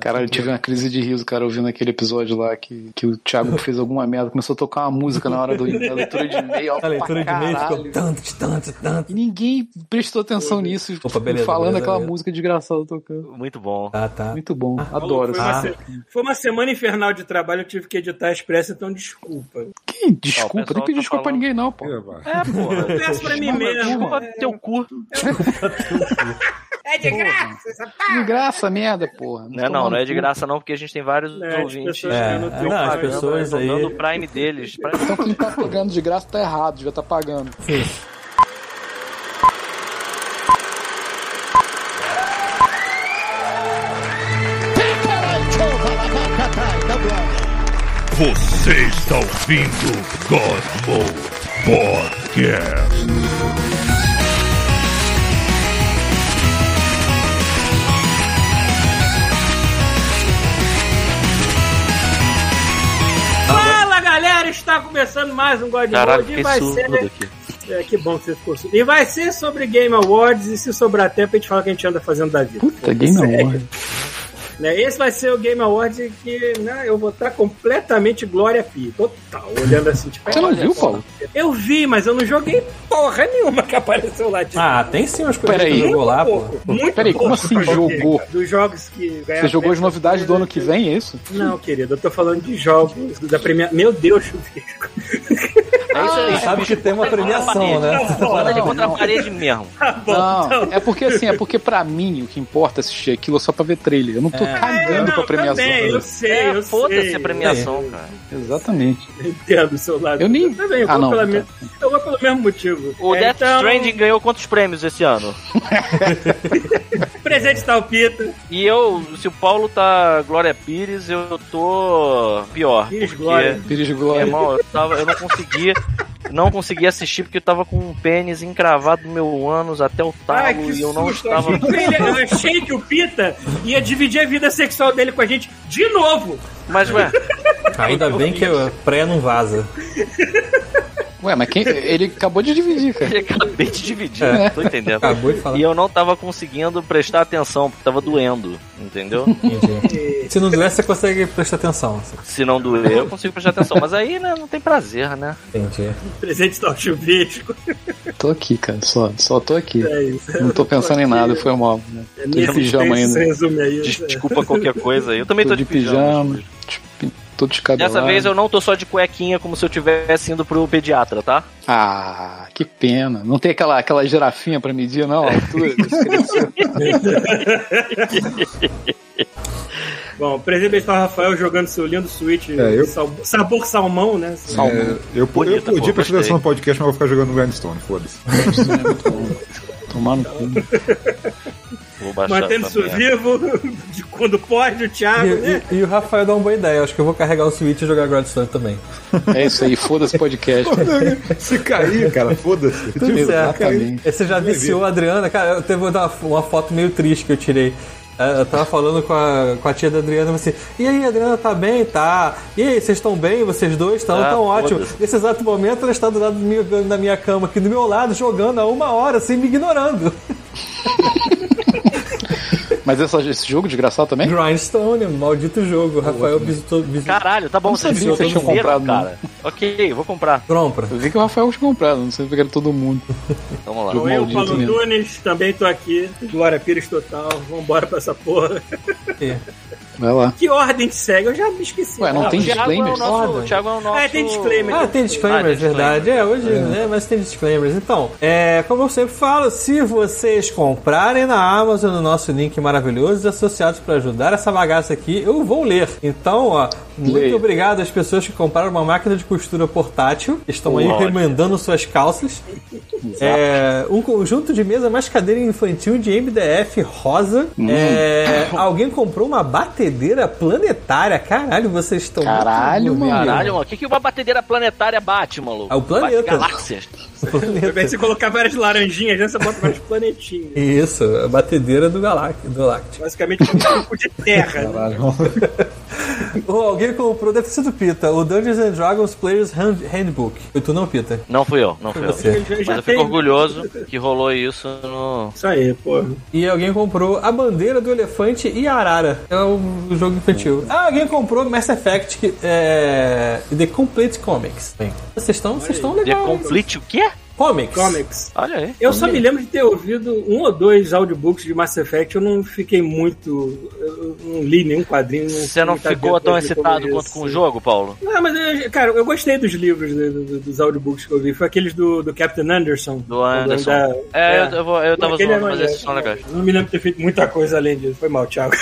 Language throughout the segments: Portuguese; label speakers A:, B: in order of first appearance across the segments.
A: Caralho, eu tive uma crise de riso, cara, ouvindo aquele episódio lá que, que o Thiago fez alguma merda, começou a tocar uma música na hora do, da leitura de e-mail. ó,
B: A leitura de
A: pra
B: e-mail
A: caralho.
B: ficou tanto, tanto, tanto.
A: E ninguém prestou atenção nisso, tipo,
B: Opa, beleza,
A: falando
B: beleza,
A: aquela
B: beleza.
A: música desgraçada tocando.
C: Muito bom.
B: Ah, tá.
A: Muito bom,
D: Maluco,
A: adoro.
D: Foi,
B: Ah.
D: uma se- foi uma semana infernal de trabalho, eu tive que editar a expressa, então desculpa.
A: Que
C: Ó, o
A: desculpa,
C: pessoal
A: nem pedi
C: tá
A: desculpa pra
C: falando-
A: ninguém não, pô.
E: É, vai.
C: É, porra.
D: Eu peço pra mim
A: Desculpa,
D: mesmo.
C: Desculpa teu cu.
D: É de graça, essa
A: De graça, merda, porra.
C: Não, é não, não é de graça não, porque a gente tem vários
D: É, as
C: ouvintes.
D: pessoas
B: É,
D: que não têm
B: não, as
D: pagando,
B: pessoas
C: Estão
B: aí.
C: dando o prime deles. Prime-
A: Então quem tá pagando de graça tá errado, devia tá pagando.
F: Você está ouvindo Godmo Podcast.
D: Fala galera, está começando mais um God
C: Caralho,
D: Mode e
C: fiquei
D: vai
C: surdo
D: ser.
C: aqui.
D: É, que bom que você ficou surdo. E vai ser sobre Game Awards e se sobrar tempo a gente fala o que a gente anda fazendo da vida.
A: Puta, Game
D: Sério,
A: Awards.
D: né? Esse vai ser o Game Awards que né, eu vou estar completamente Glória Pi. Total, olhando assim tipo.
A: Você não
D: olha
A: viu,
D: só.
A: Paulo?
D: Eu vi, mas eu não joguei porra nenhuma que apareceu lá tipo. de
B: Ah, tem sim umas coisas
A: Peraí.
B: que
D: Muito
B: jogou lá, pô.
D: pouco, Muito
A: Peraí, como
D: pouco
A: assim
D: eu joguei,
A: jogou?
D: cara. Dos jogos que ganharam
A: Você jogou as
D: prêmio,
A: novidades do ano que vem, é isso?
D: Não, querido, eu tô falando de jogos da premia... Meu Deus, Chuvisco.
C: É isso aí.
B: Sabe que tem uma premiação, né?
C: Bota de
A: Não,
C: contra
A: não.
C: a parede mesmo.
D: Tá bom,
A: Não,
D: então.
A: é porque assim, é porque pra mim o que importa é assistir aquilo é só pra ver trailer. Eu não tô
D: É,
A: cagando
D: não,
A: pra premiação.
D: também, eu sei,
C: É,
D: eu
C: foda-se
D: sei.
B: É.
C: a premiação, cara.
A: Exatamente.
D: Entendo o seu lado.
A: Eu nem-
D: também, eu,
A: Ah,
D: vou
A: não,
D: pela
A: tá.
D: me- eu vou pelo mesmo motivo.
C: O
D: É,
C: Death Stranding ganhou quantos prêmios esse ano?
D: Presente tá Talpita.
C: E eu, se o Paulo tá Glória Pires, eu tô pior.
D: Pires
C: porque,
D: Glória.
A: Pires É de
C: meu
A: Glória.
C: irmão, eu, tava, eu não consegui. Não consegui assistir porque eu tava com um pênis encravado no meu ânus até o talo
D: Ai, que
C: e eu não
D: susto.
C: estava.
D: Ele- Eu achei que o Pita ia dividir a vida sexual dele com a gente de novo.
C: Mas, ué,
B: Ainda bem que a pré não vaza.
A: Ué, mas quem, ele acabou de dividir, cara.
C: eu acabei de dividir,
B: É.
C: não tô entendendo.
B: Acabou de falar.
C: E eu não tava conseguindo prestar atenção, porque tava doendo, entendeu?
B: Entendi. Se não der, você consegue prestar atenção.
C: Se não doer, eu consigo prestar atenção. Mas aí, né, não tem prazer, né?
B: Entendi.
D: Presente tal Chuvisco.
A: Tô aqui, cara. Só, só tô aqui.
D: É isso.
A: Não tô pensando em nada, foi mal. né?
D: É
A: Tô de
D: nesse
A: pijama
D: texto,
A: ainda.
D: resume aí.
C: Des- Desculpa qualquer coisa aí. Eu também tô, de, pijama.
A: Tipo, de- Tô descabelado.
C: Dessa vez eu não tô só de cuequinha como se eu tivesse indo pro pediatra, tá?
A: Ah, que pena. Não tem aquela, aquela girafinha pra medir, não? a altura?
D: Bom, presente está Rafael jogando seu lindo Switch
E: É, eu-
D: sal- sabor salmão, né?
E: É, eu, eu
C: Bonita,
E: podia
C: pô,
E: prestar atenção
C: gostei.
E: no podcast, mas eu vou ficar jogando Grindstone, foda-se.
A: é Tomar no cu.
C: Vou baixar
D: Mantendo-se
C: essa merda.
D: vivo de quando pode, o
B: E,
D: Thiago, né?
B: e- e o Rafael dá uma boa ideia. Acho que eu vou carregar o Switch e jogar Gradstone também.
A: É isso aí, foda-se podcast.
E: Se cair, cara, foda-se.
B: Tudo certo.
A: Exatamente.
B: Você já viciou a Adriana? Cara, eu teve uma, uma foto meio triste que eu tirei. É, Eu tava falando com a, com a tia da Adriana, assim, e aí, Adriana, tá bem? Tá. E aí, vocês estão bem? Vocês dois estão?
C: Ah,
B: tão ótimo.
C: foda-se.
B: Nesse exato momento, ela está do lado do meu- da minha cama, aqui do meu lado, jogando há uma hora, assim, me ignorando.
A: Mas essa- esse jogo desgraçado também?
B: Grindstone, um maldito jogo. Rafael visitou. visitou.
C: Caralho, tá bom,
A: Não sabia que vocês tinham
C: todo inteiro,
A: comprado,
C: cara. Ok, vou comprar.
B: Compra.
A: Eu vi que o Rafael tinha comprado, não sei porque era todo mundo.
C: Vamos lá.
A: Jogo
D: Eu,
A: maldito
D: Paulo
A: mesmo.
D: Nunes, também tô aqui. Glória Pires total, vambora pra essa porra.
A: Vai lá.
D: Que ordem que segue? Eu já me esqueci.
A: Ué, não
D: Ah,
A: tem
C: o Thiago é o
A: disclaimers?
C: nosso.
B: Foda.
C: O Thiago é o nosso.
D: Ah, tem disclaimer.
B: Ah, tem disclaimers,
C: Ah, tem disclaimer.
B: verdade. É, hoje, né? Mas tem disclaimers. Então, é, como eu sempre falo, se vocês comprarem na Amazon no nosso link maravilhoso, associados para ajudar essa bagaça aqui, eu vou ler. Então, ó, muito
A: Leia.
B: obrigado às pessoas que compraram uma máquina de costura portátil, que estão aí
C: Ótimo.
B: remendando suas calças. É, um conjunto de mesa mais cadeira infantil de MDF rosa.
C: Hum.
B: É, alguém comprou uma batedeira planetária. Caralho, vocês estão. muito
A: Caralho,
B: envolvidos.
A: mano.
C: Caralho, mano. O que, que uma batedeira planetária bate, maluco?
B: É o planeta.
C: Bate galáxias.
D: Também se colocar várias laranjinhas, né, você bota vários planetinhos.
B: Isso, a batedeira do, Galact do Láctico.
D: Basicamente um tipo de terra. né?
B: Ou alguém comprou, deve ter sido Pita, o Dungeons and Dragons Players Hand- Handbook. Foi tu não, Pita?
C: Não fui eu, não fui eu.
B: você.
D: Já-
C: Mas
D: já
C: eu
D: tem-
C: fico orgulhoso que rolou isso no.
D: Isso aí, pô.
B: E alguém comprou a bandeira do elefante e a arara. É o jogo infantil. Ah, alguém comprou Mass Effect que, é, The Complete Comics. Bem, vocês estão, vocês estão
C: The
B: legais.
C: Complete o quê?
B: Comics.
D: Comics.
C: Olha aí.
D: Eu só me lembro de ter ouvido um ou dois audiobooks de Mass Effect, eu não fiquei muito. Eu não li nenhum quadrinho.
C: Você não
D: muita
C: ficou
D: coisa
C: tão
D: como
C: excitado
D: esse.
C: quanto com o jogo, Paulo?
D: Não, mas, eu- cara, eu gostei dos livros, né, do- do- dos audiobooks que eu vi. Foi aqueles do, do Captain Anderson.
C: Do Anderson.
D: da-
C: É, eu, eu, vou- eu tava
D: Aquele
C: zoando,
D: é
C: mas
D: maneiro.
C: esses são legais.
D: Não me lembro de ter feito muita coisa além disso. Foi mal, Thiago.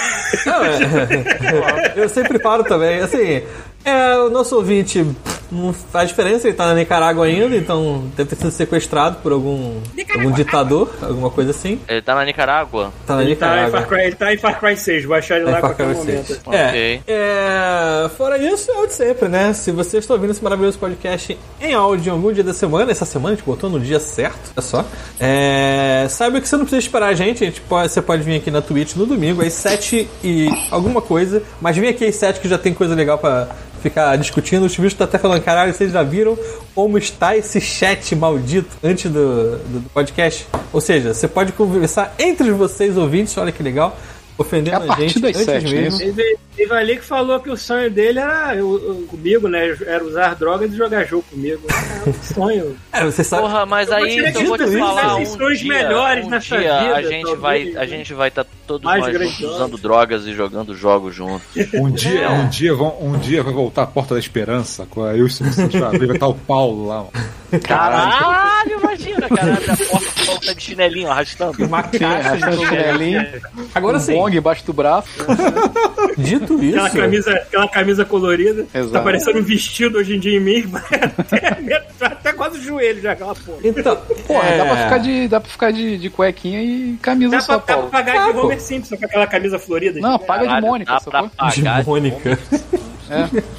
B: Não, é. eu sempre paro também. Assim, é, o nosso ouvinte pff, não faz diferença, ele tá na Nicarágua ainda, então deve ter sido sequestrado por algum, algum ditador, alguma coisa assim.
C: Ele tá na Nicarágua?
B: Tá na
D: Ele tá, em
B: Nicarágua.
D: Far Cry, ele tá em Far Cry 6, baixar ele lá a
B: Far Cry
D: qualquer
B: 6.
D: momento.
B: É,
C: Ok.
B: é, fora isso, é o de sempre, né? Se vocês estão ouvindo esse maravilhoso podcast em áudio em algum dia da semana, essa semana a gente botou no dia certo, olha só. É, saiba que você não precisa esperar a gente, a gente pode- você pode vir aqui na Twitch no domingo, às 7 e alguma coisa, mas vem aqui às 7 que já tem coisa legal pra ficar discutindo. O Chibicho tá até falando, caralho, vocês já viram como está esse chat maldito antes do, do- do podcast? Ou seja, você pode conversar entre vocês ouvintes, olha que legal. Ofendendo
A: É a
B: a, gente
A: partir das
B: antes
A: sete,
B: mesmo.
A: é isso?
D: Teve, teve ali que falou que o sonho dele era eu- eu- comigo, né? Era usar drogas e jogar jogo comigo. É um sonho.
B: É, você sabe.
C: Porra, mas
D: Eu vou
C: aí
D: tirar
C: eu
D: de
C: vou te
D: tudo isso,
C: falar
D: essas
C: um
D: lições
C: dia,
D: melhores
C: um
D: nessa
C: dia
D: vida,
C: a gente
D: talvez,
C: vai,
D: né?
C: a gente vai estar todos
D: Mais
C: nós juntos
D: grandiosos.
C: usando drogas e jogando jogos juntos.
E: Um dia, um dia, vão, um dia vai voltar a Porta da Esperança com a eu e o Silvio Santos pra abrir, vai estar o Paulo lá. ó.
C: Caralho, imagina, caralho, a porta volta de chinelinho arrastando.
B: Uma caixa
A: arrastando
B: de chinelinho. Agora sim,
A: Bong embaixo do braço.
B: dito
D: Aquela
B: isso,
D: camisa, aquela camisa colorida.
A: Exato.
D: Tá parecendo um vestido hoje em dia em mim. Vai até, met- até quase o joelho já, aquela porra.
B: então,
A: Porra,
B: é,
A: dá pra ficar de, dá pra ficar de, de cuequinha e camisa
D: Dá pra,
A: só,
D: dá pra
A: Paulo.
D: pagar
B: Ah,
D: de
B: pô.
D: Homer Simpson com aquela camisa florida.
A: Não,
D: de
A: paga de
C: Caralho,
A: Mônica,
C: dá pra
A: sacou?
C: pagar.
B: de Mônica.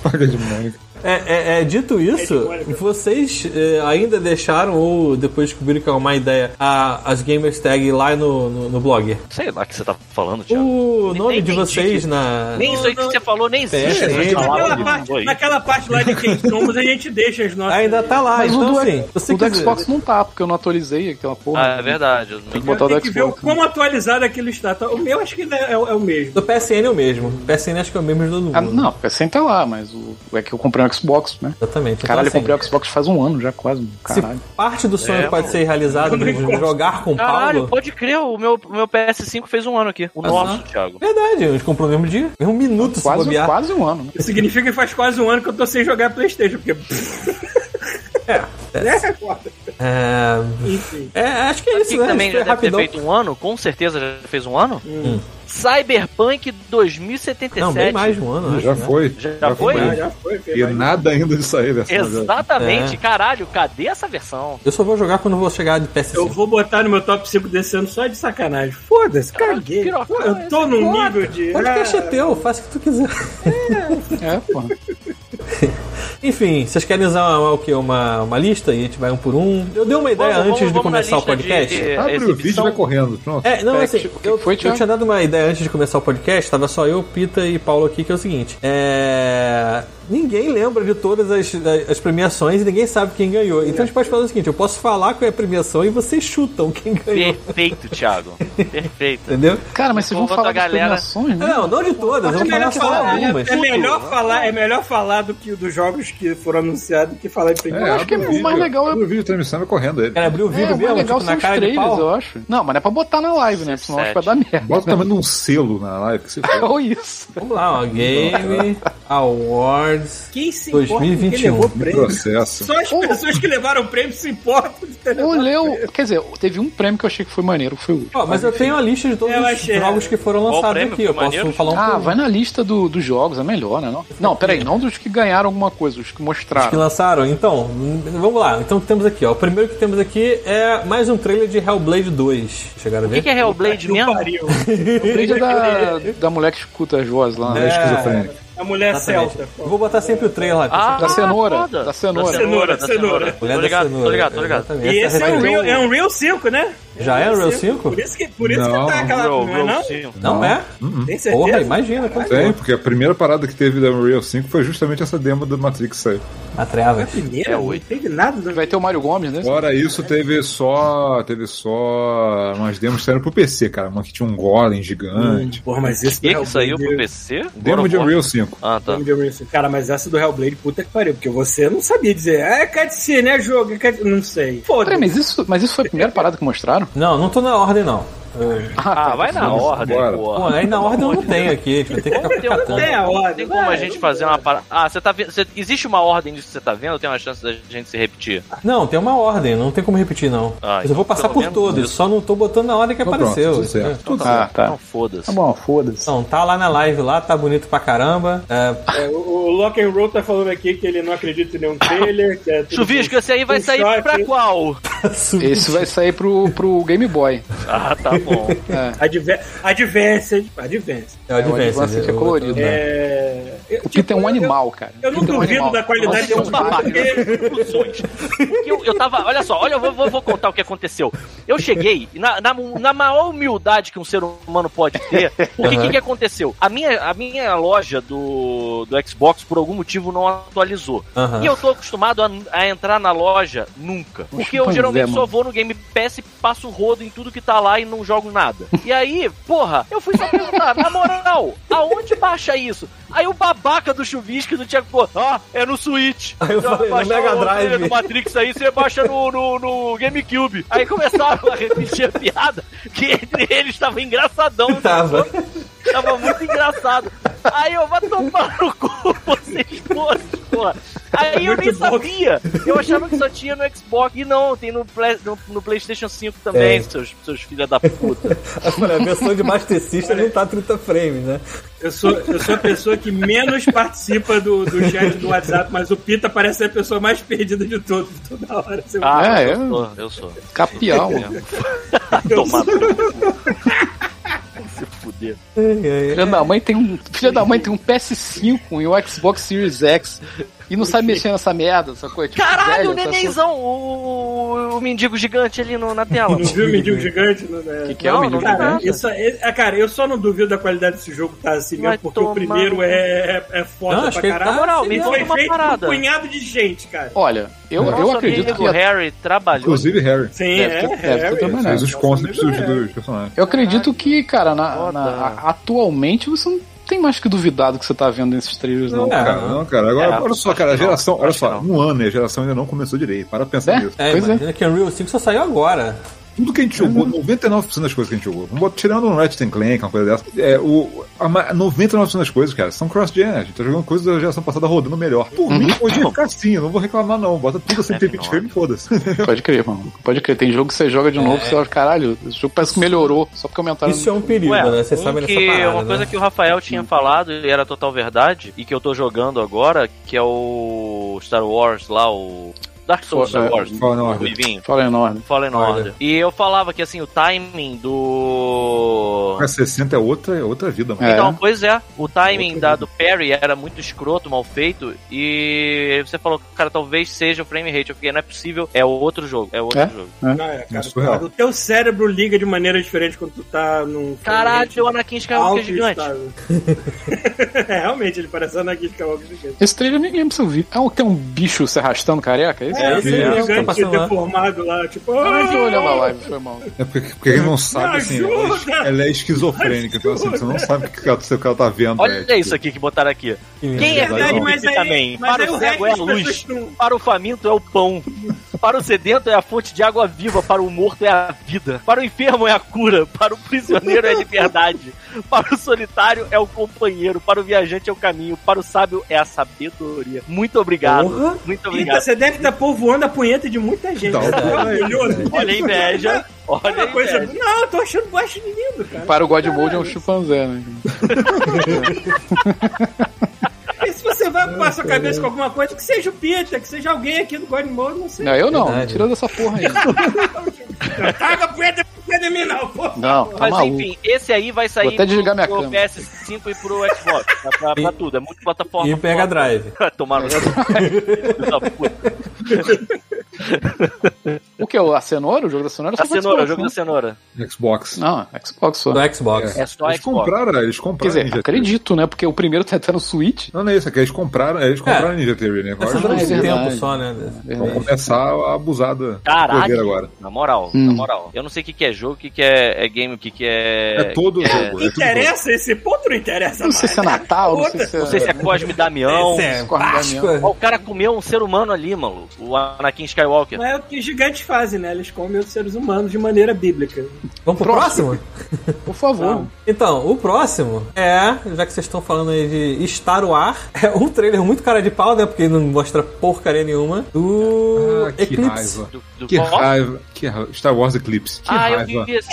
E: Paga de Mônica.
B: É, é- é, dito isso,
D: Mônica.
B: vocês é, ainda deixaram ou depois descobriram que é uma ideia a- as gamers tag lá no, no, no blog?
C: Sei lá o que você tá falando, Thiago.
B: O nome de
C: entendi.
B: vocês na
C: Nem isso aí que você falou nem existe. né?
B: PSN.
C: essa palavra
B: é,
D: Naquela
C: que
D: parte,
C: falou aí.
D: naquela parte lá de quem somos, a gente deixa as nossas.
B: ainda tá lá,
A: Mas
B: então
A: o do,
B: assim, você
A: o do
B: quiser-
A: Xbox não tá, porque eu não atualizei aquela
C: Ah,
A: porra.
C: é verdade.
A: Tem que
D: Eu
A: botar o
D: tenho
A: do
D: que ver o
A: Xbox. né?
D: quão atualizado aquilo está. Tá, O meu acho que ainda é, é o mesmo.
B: Do PSN é o mesmo. PSN acho que é o mesmo de todo mundo.
A: Ah, não, o PSN tá lá, mas o, é que eu comprei um Xbox, né?
B: Exatamente. Então,
A: Caralho, eu
B: assim,
A: comprei o Xbox faz um ano já, quase. mano.
B: se
A: Caralho.
B: parte do sonho
C: É,
B: pode ser realizado de jogar com o
C: Caralho,
B: Paulo.
C: pode crer, o meu, o meu PS5 fez um ano aqui. O nosso, Thiago.
B: Verdade, a gente comprou no mesmo dia. Mesmo minuto se
A: Quase,
B: bobear.
A: quase um ano. né?
D: Isso significa que faz quase um ano que eu tô sem jogar Playstation, porque. É, foda.
B: É,
D: Enfim.
B: é, acho que é isso,
C: Que
B: né?
C: também
B: Isso
C: já
B: foi
C: deve
B: rapidão. Hum.
C: ter feito um ano, com certeza já fez um ano. Cyberpunk 2077.
B: Não, bem mais de um ano, acho.
E: Já
B: né?
E: foi.
C: Já foi?
D: Já, Ah, já foi,
E: E
D: Fernando.
E: nada ainda de sair dessa.
C: Exatamente,
B: É.
C: caralho, cadê essa versão?
B: Eu só vou jogar quando eu vou chegar de PS5.
D: Eu vou botar no meu top 5 desse ano só de sacanagem. Foda-se, caguei.
C: pirocão,
D: Pô, eu tô num nível de.
B: Podcast é
D: Ah,
B: teu, faz o que tu quiser.
A: É, porra.
B: Enfim, vocês querem usar uma, o quê? Uma, uma lista e a gente vai um por um? Eu dei uma ideia antes de
C: na
B: começar o
C: lista de-
B: podcast.
C: de
E: Abre o vídeo e
C: exibição.
E: vai correndo. Pronto.
B: É, não,
A: Aspect.
B: assim,
A: O que
B: eu,
A: foi,
B: eu
A: Thiago?
B: tinha dado uma ideia antes de começar o podcast, tava só eu, Pita e Paulo aqui, que é o seguinte. É. Ninguém lembra de todas as, as premiações e ninguém sabe quem ganhou. Então a gente pode fazer o seguinte: eu posso falar qual é a premiação e vocês chutam quem ganhou.
C: Perfeito, Thiago. Perfeito.
B: Entendeu?
A: Cara, mas vocês vão
C: Enquanto
A: falar
C: a
A: das
C: galera-
A: premiações, né?
B: Não, não de todas, eu
D: É
B: vou falar
D: melhor,
B: só
D: falar, é,
B: algumas.
D: é melhor falar, é melhor falar do que dos jogos que foram anunciados do que falar de primeiro.
A: eu acho que é
E: abre o vídeo,
A: mais legal é-
E: Abre o vídeo de transmissão e vai correndo ele.
B: Cara, abriu o vídeo
A: É,
B: mesmo,
A: mais legal
B: tipo,
A: são
B: na
A: os
B: cara de
A: trailers, eu
B: pau.
A: acho. Não, mas não é pra botar na live, né? Senão acho que vai dar merda.
E: Bota também num um selo na live. Que você fala.
A: Ou isso.
B: Vamos lá, ó. Game Awards.
D: Quem se importa com
B: 2021.
D: quem levou
E: Me
D: prêmio?
E: processo.
D: Só as
A: Ou-
D: pessoas que levaram o prêmio se importam de ter
A: Ou
D: levado.
A: leu. Quer dizer, teve um prêmio que eu achei que foi maneiro, foi o último.
B: Ó, mas eu tenho a lista de todos
D: Eu
B: os
D: achei.
B: jogos que foram
C: o
B: lançados
C: prêmio?
B: aqui. Eu
C: Foi
B: posso
C: maneiro?
B: falar um
A: Ah,
B: por um.
A: vai na lista do- dos jogos, é melhor, né? Não, não peraí, não dos que ganharam alguma coisa, os que
B: que
A: mostraram.
B: lançaram. Então, hum, vamos lá. Então temos aqui, ó. O primeiro que temos aqui é mais um trailer de Hellblade 2. Chegaram a
C: O que,
B: ver?
C: que é Hellblade mesmo?
A: O vídeo da, da mulher que escuta as vozes lá, né?
C: é?
E: É, Esquizofrênico.
D: A mulher
B: Exatamente.
D: é celta.
B: Eu vou botar sempre o trailer lá.
C: Ah,
A: Da cenoura,
C: foda.
A: da cenoura.
D: Cenoura, cenoura.
C: Tô
B: Mulher da
C: ligado, tô
B: Cenoura,
C: ligado, tô ligado.
B: exatamente.
D: E esse é um,
B: referência.
D: Real, é um Real 5, né?
B: Já é o Real 5?
D: Por isso que, por isso
E: Não.
D: que tá aquela.
C: Bro,
D: Não, é
C: bro,
D: não?
C: sim.
B: Não é?
D: Tem certeza?
B: Porra, imagina. quanto
E: Tem, porque a primeira parada que teve da Unreal 5 foi justamente essa demo do Matrix aí.
B: A trevas.
D: Primeiro,
C: É
D: não
C: oito.
D: teve nada. do-
A: Vai ter o Mário Gomes, né?
E: Fora isso, teve só. Teve só. Umas demos que saíram pro PC, cara. Uma que tinha um Golem gigante.
D: Porra, mas esse
C: E
D: é
C: é que
D: Hellblade-
C: saiu pro PC?
E: Demo
C: Agora
E: de
C: eu
E: Unreal 5.
C: vou- Ah, tá.
D: Demo de Unreal 5. Cara, mas essa do Hellblade, puta que pariu, porque você não sabia dizer. Ah, é cutscene, é jogo, é cutscene. Não sei.
A: Peraí,
D: Foda-se.
A: mas isso, mas isso foi a primeira parada que mostraram?
B: Não, não tô na ordem, não. Eu-
C: Ah, vai na ordem,
E: Bora.
B: Pô,
C: porra.
B: aí na ordem eu não tenho aqui. Vai ter que ficar
C: Tá. Tem um
B: catando.
D: É a ordem.
C: Tem como
D: vai,
C: a gente fazer uma parada. Ah, você tá vendo. você- Existe uma ordem disso que você tá vendo ou tem uma chance da gente se repetir?
B: Não, tem uma ordem, não tem como repetir, não.
C: Ah,
B: Mas eu vou
C: então,
B: passar
C: pelo
B: por
C: menos
B: todos,
C: isso.
B: só não tô botando na ordem que
E: Então,
B: apareceu.
E: pronto, tudo certo.
B: entendeu?
A: Ah, tá.
C: Não, Então foda-se.
A: Tá bom, foda-se.
B: Então, tá lá na live lá, tá bonito pra caramba. É,
D: É, o, o Lock and Roll tá falando aqui que ele não acredita em nenhum trailer. Que é tudo
C: Chuvisco, esse aí vai
D: Um
C: sair
D: shot.
C: pra qual? Tá
A: Esse vai sair pro, pro Game Boy.
C: Ah, tá bom.
D: Adve- Advanced. Advanced.
B: é o Advanced,
A: Advanced que é
B: eu-
A: colorido.
B: eu-
D: É... eu-
A: O Peter é um
D: eu-
A: animal, cara.
D: Eu não
A: Peter é um
D: duvido
A: animal.
D: da qualidade
C: Você é um
D: do
C: babaca.
D: jogo.
C: conclusões. Porque eu, eu tava. Olha só, olha, eu vou, vou- vou contar o que aconteceu. Eu cheguei, na, na, na maior humildade que um ser humano pode ter, porque o que, que aconteceu? A minha, a minha loja do, do Xbox, por algum motivo, não atualizou.
B: Aham.
C: E eu tô acostumado a, a entrar na loja nunca. Porque eu
A: Pois é,
C: geralmente só
A: mano.
C: vou no Game Pass e passo rodo em tudo que tá lá e não jogo nada. E aí, porra, eu fui só perguntar, na moral, aonde baixa isso? Aí o babaca do chuvisco do Thiago falou, ah, é no Switch.
B: Aí eu
C: Pra
B: falei, no
C: baixar
B: Mega
C: o trailer
B: Drive.
C: do Matrix aí, você baixa no, no, no GameCube. Aí começaram a repetir a piada, que entre eles tava engraçadão.
B: Tava.
C: Tava muito engraçado. Aí eu vou tomar no cu vocês todos, porra. Aí eu nem
D: Muito bom.
C: sabia. Eu achava que só tinha no Xbox. E não, tem no, Play- no- no PlayStation 5 também,
B: É.
C: seus, seus filha da puta.
B: Eu falei, a versão de Master System não tá 30 frames, né?
D: Eu sou, eu sou a pessoa que menos participa do, do chat do WhatsApp, mas o Pita parece ser a pessoa mais perdida de todos, toda hora. Você-
C: Ah,
A: É,
C: eu
A: é.
C: sou, eu sou.
A: Capial.
D: um
C: Tomar no cu. Se fuder.
B: É, é, é.
A: Filha da mãe tem um, filha da mãe tem um PS5 e um Xbox Series X e não sabe mexer nessa merda, sacou? É tipo,
C: Caralho, o
A: velho, essa
C: nenenzão, o, o mendigo gigante ali no- na tela.
D: Não viu o mendigo gigante? Não, né?
A: Que que é o
C: Não,
A: menino?
C: não dá.
D: Cara, isso, é- é- cara, eu só não duvido da qualidade desse jogo tá assim
C: Vai
D: mesmo, porque o
C: tomar no
D: primeiro
C: cu.
D: é, é, é foda
B: Não, acho que
D: pra
B: ele tá-
D: caralho.
C: Na moral, me
D: Ele
C: conta
D: foi
C: uma
D: feito por
C: parada.
D: um punhado de gente, cara.
A: Olha, eu, eu
C: Nosso
A: acredito
C: amigo
A: que a-
C: Harry trabalhou
E: Inclusive Harry.
D: Sim,
A: Deve ter-
D: é,
A: deve ter
D: Harry.
A: trabalhado.
E: Fez né? os
C: é,
E: concepts dos, dos personagens.
A: eu acredito que, cara, na,
C: Foda.
A: na- a- atualmente você não tem mais que duvidar do que você tá vendo nesses trailers, não.
B: Não,
A: cara.
E: Cara, não, cara. Agora,
C: É,
E: olha só,
C: acho
E: cara, a
C: que não,
E: geração, olha
C: acho
E: só,
C: que não.
E: um ano e a geração ainda não começou direito. Para pensar
A: É?
E: nisso.
B: É,
A: Pois é.
B: imagina que Unreal 5 só saiu agora.
E: Tudo que a gente jogou, 99% das coisas que a gente jogou, bom, tirando um Ratchet and Clank, uma coisa dessa, é, o, a, ma- 99% das coisas, cara, são cross-gen. A gente tá jogando coisas da geração passada rodando melhor. Por mim,
A: Uhum.
E: hoje ia ficar assim, eu não vou reclamar, não. Bota tudo
A: É
E: assim, tem 20 frames, foda-se.
A: Pode crer, mano. Pode crer. Tem jogo que você
C: É.
A: joga de novo, você fala, caralho, esse jogo parece que melhorou, só porque aumentaram.
B: Isso é um perigo,
C: Ué,
B: né? Você
C: um
B: sabe
C: que,
B: dessa parada.
C: Uma coisa
B: né?
C: que o Rafael tinha falado e era total verdade, e que eu tô jogando agora, que é o Star Wars lá, o. Dark Souls
A: Fora-
C: Star Wars.
E: Fala, não,
C: o Ruivinho.
A: Fala um enorme.
C: Fallen
B: Olha.
C: Order. E eu falava que assim, o timing do.
E: Mas 60 é outra, é outra vida, mano.
A: É.
C: Então, pois é, o timing da, do Perry era muito escroto, mal feito, e você falou, cara, talvez seja o frame rate. Eu fiquei, não é possível, é outro jogo, é outro
A: É?
C: jogo.
D: Não, é, cara,
E: É surreal.
D: o teu cérebro liga de maneira diferente quando tu tá num.
C: Caralho, o Anakin Skywalker é
D: alto
C: gigante.
D: estável. é, realmente, ele parece Anakin Skywalker gigante.
A: Esse trailer eu nem lembro se eu vi. É um, tem um bicho se arrastando careca, é isso?
D: É, esse
B: sim, é, tá
D: gigante
B: passando lá.
D: deformado lá, tipo,
C: Tá
A: Mas eu olhava a
D: "Ah,
A: live, foi mal.
E: É porque, porque quem não sabe, assim, ela
D: ajuda!
E: é, ela é esquizofrênica. Então, assim, você não sabe o que o cara, o cara tá vendo. é,
C: Olha
E: tipo,
C: isso aqui que botaram aqui.
B: Que lindo.
C: Quem é
E: Verdade,
C: cego
E: não.
D: mas aí-
C: também?
D: mas aí
C: Para
D: o
C: o cego é a
D: resto das
C: luz.
D: pessoas não-
C: Para o faminto é o pão. Para o sedento é a fonte de água viva. Para o morto é a vida. Para o enfermo é a cura. Para o prisioneiro é a liberdade. Para o solitário é o companheiro. Para o viajante é o caminho. Para o sábio é a sabedoria. Muito obrigado.
B: Porra.
C: Muito
D: Eita,
C: obrigado.
D: você deve estar povoando a punheta de muita gente.
E: Tá,
D: Você tá
E: tá.
D: orgulhoso.
C: Olha a inveja. Olha a
D: É Uma coisa.
C: inveja.
D: Não, eu tô achando baixo de lindo, cara.
A: Para o God Mode é um chimpanzé, né?
D: E se você vai ocupar sua cabeça
A: É.
D: com alguma coisa, que seja o Peter, que seja
A: é.
D: alguém aqui do God Mode, não sei.
A: Não, eu não.
B: Verdade.
A: Tirando essa porra aí.
D: Caga a punheta, punheta em mim, não, pô.
A: Não, tá
C: Mas
A: maluco.
C: enfim, esse aí vai sair
A: Vou até desligar minha
C: pro
A: câmera.
C: PS5 e pro Xbox. Pra, pra- pra tudo, é muito plataforma.
B: E pega drive.
C: Tomaram.
A: O que? A cenoura? O jogo da cenoura? é só
C: A
A: pra
C: cenoura, o
A: Xbox,
C: jogo
A: né?
C: da cenoura.
E: Xbox.
A: Não, é Xbox só.
B: No Xbox.
C: É só Xbox.
E: Eles compraram, eles
A: Quer
E: compraram
A: dizer,
E: Ninja
A: acredito, né? Porque o primeiro tá até no Switch.
E: Theory. Não, não é isso, é que eles compraram, eles compraram Ninja Theory, né? Agora
B: Essa
E: eles
A: não é
B: dura um tempo
A: verdade.
B: só, né?
E: vão começar a abusada
C: Caralho,
E: agora.
C: na moral, na
A: Hum.
C: moral. Eu não sei o que, que é jogo, o que, que é, é game, o que, que é.
E: É todo o jogo. é tudo
D: Interessa esse ponto, não interessa.
A: Não sei
D: mais.
A: se é Natal, não sei se é.
C: Não sei se é Cosme Damião.
B: Esse é
A: Discord da minha-
C: Ó, O cara comeu um ser humano ali, maluco. O Anakin Skywalker.
D: Não é o que os gigantes fazem, né? Eles comem os seres humanos de maneira bíblica.
B: Vamos pro
A: Próximo.
B: próximo?
A: Por favor.
D: Não.
B: Então, o próximo é, já que vocês estão falando aí de estar o ar, é um trailer muito cara de pau, né? Porque não mostra porcaria nenhuma. Do
E: Ah, que
B: Eclipse.
E: raiva.
C: Do, do
E: Que
C: qual?
E: raiva. Que raiva. Star Wars Eclipse. Que
C: Ah, eu
E: raiva.
C: vi esse.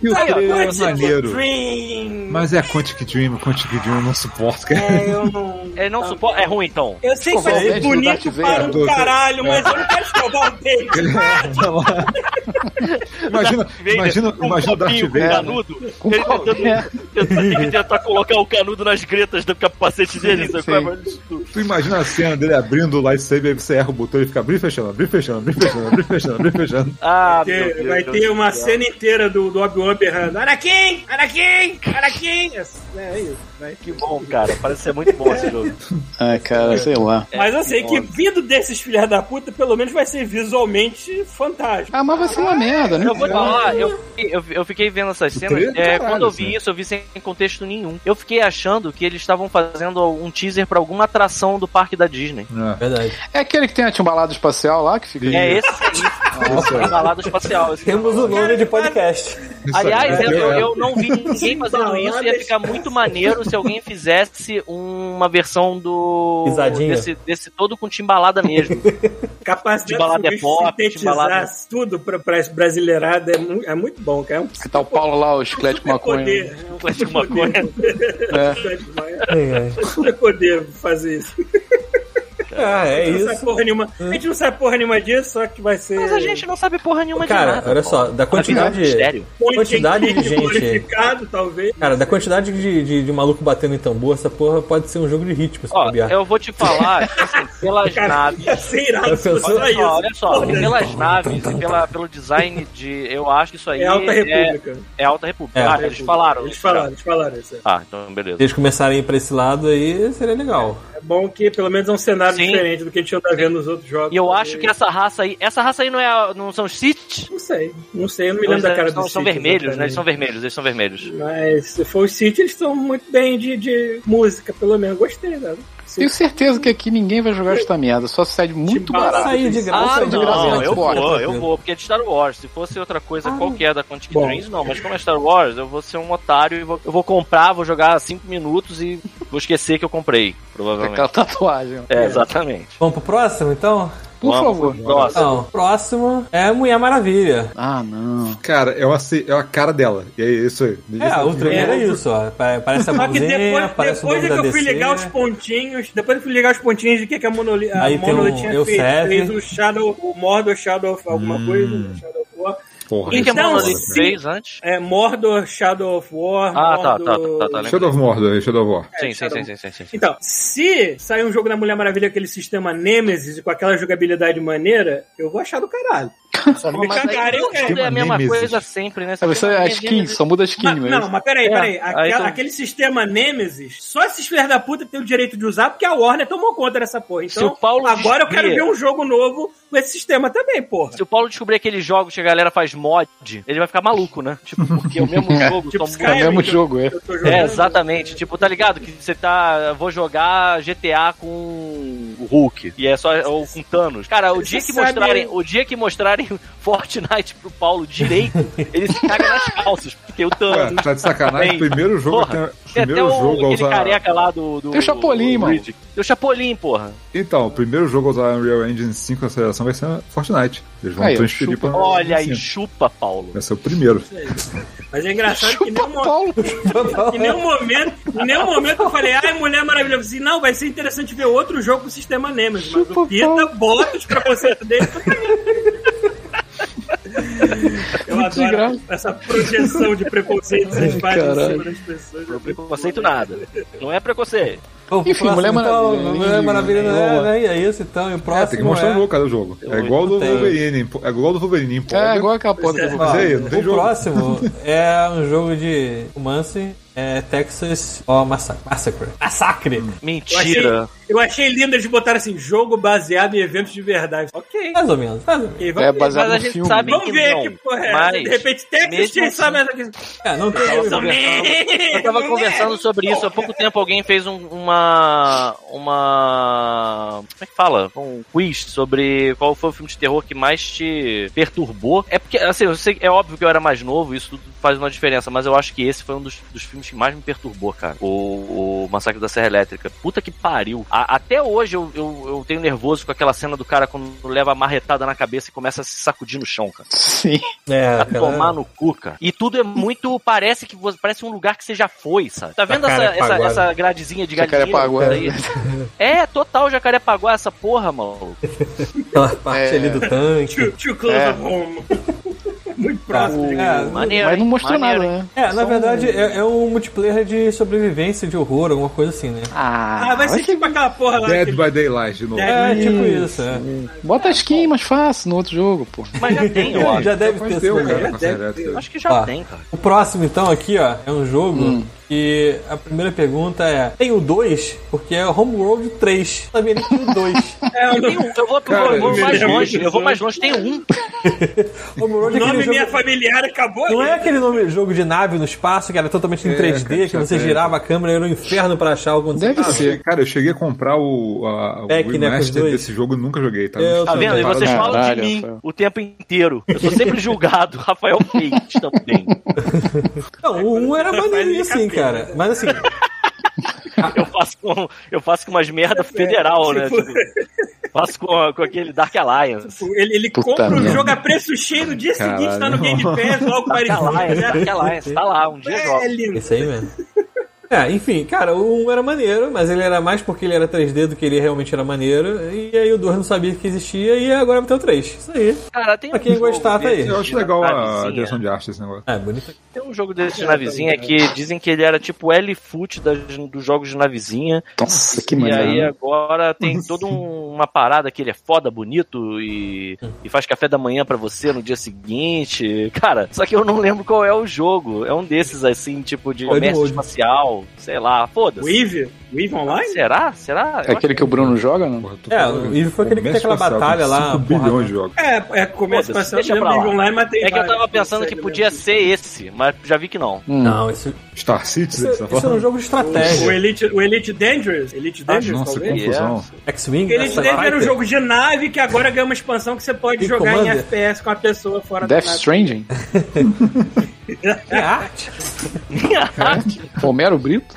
E: Que o
D: Sabe,
E: trailer é
D: Quantic
E: maneiro.
D: Dream.
E: Mas é Quantic Dream, Quantic Dream eu não suporto, cara.
D: É, eu não...
C: É, não suporta. É ruim então.
D: Eu sei que vai
A: Escovar o
D: ser
A: dente do
D: bonito
A: Darth
D: para
A: Vader.
D: um caralho, mas
A: É.
D: eu não quero escovar o dente.
E: Imagina, imagina,
C: Vader,
E: imagina o É Darth
C: copinho com
E: Vader. né?
C: canudo. Ele tá tentando, tentando, ele tentar colocar o canudo nas gretas do capacete dele. sabe qual é? Mas-
E: Tu imagina a cena dele abrindo o lightsaber, aí você erra o botão e fica abrindo e fechando, abrindo e fechando, abrindo e fechando, abrindo e fechando, abrindo e fechando.
C: Ah, meu
D: Porque
C: Deus.
D: Vai
C: do
D: ter uma
C: céu.
D: cena inteira do, do Obi-Wan berrando Anakin, Anakin, Anakin. É, é isso, vai.
C: Que bom, cara. Parece ser muito bom esse jogo.
A: Ai, cara, sei
B: É,
A: lá.
D: Mas eu sei que
C: bom.
D: vindo desses filhos da puta, pelo menos vai ser visualmente fantástico.
A: Ah, mas vai ser uma merda, né?
C: Eu vou te falar, eu, eu, eu fiquei vendo essas cenas.
E: Treta,
C: é,
E: caralho,
C: quando eu vi
E: assim.
C: isso, eu vi sem contexto nenhum. Eu fiquei achando que eles estavam fazendo um teaser pra alguma atração do parque da Disney.
E: É,
B: Verdade.
A: É aquele que tem a timbalada espacial lá, que fica.
C: É esse aí. A balada espacial. esse
B: Temos
C: cara.
B: o nome de podcast.
E: isso aí,
C: Aliás,
E: é,
C: eu,
E: é,
C: eu não vi ninguém fazendo isso. Ia ficar muito maneiro se alguém fizesse uma versão do.
B: Pisadinha.
C: Desse, desse todo com timbalada mesmo.
D: Capacidade
C: De balada
D: de
C: é pop, de
D: sintetizar
C: balada-
B: é-
D: tudo pra, pra brasileirada é, mu- é muito bom, cara. É um né?
A: Que tá o Paulo lá, o chiclete
C: é
A: com maconha.
D: superpoder.
C: Mas de uma coisa.
D: um É um superpoder fazer isso.
B: Ah, é
D: Não sai
B: isso.
D: porra nenhuma. A gente não sabe porra nenhuma disso, só que vai ser.
C: Mas a gente não sabe porra
D: é
C: nenhuma de
B: Cara,
C: nada.
B: olha
C: pô.
B: só, da
C: A vida é um
B: quantidade.
C: mistério.
D: Põe
B: quantidade de
D: quem-
B: gente.
D: glorificado, talvez.
B: Cara, da quantidade de, de, de maluco batendo em tambor, essa porra pode ser um jogo de ritmo, se
C: Ó,
B: bobear.
C: eu vou te falar, que, assim, pelas
D: Cara,
C: naves.
D: ia ser irado se
B: Eu
D: fosse
B: pensou-
D: só
C: Olha
D: isso.
C: só, olha só,
D: Porra,
C: pelas naves e pela, pelo design de. Eu acho que isso aí
D: É alta
C: é,
D: república.
C: é Alta República.
B: É,
C: ah,
B: Alta
C: eles falaram.
D: Eles falaram, eles falaram isso.
C: Ah, então beleza.
B: Se eles começarem a ir pra esse lado aí, seria legal.
D: É bom que pelo menos é um cenário
C: Sim.
D: diferente do que a gente anda vendo nos outros jogos.
C: E eu acho que essa raça aí. Essa raça aí não, é, a- não são os Sith?
D: Não sei, não sei, eu não me lembro da cara
C: Eles
D: dos
C: são, são
D: Sith,
C: vermelhos, né?
D: exatamente.
C: Eles são vermelhos, eles são vermelhos.
D: Mas se for os City, eles estão muito bem de, de música, pelo menos. Gostei, né?
A: Tenho certeza que aqui ninguém vai jogar essa merda, só se sai muito
D: Timbalada.
A: barato.
B: Sair de graça
A: Ah,
B: de
A: não,
B: graça
A: eu vou,
C: eu vou, porque é de Star Wars. Se fosse outra coisa
D: Ah,
C: qualquer da Quantic Dreams, não, mas como é Star Wars, eu vou ser um otário e vou, eu vou comprar, vou jogar 5 minutos e vou esquecer que eu comprei, provavelmente.
A: Aquela tatuagem.
C: É, exatamente.
B: Vamos pro próximo, então?
A: Por
C: Vamos,
A: favor.
C: Nossa.
B: Então, o próximo é Mulher Maravilha.
A: Ah, não.
E: Cara, é, uma, ce- é a cara dela. E é isso aí.
B: É, o trailer é,
D: É.
B: isso, ó. Pa- Parece a
D: Só que
B: mãozinha,
D: depois,
B: parece o
D: depois
B: nome
D: é que
B: da
D: eu fui
B: DC.
D: ligar os pontinhos, depois eu fui ligar os pontinhos de que, que a Monolith, a
B: Aí tem
D: Monolith
B: o
D: tinha
B: Eusef.
D: feito. Fez o Shadow, o Mordor Shadow of alguma
B: Hum.
D: coisa, Shadow of War.
E: Porra, é
C: O que, é que a
D: Então,
C: Monolith
D: sim.
C: fez antes?
D: É, Mordor Shadow of War,
C: Ah, tá, tá,
D: Mordor-
C: tá, tá, tá.
E: Shadow of Mordor, aí, Shadow of War.
C: Sim, sim,
D: Shadow-
C: sim, sim, sim, sim, sim.
D: Então, se sair um jogo da Mulher Maravilha com aquele sistema Nemesis e com aquela jogabilidade maneira, eu vou achar do caralho.
A: Só
D: me
C: Mas aí
D: cagarem,
C: tudo
D: cara.
C: é a mesma
E: Nemesis.
C: coisa sempre, né? Você
A: Sabe, isso
C: tem
A: é
C: uma
A: a
C: menina
A: skin, só muda a skin,
D: Mas-
A: mas.
D: não, mas peraí,
C: É,
D: peraí. Aquela-
C: aí tu-
D: Aquele sistema Nemesis, só esses filhos da puta têm o direito de usar, porque a Warner tomou conta dessa porra.
C: Se
D: Então,
C: o Paulo
D: agora eu quero
C: descobrir-
D: ver um jogo novo com esse sistema também, porra.
C: Se o Paulo descobrir aqueles jogos que a galera faz mod, ele vai ficar maluco, né? Tipo, porque é o mesmo jogo
D: Tipo
A: É o
C: toma-
D: Skyrim.
A: mesmo
D: que eu-
A: jogo, é.
D: Eu tô jogando.
C: É, exatamente. Tipo, tá ligado? Que você tá. Vou jogar GTA com o Hulk. E é só. Ou com Thanos. Cara, o
D: Você
C: dia que
D: sabe-
C: mostrarem. O dia que mostrarem Fortnite pro Paulo direito, ele se caga nas calças. Porque o
E: Ué,
C: Thanos.
E: tá de sacanagem.
C: Bem,
E: primeiro jogo,
C: porra,
E: até-
C: Tem até
E: primeiro
C: o,
E: jogo a
C: aquele
E: usar.
C: careca lá do. do
A: Tem o Chapolin,
C: do
A: mano.
C: Riddick. Tem o Chapolin, porra.
E: Então, o primeiro jogo a usar Unreal Engine 5 na aceleração vai ser Fortnite. Eles vão
A: Aí, ó,
E: transferir
A: chupa.
E: pra.
C: Olha aí,
E: 5.
C: chupa, Paulo.
E: Vai ser o primeiro.
D: Mas é engraçado que em nenhum, mo-
A: Paulo.
D: em nenhum momento, em nenhum momento eu falei, ai, mulher maravilhosa. Eu falei, não, vai ser interessante ver outro jogo com o sistema Nemesis. Mas
A: Chupa
D: o Pita bota os preconceitos dele. pra mim. Eu adoro
A: desgraça.
D: essa projeção de preconceito que vocês
A: Ai,
D: fazem em
A: caralho.
D: cima das pessoas.
C: Não é preconceito nada. Não é preconceito.
B: O
A: Enfim,
B: próximo,
A: Mulher
B: então,
A: Maravilha,
B: Mulher
A: hein,
B: Maravilha não é,
A: boa.
B: né? E é isso então. E o próximo.
E: É, tem que mostrar
B: é...
E: o jogo, cara, o jogo. É igual do Wolverine. pô, É igual do Wolverine. em
A: É,
E: Pobre.
A: igual aquela porra que eu vou
B: Ó,
E: Mas é isso, não tem
B: o
E: jogo.
B: próximo é um jogo de romance. É Texas ó, Massacre. Massacre. Massacre.
D: Eu achei,
C: Mentira.
D: eu achei lindo eles botaram assim, jogo baseado em eventos de verdade. Ok.
B: É Mais ou menos. mais ou menos.
D: ok,
A: É
D: vamos, ver.
A: baseado
C: Mas a
A: no
C: gente
E: um
A: filme.
C: sabe-
D: Vamos ver
C: Não,
D: que porra é.
C: mas-
D: De repete, Texas
C: mesmo
D: Chainsaw
C: assim-
D: Massacre.
B: É, não tem.
C: Nossa, Eu tava conversando sobre isso há pouco tempo. Alguém fez um- uma. Uma. Como é que fala? Um quiz sobre qual foi o filme de terror que mais te perturbou. É porque, assim, eu sei, é óbvio que eu era mais novo, isso tudo faz uma diferença, mas eu acho que esse foi um dos, dos filmes que mais me perturbou, cara. O, o Massacre da Serra Elétrica. Puta que pariu. A- até hoje eu, eu, eu tenho nervoso com aquela cena do cara quando leva a marretada na cabeça e começa a se sacudir no chão, cara.
A: Sim.
B: É,
C: Pra
B: cara.
C: tomar no cu, cara. E tudo é muito. Parece que você- parece um lugar que você já foi, sabe? Tá vendo essa, essa,
B: Jacarepaguá.
C: essa gradezinha de galinheiro?
A: Jacarepaguá.
C: Aí? É, total Jacarepaguá essa porra, maluco.
B: Aquela parte
A: É.
B: ali do tanque.
D: Too, too close
A: É.
D: at home. Muito próximo.
B: É,
C: Maneiro.
A: Mas não
C: hein?
A: mostrou
C: Maneiro, hein?
A: nada, né?
B: É, na
A: Só um-
B: verdade, é, é um multiplayer de sobrevivência, de horror, alguma coisa assim, né?
A: Ah,
D: Ah, vai ser tipo aquela porra lá.
E: Dead
D: que-
E: by Daylight de novo.
D: É.
B: É,
A: Isso.
B: tipo isso, é.
C: Ah,
A: Bota a skin mais fácil no outro jogo, pô.
C: Mas já tem, eu acho.
B: Já deve ter
E: Mas
B: esse
E: deu,
B: lugar.
E: cara, com a Serra Elétrica.
C: Acho que já
B: Ó.
C: tem, cara.
B: O próximo, então, aqui, ó, é um jogo
C: Hum.
B: que a primeira pergunta é: tem o 2? Porque é Homeworld 3. Não sabia nem que tinha o 2.
D: É, o
C: Tem um, eu vou,
E: Cara,
C: eu vou
E: eu
C: mais
D: lembro
C: longe, eu
D: disso.
C: vou mais longe, tem um.
B: Homeworld é aquele
D: nome minha
B: jogo.
D: familiar acabou. né?
B: Não é
D: aí.
B: aquele nome, jogo de nave no espaço que era totalmente em
E: É,
B: 3D,
E: cara,
B: que você
E: tinha
B: girava a câmera e era um inferno pra achar algum
A: Deve
E: Ah,
A: ser.
E: Cara, eu cheguei a comprar o, a, o
B: Pack, né, com os
E: remaster
B: dois.
E: desse jogo e nunca joguei, tá?
B: Eu
C: Tá
B: também.
C: vendo? E vocês
A: Caralho,
C: falam de mim
A: Rafael.
C: o tempo inteiro. Eu sou sempre julgado, Rafael Feit também.
B: Não, o 1 era
D: Faz
B: maneirinho
D: de
B: assim,
D: cabelo.
B: cara. Mas assim,
C: Eu faço com, eu faço com umas merda federal, né?
D: Tipo-
C: Tipo, faço com, com aquele Dark Alliance.
D: Ele, ele
A: Puta
D: compra o
A: merda.
D: jogo a preço cheio no dia
E: Caralho.
D: seguinte, tá no Game Pass ou algo
C: Dark Alliance,
D: parecido. né?
C: Dark Alliance, tá lá, um dia
D: É, é
C: joga.
D: lindo.
B: isso aí mesmo. É, enfim, cara, o 1 era maneiro, mas ele era mais porque ele era 3D do que ele realmente era maneiro. E aí o 2 não sabia que existia e agora vai ter o 3. Isso aí.
C: Cara, tem um
B: Pra quem
C: jogo
B: gostar, tá aí.
C: desse
E: Eu acho
C: de
E: legal a
C: navezinha.
E: direção de arte desse negócio.
B: É, bonito.
C: Tem um jogo desse de
A: Ah,
C: navezinha
A: tá
C: que dizem que ele era tipo L-Foot das- dos jogos de navezinha.
A: Nossa, que
C: E aí
A: maneiro. né?
C: agora tem toda um- uma parada que ele é foda, bonito e, e faz café da manhã pra você no dia seguinte. Cara, só que eu não lembro qual é o jogo. É um desses assim, tipo de
B: Oddworld.
C: comércio espacial, sei lá,
D: é O
C: foda-se.
D: Eve? O Eve Online?
C: Será? Será?
A: É aquele que o Bruno joga, não?
E: Porra, tô
B: É,
E: falando,
B: o Eve foi aquele que tem
E: comércio
B: aquela
E: espacial,
B: batalha
E: com
B: lá,
E: 5
B: porra.
E: bilhões de jogos.
D: É, é começa
C: Foda-se,
D: passando
C: deixa
D: mesmo
C: pra lá.
D: Eve Online, mas tem
C: É que eu
D: vários,
C: tava
D: não
C: pensando
D: sei
C: que
D: mesmo.
C: podia ser esse, mas já vi que não.
A: Hum.
B: Não, isso,
E: Star
B: isso,
E: Citizen, você tá
B: isso é um
E: falando?
B: jogo de
D: O
B: estratégia.
D: Elite, o Elite Dangerous? Elite Dangerous,
E: Ah, Nossa,
D: talvez?
E: que confusão.
B: X-Wing,
D: Elite
B: Star
D: Dangerous era um
B: Fighter.
D: jogo de nave que agora ganha uma expansão que você pode
B: E
D: jogar
B: Commander?
D: em FPS com a pessoa fora
A: Death
D: da nave.
A: Stranding?
B: É arte.
C: É
A: É Homero Brito?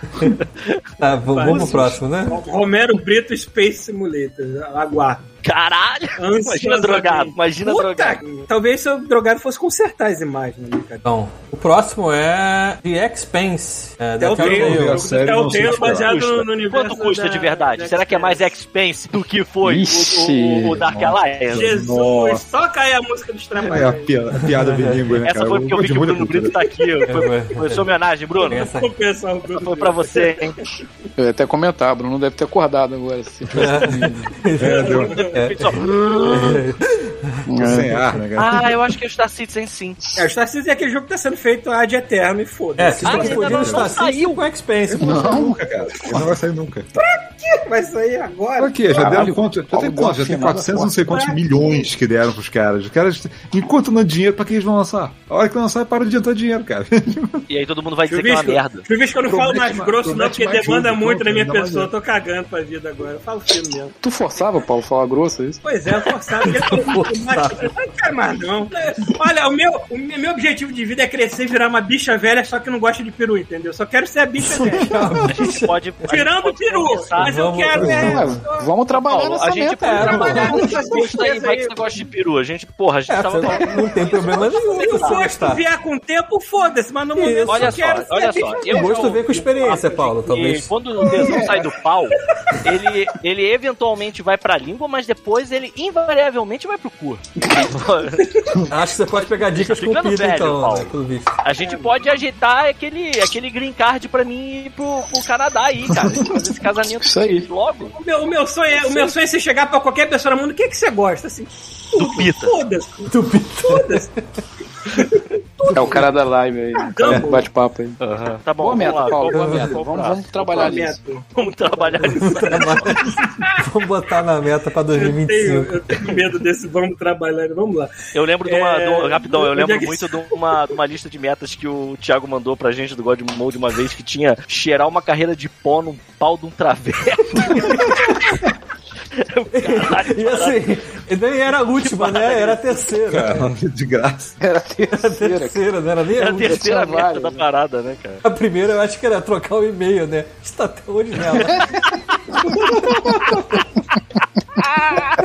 B: Tá, v- vamos pro
D: Parece.
B: próximo, né?
D: Romero Brito Space Simulator. Aguardo.
C: Caralho! Imagina
A: é
D: Ansiosamente.
C: drogado, imagina
D: Puta
C: drogado.
D: que- Talvez se o drogado fosse consertar as imagens, né, cara?
B: Então, o próximo é The Expense. É, da
D: Telltale.
B: Telltale.
E: A série né?
D: Até
E: não
D: o
E: sei
D: tempo
E: explicar.
D: baseado
C: Custa.
D: no universo.
C: Quanto custa de
D: da-
C: verdade?
D: da
C: Será que é mais
D: Express?
C: expense do que foi
A: Ixi,
C: o, o, o Dark
E: nossa.
C: Alliance?
D: Jesus,
E: Nossa.
D: só cai a música dos
E: É a
D: trabalhadores.
E: piada, a piada bilíngue, né,
C: Essa
E: cara?
C: foi porque eu vi que o
E: gosto de
C: Bruno
E: muita
C: Brito
E: cultura.
C: tá aqui. Foi,
B: É.
C: foi sua homenagem, Bruno.
B: Essa-
D: Vou pensar um
C: Foi pra você, hein?
A: Eu ia até comentar, Bruno deve ter acordado agora. assim. Se tivesse comido.
E: É, deu-
C: Só,
A: É.
E: ficou sem ar, né, cara?
C: Ah, eu acho que é o Star Citizen sim.
D: É, o Star Citizen é aquele jogo que tá sendo feito a de eterno e
B: É,
D: foda-se.
B: se
C: ainda
B: confundindo
C: não
B: Star Citizen
C: saiu.
B: com Expense.
A: Não, Ah.
E: Nunca, cara. Ele não vai sair nunca.
D: é Vai sair agora.
E: Pra quê? Já
A: Caralho,
E: deram quanto? Já tem
A: alguma
E: quanto? Já tem
A: afinada
E: 400 não sei quantos
D: forte.
E: milhões que deram pros caras. Os caras, enquanto não é dinheiro, pra que eles vão lançar? A hora que lançar, para de adiantar dinheiro, cara.
C: E aí todo mundo vai dizer que é uma
D: Chuvisco,
C: merda.
D: chuvisco, eu não falo
E: Promete
D: mais
E: mais-
D: grosso, não,
E: promete
D: porque
E: mais
D: demanda
E: jogo,
D: muito
E: pronto,
D: na minha
E: ainda mais
D: pessoa. Eu
E: jogo.
D: tô cagando pra vida agora. Eu falo filme mesmo.
A: tu forçava, Paulo, falar grosso isso?
D: Pois é, forçado. porque eu tô muito macho. Eu Não quero mais, não. Olha, o meu, o meu meu objetivo de vida é crescer e virar uma bicha velha, só que não gosta de peru, entendeu? Só quero ser a bicha velha.
C: A gente pode. a gente
D: Tirando o
C: pode
D: peru,
C: conversar.
D: mas eu
B: Vamos-
D: quero é,
A: Ué, vamos trabalhar
C: Paulo,
A: nessa
C: a gente
A: meta.
C: pode
B: é,
C: trabalhar
D: vamos.
C: nessas coisas aí, vai que você gosta de peru. A gente, porra, a gente
B: É,
C: tava falando.
B: não tem problema nenhum
D: Se o
B: você
D: gosto
B: gostar.
D: vier com o tempo, foda-se, mas no momento eu
C: Olha
D: só quero
C: só, olha só.
D: bicha
C: Eu
B: O gosto
C: já
B: vem com experiência, Paulo,
C: E
B: talvez.
C: quando o tesão sai do pau, ele, ele eventualmente vai pra língua, mas depois ele invariavelmente vai pro cu. cu.
B: Acho que você pode pegar dicas com o
C: Ficando
B: Pita,
C: velho,
B: então, né,
C: Paulo.
B: pelo visto.
C: A gente pode agitar aquele, aquele green card pra mim ir pro, pro Canadá aí, cara. Fazer esse casamento
A: Isso aí.
C: logo.
D: O meu, o meu sonho é, o meu sonho é você chegar pra qualquer pessoa no mundo, o que, que você gosta? Assim, tudo,
C: Pita.
D: foda-se,
B: Do Pita.
D: foda-se.
A: É o cara da live aí. o cara do Bate-papo aí.
C: Tá bom,
A: Boa meta,
C: lá,
A: Paulo. Boa
C: vamos lá,
A: meta.
C: vamos
A: Vamos,
C: lá.
A: vamos trabalhar
D: Tá
A: nisso.
D: Neto,
C: Vamos trabalhar nisso.
B: Vamos botar na meta pra
D: Eu tenho,
B: 2025.
D: eu tenho medo desse vamos trabalhar, vamos lá.
C: Eu lembro de uma.
D: É,
C: de um- rapidão, eu
D: onde é
C: lembro
D: que-
C: muito de uma, de uma lista de metas que o Thiago mandou pra gente do God Mode uma vez que tinha cheirar uma carreira de pó num pau de um travesso. Caralho,
B: E assim, e nem era a última, né? Era a terceira.
E: Cara, de graça.
A: Era a
B: Era a
A: terceira. cara.
B: terceira, não era nem a
C: É a
B: última.
A: tinha
C: terceira meta
A: várias,
C: da
A: né?
C: parada, né, cara?
B: A primeira eu acho que era trocar o e-mail, né? Está até hoje nela.
A: É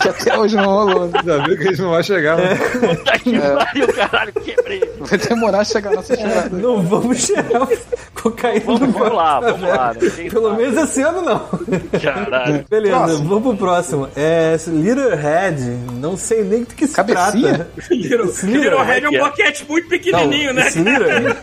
A: Que até hoje não rolou. né?
E: Ainda bem que a gente não vai chegar. né?
C: Puta que
D: É.
C: pariu, caralho, quebrei.
A: Vai demorar a chegar nessa chegada.
B: Não vamos cheirar cocaína
C: Vamos,
B: no
C: vamos lá, vamos lá. Né? Quem
B: Pelo
C: sabe?
B: menos esse ano não.
C: Caralho.
B: Beleza,
A: Próximo.
B: vamos pro próximo. É Litterhead, não sei nem do que se
A: Cabecinha?
B: trata.
D: Little,
B: Slither,
D: Little Red é um
C: é.
D: boquete muito
B: Não,
D: pequenininho, né?
B: It's Little.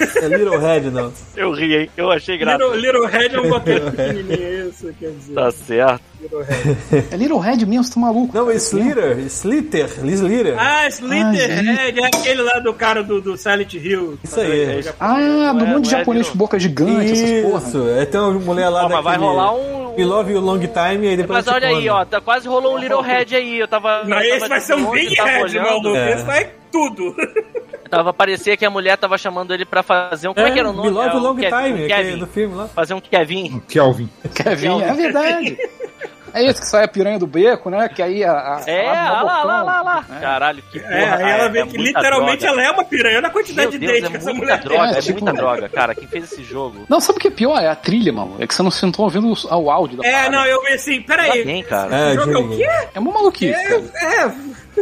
B: É Littlehead, não.
C: Eu ri, hein? Eu achei
D: Little,
C: graça.
D: Little Red é um boquete pequenininho, é isso que quer dizer.
C: Tá certo.
D: Little Red.
A: É Little Red mesmo, você tá maluco.
C: é
B: Não, é Slitter, Slitter, Slitter.
D: Ah, Slither
A: Ah,
D: Red é aquele lá do cara do, do Silent Hill.
B: Isso aí.
A: Ah, do
C: Não é-
A: monte de
C: não é
A: japonês
C: de
A: com boca gigante, essas porra.
B: Isso, é, tem uma mulher lá
C: Ó,
B: daquele...
C: mas vai rolar um.
B: We love you long time, e aí depois
C: Mas olha aí, ó, tá, quase rolou um Little Red aí. Eu tava.
D: Não,
C: eu tava tá
D: esse vai ser um
C: ontem,
D: Big
C: tava
D: Red,
C: olhando,
D: maluco.
B: É.
D: Esse vai tudo.
C: Tava parecia que a mulher tava chamando ele pra fazer um. Como é, que era o nome?
B: We love
C: É,
B: you
C: um
B: long
C: Kevin-
B: time,
C: um
B: aquele
C: Kevin.
B: do filme lá.
C: Fazer um Kevin.
E: Kelvin.
A: Kevin,
C: É
A: é verdade. É isso que sai a piranha do beco, né? Que aí a. a
C: É,
A: a-
C: ah,
A: a-
C: lá,
A: botão.
C: lá, lá, lá. Caralho, que porra.
D: tá É, aí ela
C: é,
D: vê
C: é
D: que
C: muita
D: literalmente
C: droga.
D: ela é uma piranha. Olha a quantidade
C: Meu
D: de
C: Deus,
D: dente
C: é
D: que essa
C: muita
D: mulher tem.
C: droga, é,
A: É, tipo-
C: muita droga, cara. Quem fez esse jogo?
A: Não, sabe o que é pior? É a trilha, mano. É que você não se não tá ouvindo o o áudio da
D: É,
A: parada.
D: não, eu vi assim,
C: Tá
D: peraí.
C: bem, cara.
B: É,
D: O jogo é o
B: de-
D: quê?
A: É uma maluquice, cara.
D: É,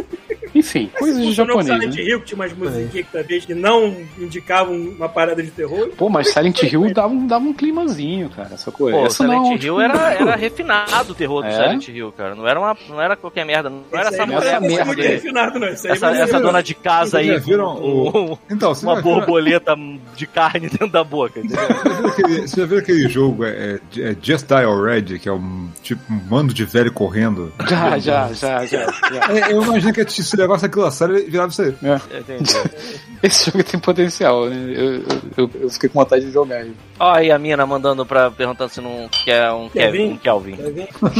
A: Enfim, coisas de
D: funcionou com Silent
A: japonês, né?
D: Hill, que tinha umas musiquinhas que talvez que não indicavam uma parada de terror.
A: Pô, mas Silent Hill dava, um- dava um climazinho, cara. Essa coisa.
C: Pô, o
A: Essa
C: Silent
A: não,
C: Hill é-
A: tipo,
C: era, era refinado o terror do
A: É?
C: Silent Hill, cara. Não era, uma, não era qualquer merda. Não era
D: Isso
C: essa
D: aí não
C: mulher. é
D: vai ser
A: merda
D: muito
A: aí.
D: refinado, não. Isso aí
C: Essa,
D: vai ser-
C: essa dona de casa aí.
E: Já viram
C: com-
E: o. Então, você
C: Uma
E: já viram-
C: borboleta de carne dentro da boca. entendeu?
E: Aquele- Você já viu aquele jogo é, é, é Just Die Already, que é um tipo um bando de velho correndo?
A: Já, já, já, já. já.
E: É, eu imagino que se levasse aquilo a sério, ele virava isso aí.
C: Entendeu?
A: Esse jogo tem potencial, né? Eu, eu, eu fiquei com vontade de jogar ele.
C: Ó, aí a mina mandando pra perguntando se não quer um Kevin.
D: Kevin?
C: Um Kelvin.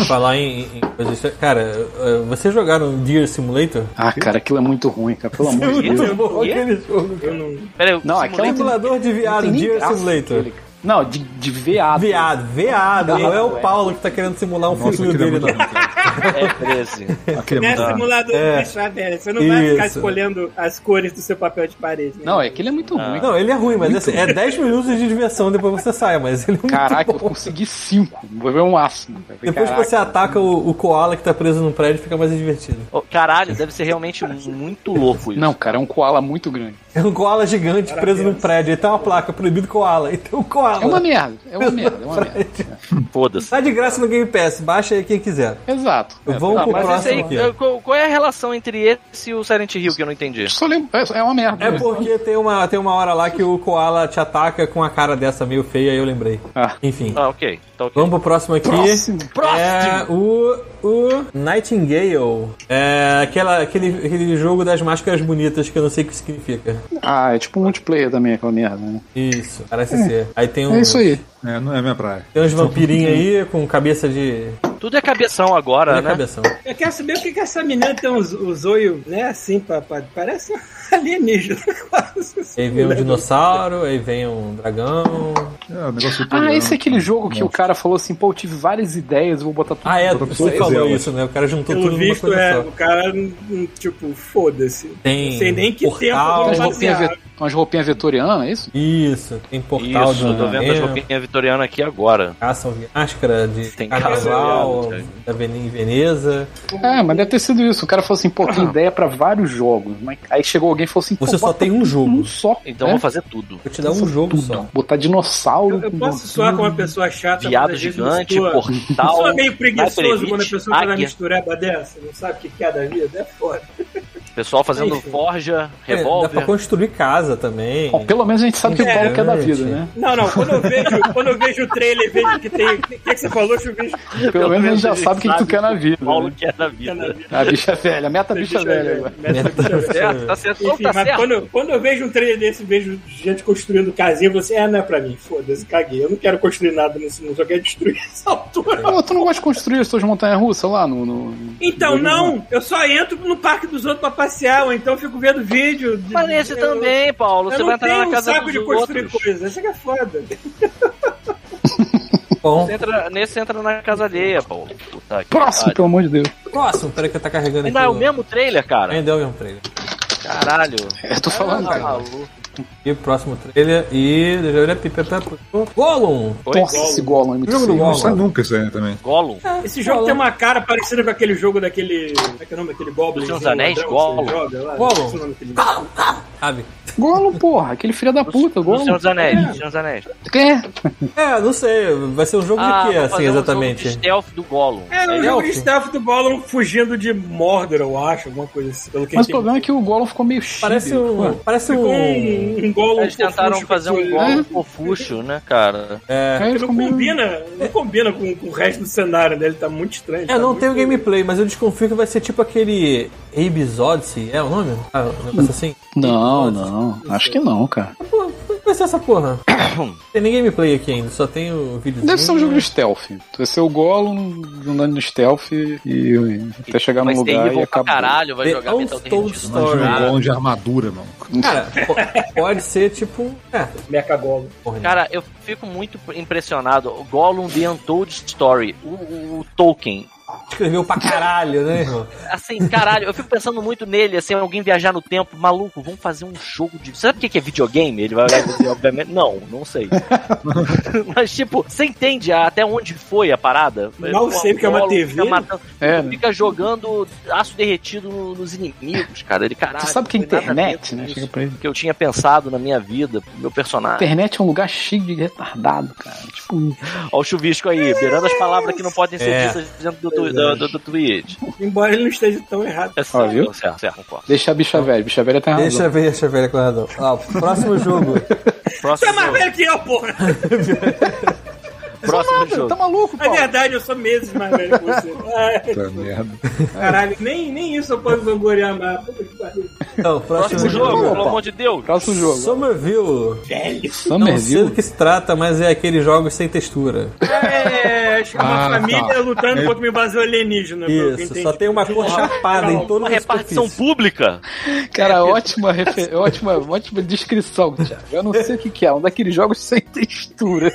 B: Falar em, em- em coisas- Cara, eh, vocês jogaram Deer Simulator?
A: Ah, cara, aquilo é muito ruim, cara. Pelo amor de
B: Muito
A: Deus.
B: bom
C: Quê?
B: aquele jogo.
D: Eu não...
C: Pera aí,
A: Não, é
C: simulator-
A: aquela tem-
B: Simulador de viado,
A: Não tem nem
B: Deer
A: graça
B: Simulator.
A: aquele, cara. Não, de, de veado.
B: Viado, veado.
A: Não,
B: Não é o
A: é.
B: Paulo que tá querendo simular um
E: Nossa,
B: filho
E: aquele é
B: dele,
E: muito
B: não.
E: ruim, cara.
C: É 13.
E: Aquele é
D: Né,
E: muito ruim.
D: simulador
B: É.
D: de bichar, velho. Você não vai ficar
B: Isso.
D: escolhendo as cores do seu papel de parede. Né?
A: Não, é aquele é muito ruim. cara.
B: Não, ele é ruim, mas assim, é 10 minutos de diversão depois você sai, mas ele é muito
A: Caraca, eu
B: bom.
A: consegui cinco. Vou ver um ácido. cara.
B: Depois que
A: Caraca.
B: você ataca o, o koala que tá preso num prédio, fica mais divertido.
C: Ô, Caralho, deve ser realmente muito louco isso.
A: Não, cara, é um koala muito grande.
B: É um koala gigante preso num prédio, aí tem uma placa, proibido koala, e tem um koala.
A: É uma merda, é uma merda, é uma merda.
C: Foda-se.
B: Tá de graça no Game Pass, baixa aí quem quiser.
A: É. Exato. É,
B: Vamos
A: tá,
B: pro
A: mas
B: próximo.
C: Mas esse aí,
B: aqui.
C: eu- qual, qual é a relação entre esse e o Silent Hill que eu não entendi?
A: Só lembro, é é uma merda.
B: É
A: né?
B: porque tem uma, tem uma hora lá que o koala te ataca com a cara dessa meio feia, aí eu lembrei.
A: Ah.
B: Enfim.
C: Ah, ok. Tá ok.
B: Vamos pro próximo aqui.
A: Próximo.
B: É o, o Nightingale. É aquela, aquele, aquele jogo das máscaras bonitas que eu não sei o que significa.
A: Ah, é tipo multiplayer também, aquela merda, né?
B: Isso, parece ser. Aí tem um.
A: É isso aí.
E: É, não é a minha praia.
B: Tem uns vampirinhos aí com cabeça de.
C: Tudo é cabeção agora,
B: Olha a
C: né?
B: cabeção.
D: Eu quero saber o que, que essa menina tem os, os olhos, né, assim, pra, pra- parece um assim. alienígena. quase.
B: Aí vem um dinossauro, aí vem um dragão.
E: É um negócio
A: Ah,
E: italiano.
A: esse é aquele jogo que o cara falou assim, pô, eu tive várias ideias, eu vou botar tudo.
B: Ah, é,
E: Outra
B: você
E: coisa,
B: falou
E: é,
B: isso, né? O cara juntou
D: Pelo
B: tudo numa
D: visto,
B: coisa
D: é,
B: só.
D: o cara, hum, tipo, foda-se.
B: Tem
D: Não sei nem que
B: portal,
D: tempo
A: Mas não tem a ver- Umas roupinhas vitorianas, é isso?
B: Isso, tem portal
C: Isso,
B: do
C: tô vendo as roupinhas vitorianas aqui agora.
B: Caçam máscara de
C: Tem
B: carnaval,
C: caça mesmo,
B: da Veni- em Veneza.
A: É, mas deve ter sido isso. O cara falou assim, pô, tem ideia pra vários jogos. Mas aí chegou alguém e falou assim, pô,
B: Você só
A: bota
B: tem um
A: um
B: jogo.
A: só.
C: Então
A: né?
C: vou fazer tudo.
B: Vou te dar um jogo só.
A: Botar dinossauro.
D: Eu, eu
A: com
D: posso
A: golfinho.
D: soar como uma pessoa chata.
C: Viado
D: mas às vezes
C: gigante,
D: eu sou- Eu
C: portal.
D: sou meio preguiçoso
C: Hyperelite,
D: quando a pessoa tá faz uma
C: águia.
D: mistureba dessa, não sabe o que que é da vida, é foda.
C: Pessoal fazendo
D: Enfim.
C: forja,
B: É, dá pra
C: revólver.
B: construir casa também.
A: Bom, pelo menos a gente
D: É,
A: sabe que o Paulo quer da vida, né?
D: Não, não, quando eu vejo, quando eu vejo o trailer, vejo que tem. O que, que você falou, eu vejo
A: Pelo, menos a gente já sabe o que, que tu quer na vida.
C: Paulo
A: né?
C: quer na
D: que é na
C: vida.
D: vida.
A: A bicha velha, meta bicha, é velha. agora.
B: Né?
D: Meta bicha velha.
A: É.
C: Certo, tá certo. Não,
D: Enfim,
C: tá
D: mas
C: certo.
D: quando, eu- quando eu vejo um trailer desse, vejo gente construindo casinha, você é, não é pra mim, foda-se, caguei. Eu não quero construir nada nesse mundo, só quero destruir essa altura.
A: Pô, tu não gosta de construir as tuas montanhas russas lá no. no-
D: Então,
A: no-
D: não, eu só entro no parque dos outros pra passear, ou então fico vendo vídeo. de-
C: Mas nesse
D: eu-
C: também, Paulo.
D: eu
C: Você
D: não
C: vai entrar
D: tenho um
C: na casa
D: saco de
C: dos
D: construir
C: outros.
D: coisa, isso é que é foda.
B: Bom,
C: Você entra, nesse entra na casa alheia, Paulo. Puta que
A: Próximo,
C: pariu.
A: pelo amor de Deus.
B: próximo. Peraí que tá carregando aqui.
C: Ainda é o mesmo trailer, cara.
B: Ainda é o mesmo trailer.
C: Caralho.
A: Eu É, tô falando,
C: Ah,
A: cara.
C: maluco.
B: E o próximo trailer. E. Gollum!
C: Oi,
A: Nossa, esse Gollum é muito
B: Jogo do
A: feio.
B: Gollum.
E: Não sai nunca isso aí né, também.
C: Gollum.
D: Esse jogo tem uma cara parecida com aquele jogo daquele. Como é que é o nome daquele Goblin?
C: Senhor dos Anéis, Gollum.
B: Gollum.
D: Goblin. É,
B: Sabe?
A: Gollum, pororra, aquele filho da puta,
C: Do Senhor
A: Gollum.
C: dos Anéis. do Senhor dos Anéis.
A: É,
B: É, não sei. Vai ser um jogo
C: Ah,
B: de quê,
C: vou
B: assim,
C: fazer um
B: exatamente?
C: jogo de stealth do Gollum.
D: É,
B: É
D: o jogo de
B: elfo?
D: stealth do Gollum fugindo de Mordor, eu acho, alguma coisa assim. Pelo que
A: mas o
D: entendi.
A: problema é que o Gollum ficou meio chique.
B: Parece um. Parece
D: Ficou
B: um.
D: um, um Gollum
C: Eles tentaram
D: fofucho,
C: fazer um
D: fofucho.
C: Gollum fofucho, né, cara?
B: É.
A: Aí ele
D: Não
A: ficou meio-
D: combina, não combina com, com o resto do cenário dele, tá muito estranho.
B: É, não tem o gameplay, mas eu desconfio que vai ser tipo aquele Abe's Odyssey, é o nome? Ah, um negócio assim?
A: Não, não. Acho que não, cara.
B: Pô, é vai ser essa porra. tem nem gameplay aqui ainda, só tem o vídeo.
A: Deve ser um jogo de stealth. Vai ser o Gollum andando de stealth e, e até chegar num
C: Mas tem
A: lugar e
C: evil pra
A: acabou.
C: caralho, vai
B: The
C: jogar Metal
B: Untold
C: Gear.
B: Story.
E: Imagina um golem de armadura, mano.
B: Cara, po- pode ser tipo. É,
D: Mecha Gollum.
B: porra. né?
C: Cara, eu fico muito impressionado. O Gollum The Untold Story. O, o- o Tolkien.
B: escreveu pra caralho, né, irmão?
C: Assim, caralho, eu fico pensando muito nele, assim, alguém viajar no tempo, maluco, vamos fazer um jogo de. Sabe o que que é videogame? Ele vai dizer, obviamente. Não, não sei. Mas, tipo, você entende até onde foi a parada?
D: Não
C: O
D: sei, porque é uma
C: Gollum
D: TV.
C: Fica, matando-
A: É, né?
C: fica jogando aço derretido no- nos inimigos, cara. Ele, caralho.
A: Você sabe que é
C: não tem nada a ver
A: internet,
C: com
A: né?
C: isso
A: Chega pra ele.
C: que eu tinha pensado na minha vida, pro meu personagem.
A: Internet é um lugar cheio de retardado, cara. Tipo,
C: Olha o chuvisco aí, beirando as palavras que não podem ser
B: É.
C: ditas dentro do, do, do, do, do Twitch.
D: Embora ele não esteja tão errado.
C: É
A: Ó, viu?
C: certo, certo, certo, concordo.
A: deixa a bicha velha. Bicha velha tem razão.
B: Deixa eu ver, deixa eu ver com razão. Ah, o próximo jogo.
D: Você é
C: Próximo
D: mais
C: jogo.
D: velho que eu, porra!
C: Próximo
A: Nada,
C: jogo.
A: tá maluco,
D: É
A: Paulo?
D: verdade, eu sou meses mais velho que você.
B: É.
D: Ai,
E: Puta merda.
D: caralho, nem, nem isso eu posso vangloriar mais. Puta que pariu.
B: Então, próximo,
C: Próximo jogo,
A: Paulo.
C: pelo amor de Deus.
A: Próximo jogo.
B: Somerville. Não
D: Velho.
B: sei
A: É um Somerville.
B: do que se trata, mas é aqueles jogos sem textura.
D: É, acho que é uma
E: Ah,
D: família
E: tá.
D: lutando contra uma invasão alienígena. pelo que eu
B: É. Isso,
D: entendi.
B: só tem uma cor chapada em todo
C: Uma
B: o
C: repartição pública.
B: é
A: Cara, ótima, refe- ótima, ótima descrição, Thiago. Eu não sei o que, que é. Um daqueles jogos sem textura.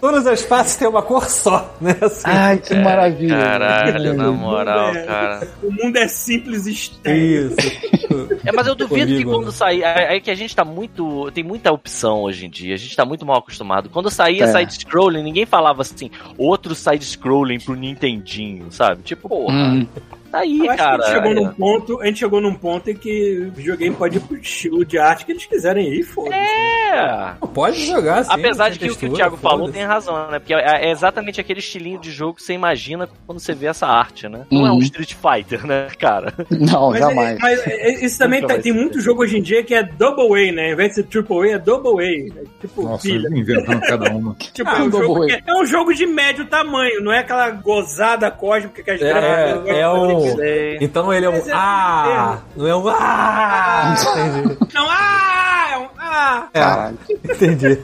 B: Todas as faces têm uma cor só, né? Assim.
C: Ah.
A: Ai, que maravilha. Hum.
C: Caralho, na moral,
A: é.
C: cara.
D: O mundo é simples e estranho.
B: Isso.
C: É, mas eu duvido que
B: Comigo,
C: quando
B: né?
C: sair. É é que a gente tá muito. Tem muita opção hoje em dia. A gente tá muito mal acostumado. Quando saía
A: É.
C: side-scrolling, ninguém falava assim, outro side-scrolling pro Nintendinho, sabe? Tipo, porra,
A: Hum.
C: tá aí,
D: Eu acho
C: cara.
D: que a gente, chegou
C: É.
D: num ponto, a gente chegou num ponto em que o videogame pode ir pro estilo de arte que eles quiserem ir, foda-se.
C: É.
B: Pode jogar, sim.
C: Apesar
B: sem
C: de que o que o
B: textura,
C: Thiago falou tem
B: foda-se.
C: razão, né? Porque é é exatamente aquele estilinho de jogo que você imagina quando você vê essa arte, né? Não é um
A: Uhum.
C: Street Fighter, né, cara?
A: Não,
D: Mas,
A: jamais.
D: é- mas é- isso também
C: Nunca
D: tá-
C: vai
D: tem
C: ser.
D: muito jogo hoje em dia que é double A, né? Ao invés de ser triple A, é double A. É tipo,
E: Nossa,
D: pilha.
E: inventando cada uma.
D: Tipo,
A: Ah,
D: é, um
A: double
D: jogo
A: A.
D: que é- é um jogo de médio tamanho, não é aquela gozada cósmica que a gente
B: É, é, é um.
C: Sei.
B: Então ele é um.
D: Mas é
B: Ah! Não é um. Ah! Entendi.
D: Não, ah! É um, ah!
A: Caralho.
B: Entendi.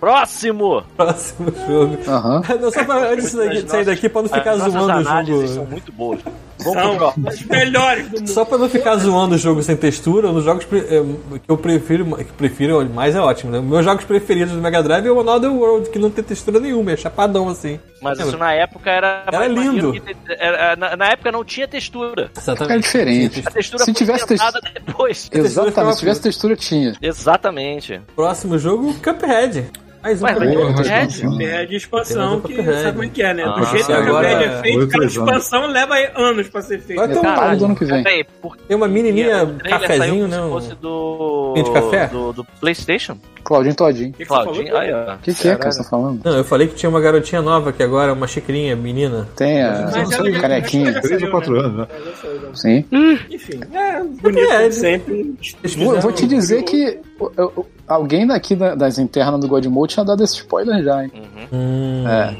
C: Próximo!
B: Próximo jogo.
A: Aham.
B: Não, só pra antes de sair
C: As nossas-
B: daqui, pra não ficar
C: as nossas
B: zoando o
C: análises são
B: jogo.
C: muito boas. Vamos pro
D: São
C: próximo.
D: os melhores do mundo.
B: Só pra não ficar zoando o jogo sem textura, um dos jogos pre- eh, que eu prefiro, que prefiro mais é ótimo, né? Meus jogos preferidos do Mega Drive é o Another World, que não tem textura nenhuma, é chapadão assim.
C: Mas isso é na época era.
B: Era
C: mais maneiro
B: lindo.
C: que- era- na, na época não tinha textura.
A: Cara, é
B: Exatamente.
A: diferente.
C: A textura
A: Se
C: foi
A: tivesse
C: inventada depois.
A: Exatamente, se
B: é
A: tivesse textura, tinha.
C: Exatamente.
B: Próximo jogo, Cuphead. Mais um
C: Mas
B: Cuphead.
E: Porra,
C: Cuphead?
E: Cuphead.
D: É de
B: Tem
D: expansão,
B: razão
D: que
B: pra
D: sabe como é que é, né? Do
C: Ah,
D: jeito que
B: agora-
D: o Red é feito, cada
E: Outros anos.
D: expansão leva anos pra ser feita.
B: Vai ter um
A: Metade
B: Caralho.
A: do ano que vem.
C: É, Peraí, por que
B: Tem uma menininha
C: o trailer
B: cafezinho,
C: saiu como
B: né?
C: se fosse do.
B: Tem de café?
C: Do, do PlayStation?
A: Claudinho Todinho.
D: O que que você falou?
C: Claudinho. Aí, ó.
A: O que, que é que você tá falando?
B: Não, eu falei que tinha uma garotinha nova que agora é uma xicrinha, menina.
A: Tem a
D: Mas ela já-
A: carequinha.
D: acho que ela já
E: Três ou
D: saiu,
E: quatro
D: né?
E: anos, né?
D: Ela já saiu, já.
A: Sim.
D: Enfim, é bonito
B: É,
D: como sempre.
B: Eles
A: Vou, vou te
B: fizeram-
A: dizer que eu- eu- alguém daqui da- das internas do Godmode tinha dado esse spoiler já, hein?
C: Uhum.
B: Hum,
A: É.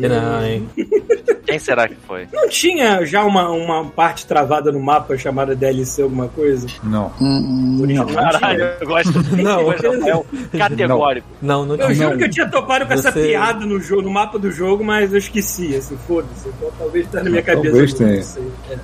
B: será, hein?
C: Quem será que foi?
D: Não tinha já uma, uma parte travada no mapa chamada DLC alguma coisa?
E: Não.
A: Hum, hum, não.
C: Caralho, eu gosto.
B: Não.
C: Esse Rafael, categórico.
B: Não, não tinha.
D: Eu juro que eu tinha topado com essa
B: Você-
D: piada no, jogo, no mapa do jogo, mas eu esqueci, assim, foda-se. Então, talvez tá na minha cabeça.
E: Talvez
D: agora,
E: tenha.
D: não sei. É.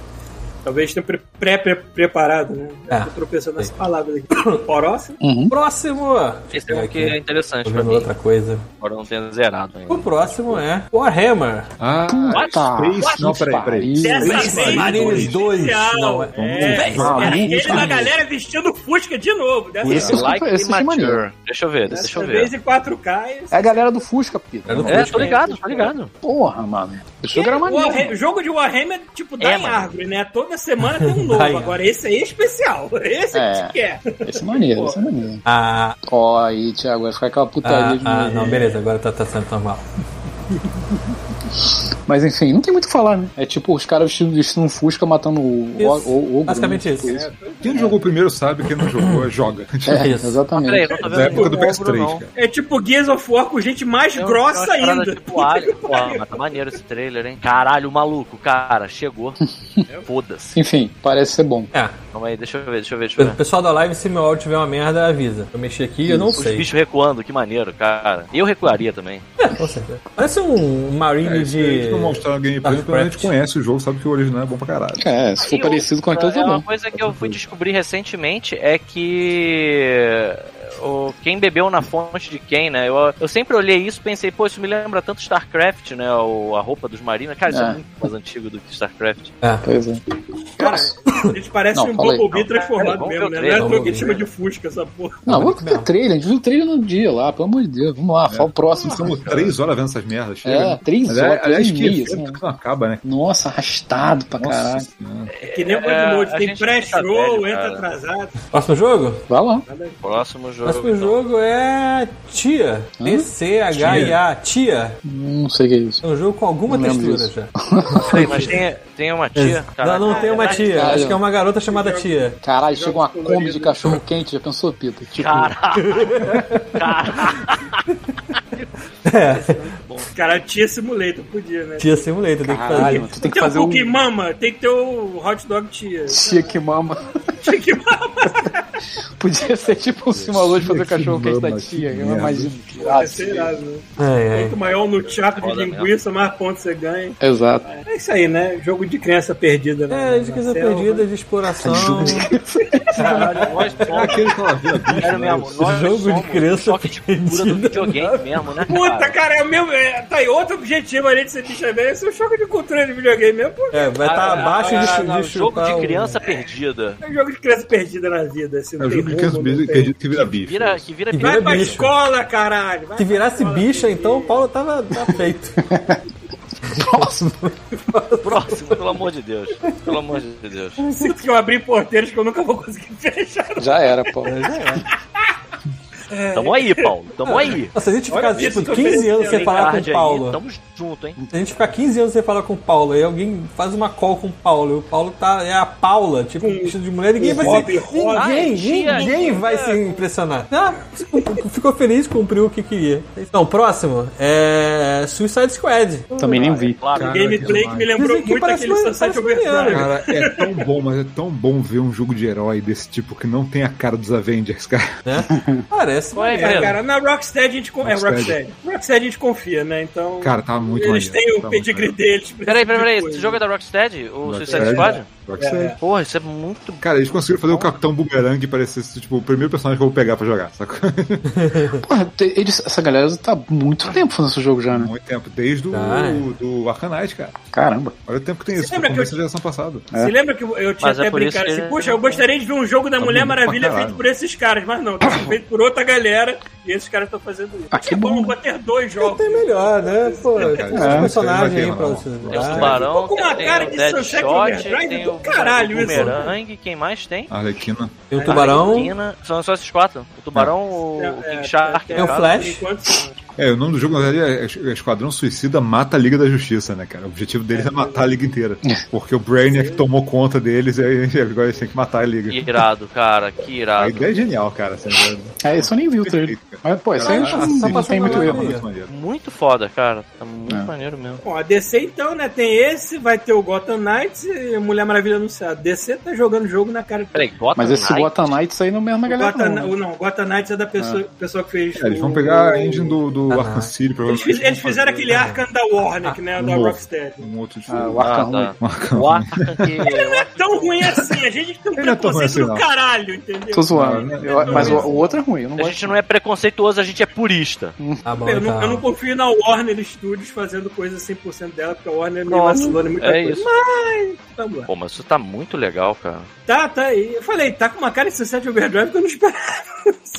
D: Talvez tenha pre- pré-preparado, né?
B: Ah,
D: Tô tropeçando nessa palavra aqui. Porócia?
B: Próximo!
C: Esse é um que é
B: Tô
C: interessante pra
B: vendo
C: mim.
B: outra coisa.
C: Agora eu não tenho zerado ainda.
B: O próximo é Warhammer.
E: Ah,
A: Puta
E: Space. Não, peraí, peraí.
D: Dessa
A: pariu.
B: Space Marines
D: é
B: 2,
D: especial.
B: não, é-
D: é.
A: Vamos,
D: é aquele
A: vamos.
D: da galera vestindo Fusca de novo. Dessa
A: Isso.
D: vez,
C: Like
A: esse
C: immature.
A: é maneiro.
C: Deixa eu ver,
D: dessa
C: deixa eu
D: vez
C: ver.
D: em 4K.
A: É a galera do Fusca, Pita.
B: É do
C: É, tô ligado, tô ligado.
A: Porra, mano. Esse jogo era
D: O
A: maneiro.
D: jogo de Warhammer é tipo dá
C: É,
D: em
C: mano.
D: árvore, né? Toda semana tem um novo.
B: Dá em
D: Agora, esse aí é especial. Esse é. que
A: É.
D: te quer.
A: Esse é maneiro, esse é maneiro.
B: Ah,
A: Ó, aí, Thiago, vai ficar aquela
B: ah,
A: putaria de
B: ah,
A: novo.
B: não, beleza, agora tá, tá sendo normal.
A: Mas enfim, não tem muito o que falar, né? É tipo os caras vestindo, vestindo um Fusca matando o. o,
B: Isso,
A: o, o
B: basicamente isso.
A: né?
E: Quem jogou primeiro sabe, quem não jogou, joga.
A: É,
B: Isso.
C: Peraí,
A: exatamente.
C: não tô vendo
E: Da época do
C: nenhum ombro,
E: PS3,
C: não.
E: cara.
D: É tipo Gears of War com gente mais
C: Tem um-
D: grossa
C: tem umas
D: ainda.
C: paradas Tipo, alho. Pô, mas tá maneiro esse trailer, hein? Caralho, maluco, cara, chegou. Foda-se.
A: Enfim, parece ser bom.
B: É,
C: Calma aí, deixa eu ver, deixa eu ver, deixa eu
B: o
C: ver.
B: pessoal da live, se meu áudio tiver uma merda, avisa. Eu mexi aqui, eu não
C: Os
B: sei.
C: bichos recuando, que maneiro, cara. Eu recuaria também.
B: É, com certeza. Parece um Marine
E: É, Eles
B: de.
E: não mostraram gameplay, porque a gente
B: Starcraft.
E: conhece o jogo, sabe que o original é bom pra caralho.
A: É, se for
C: Aí,
A: parecido com aquilo,
C: outra,
A: tá
C: é uma
A: bom.
C: coisa que eu fui descobrir recentemente é que o, quem bebeu na fonte de quem, né? Eu, eu sempre olhei isso e pensei, pô, isso me lembra tanto StarCraft, né? O, a roupa dos marinos. Cara, isso é.
A: É.
C: muito mais antigo do que StarCraft.
A: Pois é.
D: Cara, eles parecem
A: Não,
D: um
A: fala aí.
D: Bumblebee transformado
C: Vamos ver
D: mesmo,
C: o
D: né?
C: trailer,
D: Não é
B: vamos
D: troco que
B: ver.
D: chama de Fusca, essa porra.
A: Não, vamos
B: muito
A: ter
B: mesmo.
A: trailer. A gente viu o trailer no dia lá, pelo amor de Deus. Vamos
E: É.
A: lá, fala o próximo.
E: Estamos três horas vendo essas merdas, chega.
A: É, três
E: Mas,
A: horas,
E: aliás, aliás,
A: três e
E: que
A: meia,
E: evento
A: assim,
E: que não acaba, né?
A: Nossa, arrastado pra
E: Nossa
A: caralho.
E: Senhora.
D: É que nem o
C: É,
D: Godmode,
C: a
D: tem
C: gente fica
D: pré-show,
C: velho,
D: entra
C: cara.
D: atrasado.
B: Próximo jogo?
A: Vai lá.
C: Próximo jogo.
B: Próximo
C: então.
B: jogo é. Tia. T-C-H-I-A. Tia.
A: Não sei o que é isso.
B: É um jogo com alguma
A: Não lembro
B: textura
A: disso.
B: já.
C: Peraí, então. mas tem, tem uma tia? Caraca.
B: Não, não tem uma tia.
A: Caralho.
B: Acho que é uma garota chamada Tia.
A: Caralho, chega uma Kombi de cachorro quente, já pensou, Pita? Tipo,
D: Cara, tinha simulator, podia, né?
B: Tia Simulator, tem que
A: caralho,
B: fazer.
A: tu tem que
D: Tem o
A: fazer um
D: Cookie Mama, tem que ter o Hot Dog Tia.
A: tia que mama.
D: Tinha que mama.
A: Podia ser tipo um simulador de fazer cachorro quente da
E: mama,
A: tia,
E: que
A: eu
E: merda.
A: imagino.
D: Ah, sei lá, né?
B: Ai, ai.
D: Quanto maior no teatro de
C: Foda mesmo.
D: linguiça, mais pontos você ganha.
A: Exato.
D: É isso aí, né? Jogo de criança perdida, né?
B: É, de coisa
D: Na selva.
B: perdida, de exploração.
C: Caralho, nós somos.
E: Aquele que ela via bicho,
C: Sério
E: né?
C: mesmo, nós
B: Jogo de
C: somos
B: criança
C: choque de cultura do
B: perdida.
C: videogame mesmo, né?
D: Puta,
C: cara?
D: cara, é o meu. é, tá aí, outro objetivo ali de ser bicha velha, esse é o choque de cultura de videogame mesmo. Pô,
B: É, vai estar abaixo
C: Ah,
B: de,
C: ah,
B: chu-
C: não,
B: de
C: Jogo
B: chupar um-
C: de
B: o-
C: criança perdida.
D: é um jogo de criança perdida na vida, assim.
E: É
D: não
E: o
D: tem
E: jogo
D: rumo,
E: de criança é
D: não
E: bicho-
D: tem-
E: perdido que vira bicho.
C: Vira, que vira,
B: vira
D: Vai pra
B: bicho.
D: escola, caralho. Vai
B: Se
D: pra
B: virasse
D: escola,
B: bicha, então o Paulo tava, tava feito.
A: Próximo.
C: próximo, pelo amor de Deus. Pelo amor de Deus.
D: Sinto um que eu abri porteiros que eu nunca vou conseguir fechar.
A: Já era, pô.
C: é. Tamo aí, Paulo. Tamo aí.
B: Nossa, se a gente ficar tipo,
D: isso que eu
B: 15 anos
D: pensei,
B: sem
D: hein,
B: falar com o
C: Tarde aí, então.
B: Paulo.
C: Tamo junto, hein?
B: Se a gente ficar 15 anos sem falar com o Paulo, aí alguém faz uma call com o Paulo, e o Paulo tá. É a Paula, tipo, vestido de mulher, ninguém vai
D: Robin,
B: se.
D: Robin.
B: Ninguém,
C: Ai, tia,
B: ninguém
C: tia.
B: vai se impressionar. Ah, ficou feliz, cumpriu o que queria. Então, próximo é. Suicide Squad.
A: Também nem vi.
C: Claro.
E: Cara,
D: Gameplay que me lembrou
B: Dizem que
D: muito
B: parece
D: aquele
B: uma-
D: Sunset
B: parece uma piada.
D: Overdrive.
E: Cara, é tão bom, mas é tão bom ver um jogo de herói desse tipo que não tem a cara dos Avengers, cara.
B: Né? Cara, parece
C: Qual é,
B: maneiro.
D: É, cara, na Rocksteady a gente confia. É,
E: Rocksteady.
D: Rocksteady. Rocksteady a gente confia, né? Então.
E: Cara, tá muito
D: eles têm o
E: maneiro, tá muito
D: pedigree deles. pra
C: Peraí,
D: esse
C: peraí,
D: tipo
C: peraí.
D: de
C: Esse jogo é da Rocksteady? O Suicide
E: Rocksteady.
C: Squad?
E: Rocksteady.
C: Porra, isso é muito.
E: Cara, eles conseguiram fazer o Capitão Boomerang parecer tipo, o primeiro personagem que eu vou pegar pra jogar, sacou?
A: Porra, te- eles- essa galera tá há muito tempo fazendo esse jogo já, né?
E: muito tempo, desde o
B: Tá.
E: do, do Arcanite, cara.
A: Caramba.
E: Olha o tempo que tem isso,
D: lembra
E: foi
D: que
E: começo da geração passada.
D: Você lembra que eu tinha
C: Mas é tá
D: até
C: por
D: brincado
C: isso que
D: assim,
C: ele-
D: poxa, eu gostaria de ver um jogo da Mulher
E: bonito pra
D: Maravilha
E: caralho.
D: feito por esses caras, mas não, tá sendo feito por outra galera e esses caras estão fazendo isso.
A: Ah, que
D: é bom
A: bom.
D: pra ter dois jogos.
B: Tem melhor, né? Pô, tem
E: cara,
B: um
E: isso aí não vai
B: personagem
E: ter,
B: aí pra
E: não.
B: você
E: Tem
C: Tem o
B: usar.
C: Tubarão,
D: ficou com uma
C: tem
D: cara
C: o
D: de Sunset
C: Deadshot,
D: Overdrive
C: tem
D: do
C: o
D: caralho isso.
C: Boomerang, quem mais tem?
E: A Arlequina.
B: Tem o
C: Ah,
B: Tubarão,
C: Arlequina. São só esses quatro. O Tubarão, o,
D: É,
C: o
D: é,
C: King Shark.
B: tem o
C: cara.
D: Por
B: Flash.
D: enquanto,
E: É, o nome do jogo, na verdade, é Esquadrão Suicida Mata a Liga da Justiça, né, cara? O objetivo deles é matar a liga inteira. Porque o Brainiac tomou conta deles e aí agora eles têm que matar a liga.
C: Irado, cara, que
E: A
C: irado.
E: ideia é genial, cara. Assim,
A: É, isso eu nem vi o trailer.
E: Perfeito,
A: Mas, pô, isso aí
E: Caraca,
A: não-
E: sim,
A: não tem muito
B: sim.
A: erro. né?
E: assim, muito maneiro.
C: Muito foda, cara. Tá muito
A: É.
C: maneiro mesmo.
D: Bom, a DC então, né? Tem esse, vai ter o Gotham Knights e Mulher Maravilha anunciada. DC tá jogando jogo na cara.
C: Peraí, Gotham
A: Mas esse
C: Knights?
A: Gotham Knights aí não é a mesma
D: O
A: galera.
D: Gotham,
A: não, né?
D: o- não, o Gotham Knights é da pessoa, pessoa que fez.
E: É, eles vão
D: o-
E: pegar a engine do, do
B: Ah,
E: Arkham City,
D: Eles,
E: provavelmente.
D: fiz- eles fizeram aquele Arkham da Warner, que né?
E: um
D: Da
E: novo,
D: Rocksteady.
E: Um outro de
A: Ah, o
C: Ah,
A: Arkham
C: tá.
A: Ruim.
C: O Arkham
D: Não é
C: que...
D: tão ruim assim, a gente tem um
E: Ele não é tão ruim
D: preconceito
E: assim,
D: do
E: não.
D: caralho, entendeu?
A: Tô zoando.
E: Não,
A: Eu-
E: não,
A: mas o,
E: não.
A: o outro é ruim, eu não
C: A
A: gosto.
C: gente não é preconceituoso, a gente é purista.
B: Tá bom,
D: Eu não, eu não
B: então.
D: confio na Warner Studios fazendo coisa 100% dela, porque a Warner me
C: Não,
D: vacilou em muita
C: é
D: coisa.
C: isso.
D: Mas, vamos lá.
C: Pô, mas isso tá muito legal, cara.
D: Tá, tá aí. Eu falei, tá com uma cara de Sunset Overdrive que eu não esperava.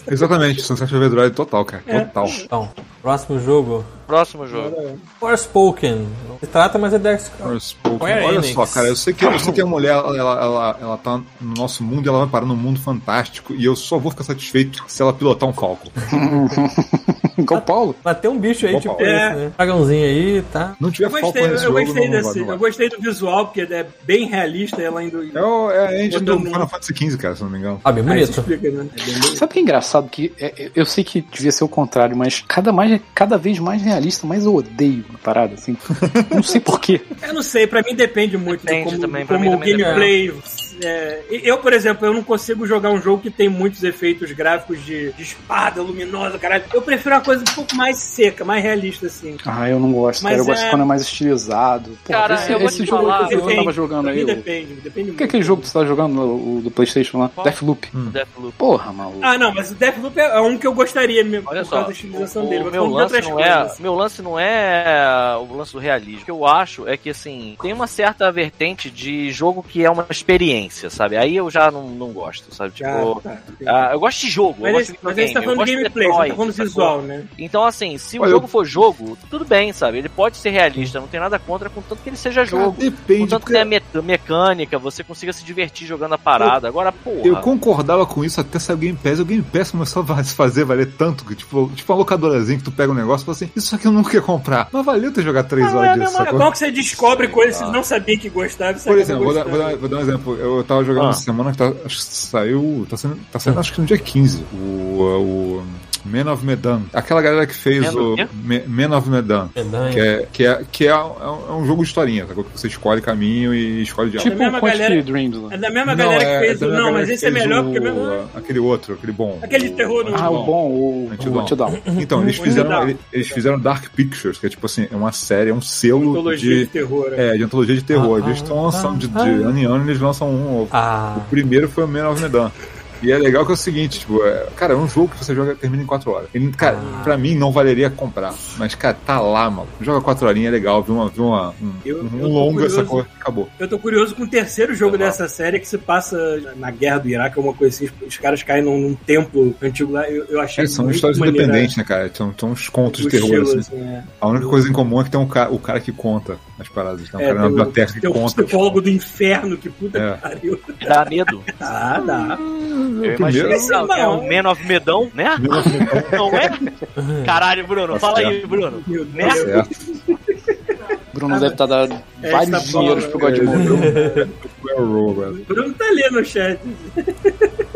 E: Exatamente, Sunset Overdrive total, cara.
D: É.
E: Total.
B: Então, próximo jogo.
C: Próximo jogo.
B: Forspoken. Não Se trata, mas é Dex.
E: Forspoken.
B: Square
E: Olha
B: Enix.
E: só, cara, eu sei que, eu sei que a mulher, ela, ela, ela, ela tá no nosso mundo e ela vai parar num mundo fantástico e eu só vou ficar satisfeito se ela pilotar um falco.
A: Igual o Paulo.
B: Mas tem um bicho aí,
E: Opa.
B: tipo
D: É.
B: esse, né? Dragãozinho aí, tá?
E: Não tiver
D: Eu
E: falco
D: gostei, eu,
E: nesse jogo,
D: gostei
E: não, não
D: desse.
E: vai, não
D: eu
E: vai.
D: gostei do visual, porque é bem realista ela indo.
E: É, o, é a engine
D: Todo
E: do
D: mundo.
E: Final Fantasy XV, cara, se eu não me engano.
B: Ah, bem
D: Aí
B: bonito.
D: se explica, né? É bem bonito.
A: Sabe o que é engraçado? Que é- é- eu sei que devia ser o contrário, mas cada, mais, cada vez mais realista, mas eu odeio a parada, assim. Não sei porquê.
D: Eu não sei, pra mim depende muito
C: Depende
D: de como,
C: também, pra
D: como
C: mim
D: o
C: também
D: gameplay. é, e- eu, por exemplo, eu não consigo jogar um jogo que tem muitos efeitos gráficos de, de espada luminosa, caralho. Eu prefiro uma coisa um pouco mais seca, mais realista, assim.
A: Ah, eu não gosto.
D: Mas
A: cara. Eu gosto
D: é-
A: quando é mais estilizado. Pô,
C: Cara,
A: esse,
C: eu vou
A: esse
C: te
A: jogo
C: falar,
A: que eu
D: depende,
A: tava jogando
D: Pra mim
A: aí. O
D: depende, depende
A: o que é
D: muito.
A: aquele jogo que você tava jogando, o o do Playstation lá?
C: Qual?
A: Deathloop.
D: Hum.
C: Deathloop.
A: Porra, maluco.
D: Ah, não, mas o Deathloop é um que eu gostaria mesmo,
C: Olha
D: por causa
C: só,
D: da estilização
C: o-
D: dele.
C: o
D: mas
C: meu
D: falando de
C: lance
D: outras
C: não é,
D: coisas. assim.
C: meu lance não é o lance do realismo. O que eu acho é que assim, tem uma certa vertente de jogo que é uma experiência, sabe? Aí eu já não, não gosto, sabe?
D: Já,
C: Tipo,
D: tá.
C: ah, eu gosto de jogo, eu
D: Mas
C: gosto
D: esse-
C: de
D: mas a gente tá
C: videogame, eu
D: falando
C: gosto de
D: gameplay, você
C: Detroit,
D: tá falando
C: sacou?
D: visual, né?
C: Então assim, se o
E: Olha,
C: jogo
E: eu-
C: for jogo, tudo bem, sabe? Ele pode ser realista, não tem nada contra, contanto que ele seja jogo.
E: Cara, depende,
C: Contanto que é
E: porque
C: tenha meta- mecânica, você consiga se divertir jogando a parada. Agora, porra.
E: eu concordava com isso até sair o Game Pass. E o Game Pass começou a se fazer valer tanto que, tipo, tipo uma locadorazinha que tu pega um negócio e fala assim, isso aqui eu nunca ia comprar. Mas valeu tu jogar 3
D: Não, é,
E: horas
D: não,
E: disso,
D: é
E: sacou?
D: bom que você descobre coisas que você não sabia que gostava.
E: Por
D: sabe?
E: exemplo, vou dar, vou, dar, vou dar um exemplo. Eu tava jogando
C: Ah.
E: essa semana que tá, acho que saiu. Tá saindo, tá saindo acho que no dia 15. O. o Man of Medan. Aquela galera que fez
C: Man of
E: o.
C: quê?
E: Me- Man of Medan. Que
B: Pedanha.
E: é, que é, que é, um, é um jogo de historinha, sacou? Que você escolhe caminho e escolhe diálogo.
A: tipo
D: mesma
A: o Quantic
D: galera-
A: Dreams né? lá.
D: É da mesma galera que fez
E: da
D: o.
E: mesma
D: Não,
E: galera
D: mas
E: que
D: esse é
E: fez
D: melhor
E: o-
D: porque. mesmo-
E: Aquele outro, aquele bom.
D: Aquele de terror
E: do
D: no-
A: Ah, o bom, o
E: Antidão.
A: o Antidown.
E: Então, eles
D: O
E: fizeram.
D: Antidão.
E: ele- Eles fizeram Dark Pictures, que é tipo assim, é uma série, é um selo
D: Mitologia de,
E: de.
D: terror. né?
E: É, de antologia de terror.
B: Ah,
E: eles
B: ah,
E: estão lançando de, de
B: ah.
E: ano em ano, eles lançam um ou
B: Ah,
E: o primeiro foi o Man of Medan. E é legal que é o seguinte, tipo, é- cara, é um jogo que você joga e termina em 4 horas. Ele, cara,
D: Ah.
E: pra mim não valeria comprar. Mas, cara, tá lá, mano. Joga 4 horinhas, é legal, viu uma, viu uma, um,
D: Eu-
E: um
D: eu tô
E: longo essa
D: curioso.
E: coisa. Acabou.
D: Eu tô curioso com o terceiro
E: É.
D: jogo
C: Sei lá.
D: dessa série que se passa na guerra do Iraque, alguma coisa assim. Os caras caem num, num templo antigo lá. Eu, eu achei.
E: É, são
D: muito
E: histórias
D: maneiro,
E: independentes, né, cara? São, são uns
D: né?
E: contos de
D: O
E: terror,
D: estilo,
E: assim.
D: assim, é.
E: A única coisa em comum é que tem um ca o cara que conta as paradas. Tem um
D: É,
E: cara na
D: tem o-
E: biblioteca que
D: Tem um
E: conta.
D: psicólogo do inferno, que puta
E: É.
D: que pariu.
C: Dá medo.
D: Tá, dá.
C: Eu
E: primeiro-
C: imagino.
D: Esse
C: É
D: não.
C: o Man of Medão, né? Não é? Caralho, Bruno, fala aí, Bruno.
D: Meu
C: Né?
D: Deus.
E: Certo.
A: Bruno deve estar dando
D: É,
A: vários
D: essa
A: dinheiros
D: bola,
A: pro
E: É,
A: Godmode.
E: é o Roll, velho.
D: O Bruno tá lendo o chat.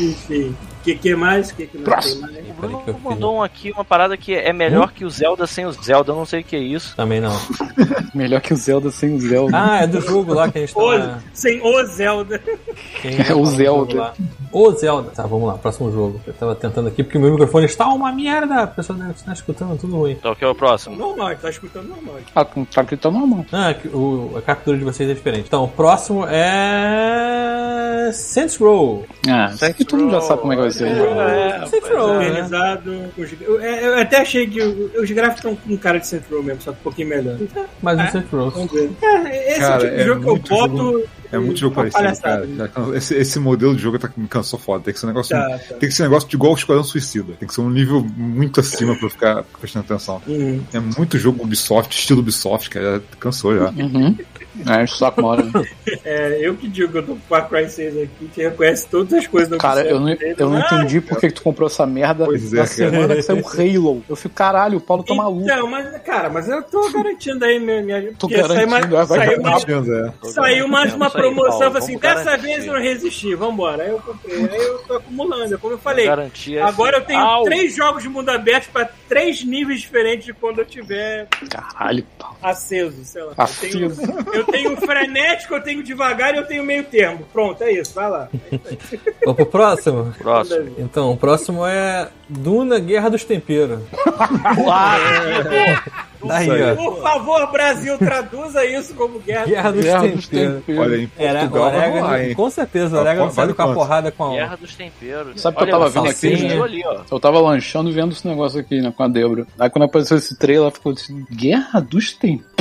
D: Enfim. O que, que mais? O que, que não tem
A: Próximo.
D: mais?
B: Peraí que eu
C: O Bruno
B: fiz.
A: Hum?
C: mandou um aqui uma parada que é melhor que o Zelda sem o Zelda, eu não sei o que é isso.
B: também não.
A: Melhor que o Zelda sem o Zelda.
B: Ah, é do jogo lá que a gente tá.
D: O-
A: Ah.
D: sem o Zelda.
B: Quem
A: É, o Zelda.
B: Lá. O Zelda. Tá, vamos lá, próximo jogo. Eu tava tentando aqui porque o meu microfone está uma merda. A pessoa deve estar escutando tudo ruim.
C: Então, que é o próximo?
D: Normal, tá escutando normal.
A: Ah, com tá gritando na mão.
B: Ah, que o- a captura de vocês é diferente. Então, o próximo é. Saints Row.
A: Ah, isso que todo mundo já sabe como é que vai ser.
C: É,
B: Saints
A: Então,
B: Row, né?
D: Organizado. com os- Eu, é, eu até achei que o- os gráficos estão com cara de Central mesmo, só que um pouquinho melhor.
B: Mais um Saints Row.
D: Vamos ver. É, esse
E: Cara,
D: é o tipo de
E: é
D: jogo que eu
E: muito
D: boto.
E: jogo- É muito jogo
D: uma
E: parecido,
D: palhaçada.
E: cara. Já can- Esse, esse modelo de jogo tá, me cansou foda. Tem que ser um negócio.
D: Tá, tá.
E: Tem que ser um negócio de igual o Esquadrão Suicida. Tem que ser um nível muito acima pra eu ficar prestando atenção.
D: Hum.
E: É muito jogo Ubisoft, estilo Ubisoft, cara. Já Cansou já.
A: Uhum. É, só com uma hora. né?
D: É, eu que digo, eu tô com Far Cry 6 aqui, que reconhece todas as coisas do Ah,
A: Cara, eu não,
D: Ubisoft
A: eu não
D: dele.
A: entendi por que que tu comprou essa merda
E: Pois é,
A: na
E: cara.
A: semana que saiu o Halo. Eu fico, caralho, o Paulo tá maluco.
D: Então, mas, cara, mas eu tô garantindo aí minha. minha
A: Tô
D: porque saiu uma-
A: garantindo, vai
D: saiu
A: dar
D: mais,
E: é.
D: saiu mais uma
C: Isso aí, Paulo,
D: promoção, eu falei assim,
C: vamos
D: dessa
C: garantir.
D: vez eu não resisti, vambora. Aí eu comprei, aí eu tô acumulando, é como eu falei.
C: Garantia.
D: Agora eu tenho
C: Au.
D: três jogos de mundo aberto pra três níveis diferentes de quando eu tiver
A: Caralho, Paulo.
D: aceso, sei lá. Eu
A: Aceso.
D: tenho, eu tenho frenético, eu tenho devagar e eu tenho meio termo. Pronto, é isso, vai lá.
B: Vamos pro próximo?
C: Próximo.
B: Então, o próximo é Duna Guerra dos Temperos. Daí, ó.
D: Por favor, Brasil, traduza isso como guerra.
B: Guerra dos
A: Guerra dos
B: Temperos.
A: Temperos.
E: Olha, em
B: Era
E: Portugal vai
B: orégano,
E: rolar, hein?
B: com certeza,
E: Ah,
B: orégano
E: pode-
B: saindo
E: vale
B: com a
E: quanto?
B: porrada com a.
C: Guerra dos temperos.
A: Sabe o que eu tava vendo aqui,
C: salsinha.
A: né?
C: Ali, ó.
A: Eu tava lanchando vendo esse negócio aqui né, com a Débora. Aí quando apareceu esse trailer, ela ficou assim, Guerra dos Temperos?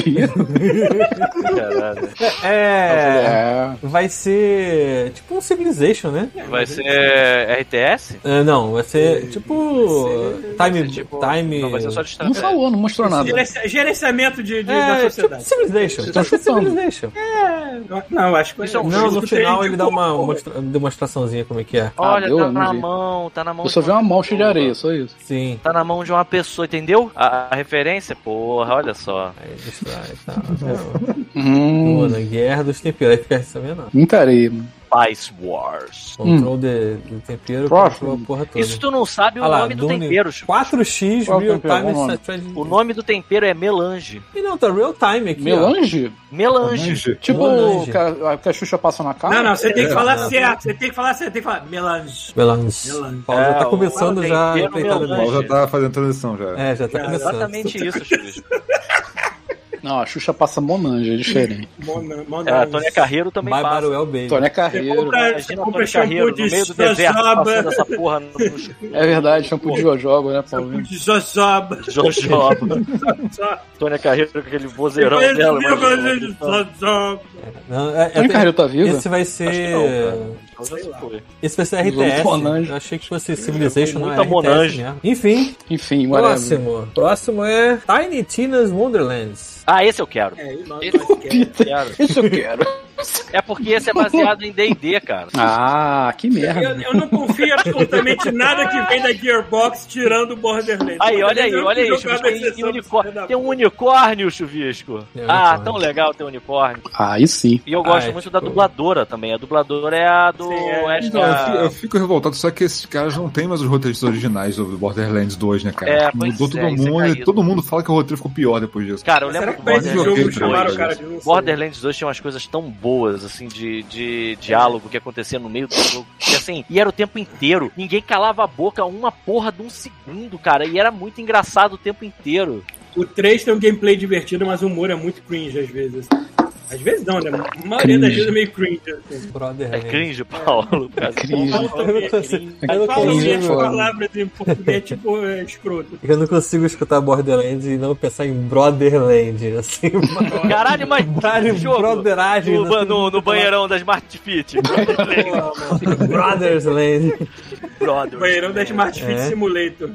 C: Caralho.
B: É.
A: É.
B: Vai ser tipo um Civilization, né?
C: Vai ser RTS?
B: É, não, vai ser tipo. Time.
C: Vai ser tipo-
B: time.
C: Não, vai ser só de
A: Não
C: estratégia.
A: falou, não mostrou nada.
D: Gerenci- Gerenciamento de, de- da
B: É, tipo
D: sociedade.
B: Civilization.
A: tá
B: tipo
A: chutando.
B: Civilization.
C: É,
D: Não, Não, acho que
C: Isso é um
B: Não, no
D: que
B: final
D: tem
B: ele
D: de
B: dá uma
D: cor.
B: mostra- demonstraçãozinha como é que é.
C: Olha,
A: Ah, deu?
C: tá
A: Eu não
C: na
A: vi.
C: mão, tá
D: é
C: na mão.
A: Eu só
C: de
A: vi uma mancha de areia, só isso.
B: Sim.
C: Tá na mão de uma pessoa, entendeu? A, a referência? Porra, olha só.
B: Aí distrai, tá. É,
A: Hum,
B: Duna, guerra dos temperos. Aí fica sabendo.
A: muita areia, mano.
C: Spice Wars.
B: Control de, do tempero,
A: Próximo.
B: control a porra toda.
C: Isso tu não sabe o
B: Ah lá,
C: nome do
B: Dune.
C: tempero, Chico.
B: 4x
A: Qual
B: Real
A: tempero?
B: Time
A: Qual o nome?
B: Strategy.
C: O nome do tempero é melange.
B: Ih, não, tá Real Time aqui. ó.
A: Melange?
C: Melange.
E: Anjo.
A: Tipo
B: Melange.
A: o que a, que a Xuxa passa na cara?
D: Não, não, você tem que
E: É,
D: falar
E: não.
D: certo. Você tem que falar certo. Tem que falar melange.
B: Melange.
D: Melange.
B: Paulo já
C: É,
B: tá
C: o-
B: começando
C: o
B: já
C: tempero
E: O
B: ajeitadamente.
E: Paulo já tá fazendo transição já.
B: É, já tá
D: É,
B: começando.
C: Exatamente isso, Chico.
A: Não, a Xuxa passa Monange, é diferente.
D: Mona-
C: É,
D: Mona-
C: a Tônia Carreiro também
B: Bye
C: passa.
B: Baruel Baby.
A: Tônia
D: Você
A: Carreiro.
D: compra, você
C: Imagina a
D: compra
C: Tônia
D: shampoo
C: Carreiro no
D: de
C: meio do deserto passando
D: jojoba.
C: essa porra no, no
A: É verdade, shampoo de jojoba, né, Paulinho?
D: De jojoba.
C: Jojoba.
D: Só-
C: Tônia Carreiro com aquele vozeirão
D: Depois
C: dela.
D: eu
C: imagina.
D: vi o jojoba.
B: Não, é- é-
A: Tônia Carreiro tá viva?
B: esse vai
C: Acho que não, cara.
B: ser.
C: Então já se foi.
B: Esse vai ser
A: Usou
B: RTS.
A: Monange.
B: né? Eu achei que fosse Civilization, não
C: Muita
B: era RTS
C: Monange.
B: mesmo. Enfim,
A: Enfim, whatever.
B: próximo. Próximo é Tiny Tina's Wonderlands.
C: Ah, esse eu quero.
D: É, e nós-
C: Esse
D: nós queremos.
C: Quero.
A: Isso eu quero.
C: É porque esse é baseado em D&D, cara.
A: Ah, que merda.
D: Eu, eu não confio em absolutamente nada que vem da Gearbox tirando o Borderlands.
C: Aí, olha aí,
D: Eu
C: olha aí,
D: jogo
C: Chuvisco.
D: a
C: Tem,
D: exceção do
C: unicórnio.
D: filho
C: tem um
D: da
C: unicórnio, Chuvisco.
B: Tem
C: Ah,
B: unicórnio.
C: tão legal ter um unicórnio.
A: Aí sim.
C: E eu gosto
B: Ah, é,
C: muito
B: tipo-
C: da dubladora também. A dubladora é a do
D: Sim, é.
C: Ash-
E: Não, Então, eu fico- eu fico revoltado, só que esses caras não tem mais os roteiristas originais do Borderlands 2, né, cara?
C: É,
E: Tipo, Mudou
C: pois é,
E: todo
C: isso é
E: mundo e
C: caído.
E: todo mundo fala que o roteiro ficou pior depois disso.
C: Cara, eu
D: puta. Será
C: lembro
D: que
C: que
D: pra esse
E: Borderlands
D: jogo
C: Borderlands 2...
E: chamaram
D: chamaram
E: dois.
D: o cara de um não sei.
C: Borderlands 2 tinha umas coisas tão boas, assim, de, de diálogo que acontecia no meio do jogo. E assim, e era o tempo inteiro. Ninguém calava a boca uma porra de um segundo, cara. E era muito engraçado o tempo inteiro.
D: O 3 tem um gameplay divertido, mas o humor é muito cringe às vezes. Às vezes não, né? A maioria das vezes é meio cringe.
C: É
D: Assim.
B: Brotherlands.
C: cringe, É Paulo. cara.
A: Cringe.
B: né? Eu não consigo, eu não
D: Falam
A: cringe,
D: minhas
A: mano.
D: tipo,
C: É
D: palavras em português, tipo, é escroto.
B: Eu não consigo escutar Borderlands e não pensar em Brotherland, assim.
C: Caralho, mas
B: Caralho, um brotheragem. assim.
C: no, ba- no- é assim. no banheirão da Smart Fit.
B: Brothersland.
C: Brother.
D: Banheirão da Smart Fit
B: É.
D: Simulator.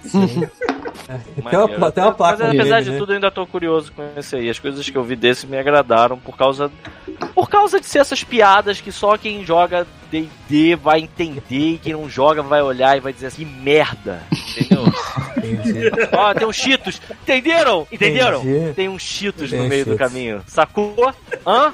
B: Tem uma, pla- tem uma placa
C: Mas é apesar
B: nele,
C: de
B: né?
C: tudo, eu ainda tô curioso com esse aí. As coisas que eu vi desse me agradaram por causa por causa de ser essas piadas que só quem joga D&D vai entender e quem não joga vai olhar e vai dizer assim, que merda, entendeu?
D: É
B: Entendi.
C: Ó, tem uns cheetos, entenderam? Entenderam?
B: Entendi.
C: Tem uns cheetos
B: Tem
C: no meio do
B: Cheetos.
C: caminho, sacou? Hã?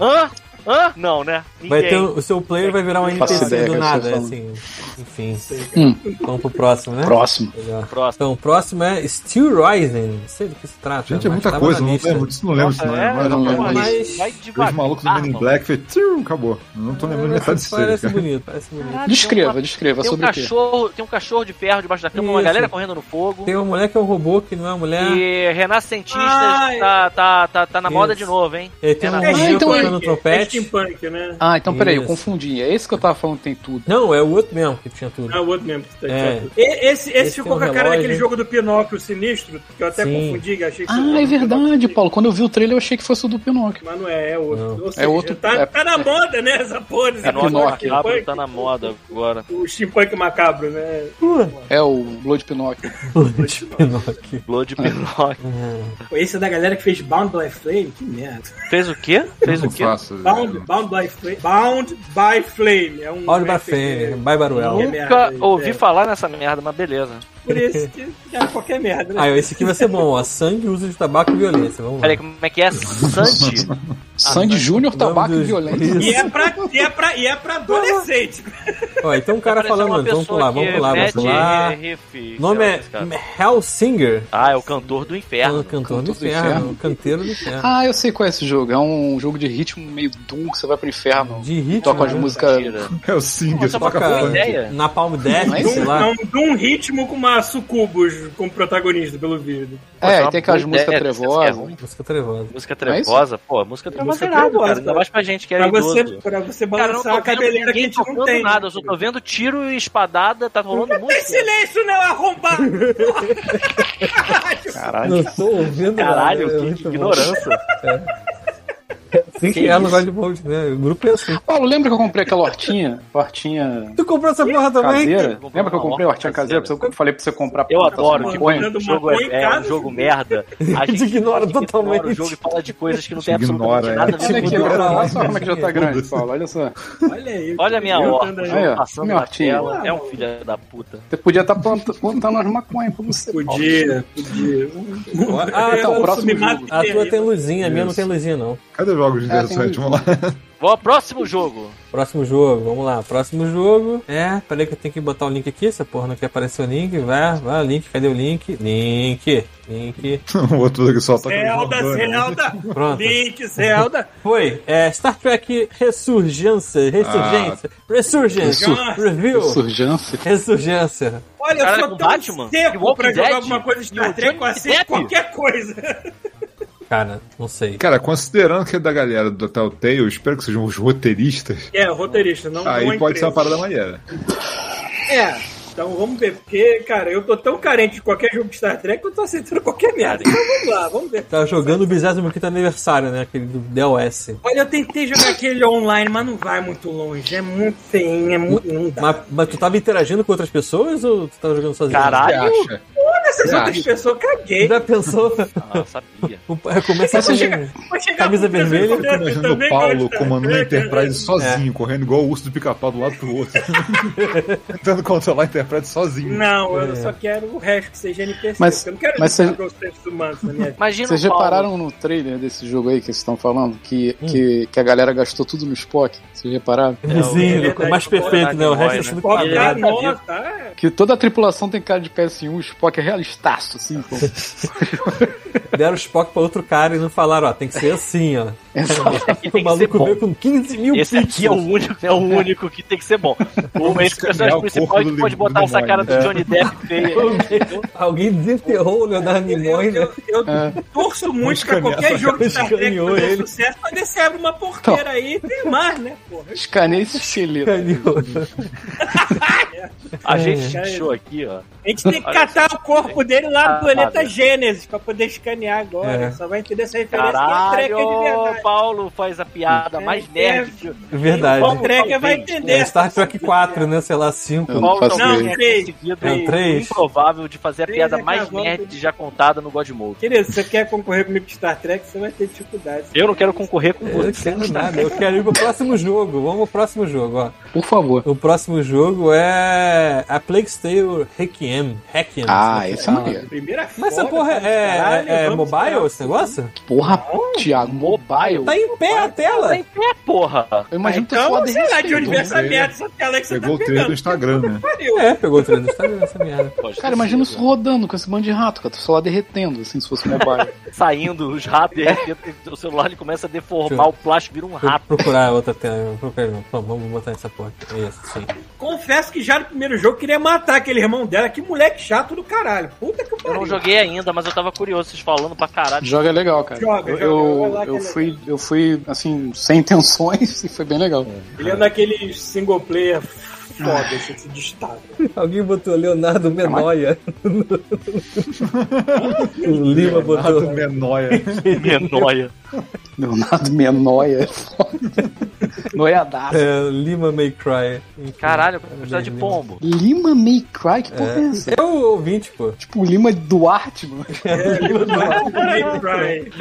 C: Hã? Hã? Não, né?
B: Vai ter, o seu player vai virar um
A: faço
B: NPC
A: ideia,
B: do
A: cara,
B: nada,
A: só
B: assim. Enfim.
A: Hum.
B: Vamos pro próximo, né?
C: Tá
A: Próximo.
B: Melhor.
C: Próximo.
B: Então, o próximo é Steel Rising. Não sei do que se trata.
E: Gente, é
B: mas
E: muita
B: tava
E: coisa,
B: na
E: não
B: lista.
E: lembro disso, não lembro disso, não.
C: é,
E: Mas
C: não,
E: rapaz,
C: mas
E: mas-
B: mas-
C: vai
E: Os
C: devagar. Ah,
E: malucos do Men in
C: mano.
E: Black fez. "Tchum", Acabou. Não é tô lembrando metade disso. aí,
B: Ah, Parece
E: cara.
B: bonito, parece bonito.
C: Caralho,
A: Descreva,
C: tem um-
A: descreva.
C: Tem um,
A: Sobre o quê?
C: cachorro, tem um cachorro de ferro debaixo da cama, uma
B: Isso.
C: galera correndo no fogo.
B: Tem uma mulher que é um robô que não é uma mulher.
C: E renascentistas
D: Ai.
C: tá, tá, tá, tá na
B: Isso.
C: moda de novo, hein?
B: E tem um
C: É,
B: menino
A: então
B: tocando
D: É
B: trompete.
D: steampunk, né?
A: Ah, então peraí, eu
B: Isso.
A: confundi. É esse que eu tava falando que tem tudo.
B: Não, é o outro mesmo que tinha tudo.
D: Ah, o outro mesmo. que tá aqui.
B: É.
D: E- Esse, esse,
B: Esse
D: ficou
B: tem um
D: com a cara
B: relógio.
D: daquele jogo do Pinóquio Sinistro, que eu até
B: Sim.
D: confundi, que achei que
A: Ah, é verdade, Paulo. Quando eu vi o trailer, eu achei que fosse o do Pinóquio.
D: Mas não é, é outro. Ou
A: É outro-
D: Tá,
A: é-
D: tá na moda, né? Essa porra. esse
C: É nossa,
A: Pinóquio.
C: macabro, tá na moda agora.
D: O steampunk macabro, né?
A: É o Blood Pinóquio.
B: Pinocchio.
C: Blood Pinocchio.
D: Esse é da galera que fez Bound by Flame? Que merda.
C: Fez o quê? Fez
E: Não
C: o quê?
E: faço.
D: Bound, Bound by Flame. Bound by Flame. É um
B: Olha pra
D: RPG.
B: frente, Bye Baruel.
C: Nunca
D: merda,
C: ouvi
D: é.
C: falar nessa merda, mas beleza.
D: Por isso que era qualquer merda, né?
B: Ah, esse aqui vai ser bom, ó. Sangue, uso de tabaco e violência. Vamos lá.
C: Peraí, como é que é? Sandy?
A: Sandy Júnior,
B: O nome
A: tabaco e
B: dos-
A: violência.
D: E
B: Isso.
D: é, pra, e, é pra, e é pra adolescente.
B: Ó, então o cara
C: Tá Parecendo
B: falando,
C: uma
B: vamos
C: pessoa
B: pular,
C: que
B: vamos pular, vamos
C: mete
B: pular.
C: riff,
B: O nome
C: sei lá,
B: é
C: esse cara.
B: Hellsinger.
C: Ah, é o cantor do
B: O cantor do
C: inferno.
A: Cantor do
B: inferno,
A: inferno.
B: o canteiro do inferno.
A: Ah, eu sei qual é esse jogo. É um jogo de ritmo meio doom que você vai pro inferno.
B: De ritmo.
A: Toca as
B: né?
A: músicas.
C: Mentira.
E: É o Singer,
C: Nossa,
E: você toca
C: uma boa
E: funk.
C: ideia.
B: Na Palm Death,
A: Não é
D: Num,
B: sei lá.
D: não, num ritmo com uma sucubus como protagonista, pelo vídeo.
A: É,
C: uma
A: e tem aquelas
C: boa
A: músicas
C: ideia, essa tá é
A: trevosas.
C: ruim.
B: Música trevosa.
C: Música
A: Não é isso?
C: trevosa? Pô, música trevosa
D: Música
C: é irado,
D: trevosa,
C: cara. Ainda
D: cara.
C: mais pra gente que era
D: Pra você,
C: idoso.
D: pra você
C: Cara, eu não
D: balançar
C: tô
D: a
C: vendo
D: cabeleira que a
C: ninguém
D: gente não tem. né,
C: tocando nada, eu só tô vendo tiro e espadada, tá rolando
D: Tem
C: música.
D: silêncio, não, arrombado!
A: Caralho.
B: Não tô ouvindo
C: Caralho,
B: nada. é
C: que,
B: muito
C: que
B: bom.
C: ignorância.
B: Assim que é no Gold Bolt, né? O grupo é assim.
A: Paulo, lembra que eu comprei aquela hortinha? Hortinha
B: Tu comprou essa porra também?
A: caseira?
C: comprou
A: Lembra que eu
C: uma
A: comprei
C: horta
A: hortinha caseira?
C: caseira?
A: Eu falei pra você comprar pra
C: Eu
A: plantar
C: adoro
A: sua
C: que
A: maconha?
C: o jogo é, é um jogo merda. A gente
B: ignora totalmente.
C: o jogo e fala de coisas que não tem absolutamente
E: Ignora, é.
C: nada a
A: Olha
C: ver
A: aqui,
C: com
B: Mudou
A: agora,
B: pra
A: olha só
B: lá.
A: como é que já tá grande, Paulo. Olha só.
D: Olha aí.
C: Olha a minha horta, o
A: Aí,
C: jogo
A: ó,
C: passando
A: minha
C: na
A: hortinha.
C: tela. É um filho da puta.
A: Você podia tá estar plantando, plantando as maconhas pra você. Paulo.
D: Podia, podia.
B: Ah,
A: Então,
B: eu-
A: o próximo jogo.
B: A tua tem um luzinha, a minha não
E: Isso.
B: tem luzinha, não.
E: Cadê os jogos
A: É,
E: interessantes?
A: tem
E: Vamos lá.
C: Vou próximo jogo.
B: Próximo jogo, vamos lá. Próximo jogo é. Peraí que eu tenho que botar o link aqui. Essa porra não quer aparecer o link. Vai, vai, link. Cadê o link? Link, link.
E: O outro jogo só toca.
D: Zelda,
E: Jordan, né?
D: Zelda,
B: Pronto.
D: Link, Zelda,
B: Foi. É Star Trek Ressurgência. Ressurgência. Resurgence.
D: Ressur-
B: Review.
A: Surgência.
B: Ressurgência.
D: Olha, eu
C: Cara,
D: sou
C: com
D: tão
C: Batman? E
D: seco
C: Walking
D: pra jogar
C: Dead?
D: alguma coisa de
C: E
D: Star
C: o
D: Trek,
C: Johnny
D: eu aceito
C: Depp?
D: qualquer coisa.
B: Cara, não sei.
E: Cara, considerando que é da galera do Telltale, eu espero que sejam os roteiristas.
D: É, roteirista, não não
E: Aí
D: a
E: pode ser uma
D: empresa.
E: parada maneira.
D: É, então vamos ver, porque, cara, eu tô tão carente de qualquer jogo de Star Trek que eu tô aceitando qualquer merda. Então vamos lá, vamos ver.
B: Tá jogando o 25 aniversário, né? Aquele do DOS.
D: Olha, eu tentei jogar aquele online, mas não vai muito longe. É muito feinho, é muito. Não dá.
B: Mas, mas tu tava interagindo com outras pessoas ou tu tava jogando sozinho?
C: Caralho.
E: Você acha?
D: Olha essas
E: Já
D: outras
E: acho.
D: pessoas, caguei.
B: Já pensou?
C: Ah, sabia.
B: O- é, Começa
D: Mas
B: com...
D: vou chegar- vou chegar
B: Camisa
D: pro presidente
B: vermelha,
E: Eu fico imaginando o
D: também, gosto de
E: Paulo
D: Star
E: comandando a
D: Trek, né?
E: Enterprise sozinho, correndo igual o urso do pica-pau do lado pro outro. Tentando controlar a Enterprise sozinho.
D: Não, eu só quero o resto que seja NPC.
A: Mas-
D: porque eu não quero
A: mas
D: jogar
A: você-
D: com os seres humanos na minha vida.
C: Imagina
A: Vocês
C: o Paulo.
A: repararam no trailer desse jogo aí que vocês estão falando? Que, que, que a galera gastou tudo no Spock? Vocês repararam?
B: Sim,
D: É,
B: o mais
D: verdade,
B: perfeito, né? O resto é
C: né?
B: tudo
D: Pô,
C: Ele
B: quadrado.
D: tá,
C: era
D: nossa, tá.
A: Que toda a tripulação tem cara de PS1, o Spock é realistaço, assim, pô.
B: Deram o Spock pra outro cara e não falaram, ó, tem que ser assim, ó.
C: É que
B: o
C: ser
B: maluco
C: bom.
B: veio com 15 mil
C: Esse aqui é o único, é o único que tem que ser bom. O esse personagem
E: escanear É o
C: principal
E: corpo
C: que
E: do
C: pode
E: Lin- do
C: botar essa
E: Nimoy,
C: cara do Johnny Depp feia.
B: Alguém desenterrou o Leonardo
C: é
B: Nimoy, né?
D: Eu, eu torço muito pra
E: escanear
D: qualquer jogo de Star Trek
B: Escaneou
D: fazer
B: ele.
D: sucesso, mas desse abre uma porteira aí e tem mais, né, porra?
A: Escaneia esse esqueleto.
C: A gente
D: É.
C: deixou aqui, ó.
D: A gente tem que catar o corpo dele lá
C: Ah,
D: do planeta
C: nada.
D: Gênesis pra poder escanear agora.
B: É.
D: Só vai entender essa referência Star Trek é
C: Caralho,
D: de verdade.
C: Pauaulo faz a piada mais
D: É,
C: nerd.
D: é.
C: que-
B: Verdade.
D: O Trek vai
C: Talvez.
D: entender.
B: É Star Trek 4, né? Sei lá, 5.
A: Eu não
C: Paulo
A: faço
C: talvez
A: ideia.
D: Não,
C: tenha
D: três.
C: conseguido
B: É,
C: o
B: três.
C: improvável de fazer a
D: Três
C: piada
D: é
C: mais
D: cavalo.
C: nerd já contada no God Mode.
D: Querido, se você quer concorrer comigo de Star Trek, você vai ter dificuldade.
C: Eu não quero concorrer com
B: Eu não
C: você.
B: quero nada, eu quero ir pro próximo jogo. Vamos pro próximo jogo, ó.
A: Por favor.
B: O próximo jogo é a Plague Tale Requiem. Requiem.
A: Ah,
B: se você
A: esse é
B: fala.
A: maneiro.
D: Primeira
B: Mas essa
D: foda,
B: porra
D: cara,
B: é,
D: caralho,
B: é, é mobile esse negócio?
A: Porra, Thiago, mobile.
B: Tá em pé a tela.
C: Tá em pé, porra.
A: Eu imagino
B: tá
A: que
D: Então, sei lá de
A: derretendo.
B: né?
D: onde vem essa
E: Pegou
D: merda, essa tela aí que você
E: Pegou o
D: tá
E: treino do
D: pegando.
E: Instagram, né?
D: Pariu.
B: É, pegou o treino do Instagram essa merda.
A: Cara, imagina isso rodando com esse bando de rato, cara. Tô só lá derretendo, assim, se fosse mobile.
C: Saindo os ratos e aí o celular ele começa a deformar, o plástico vira um
B: Vou
C: rato.
B: procurar outra tela. Vou procurar, não. Pronto, vamos botar essa porra. aqui. É Isso, sim.
D: Confesso que já no primeiro jogo queria matar aquele irmão dela. Que moleque chato do caralho. Puta que
C: Eu
D: pariu.
C: não joguei ainda, mas eu tava curioso, vocês falando pra caralho.
A: Joga é legal, cara.
D: Joga,
A: eu,
D: joga, vai
A: eu,
D: lá que é
A: eu
D: legal.
A: fui, eu fui, assim, sem intenções e foi bem legal.
D: Ele é um daqueles single player foda, assim, que se destaca.
B: Alguém botou Leonardo Menoia. o Lima botou.
E: Menóia.
C: Menóia.
A: Leonardo Menoia. Noiadaço.
B: É, Lima May Cry. Enfim,
C: Caralho,
B: parabéns,
C: quantidade de
B: Lima.
C: pombo.
A: Lima May Cry, que porra é essa?
B: É o ouvinte, pô.
A: Tipo, Lima Duarte, mano.
D: É, Caralho,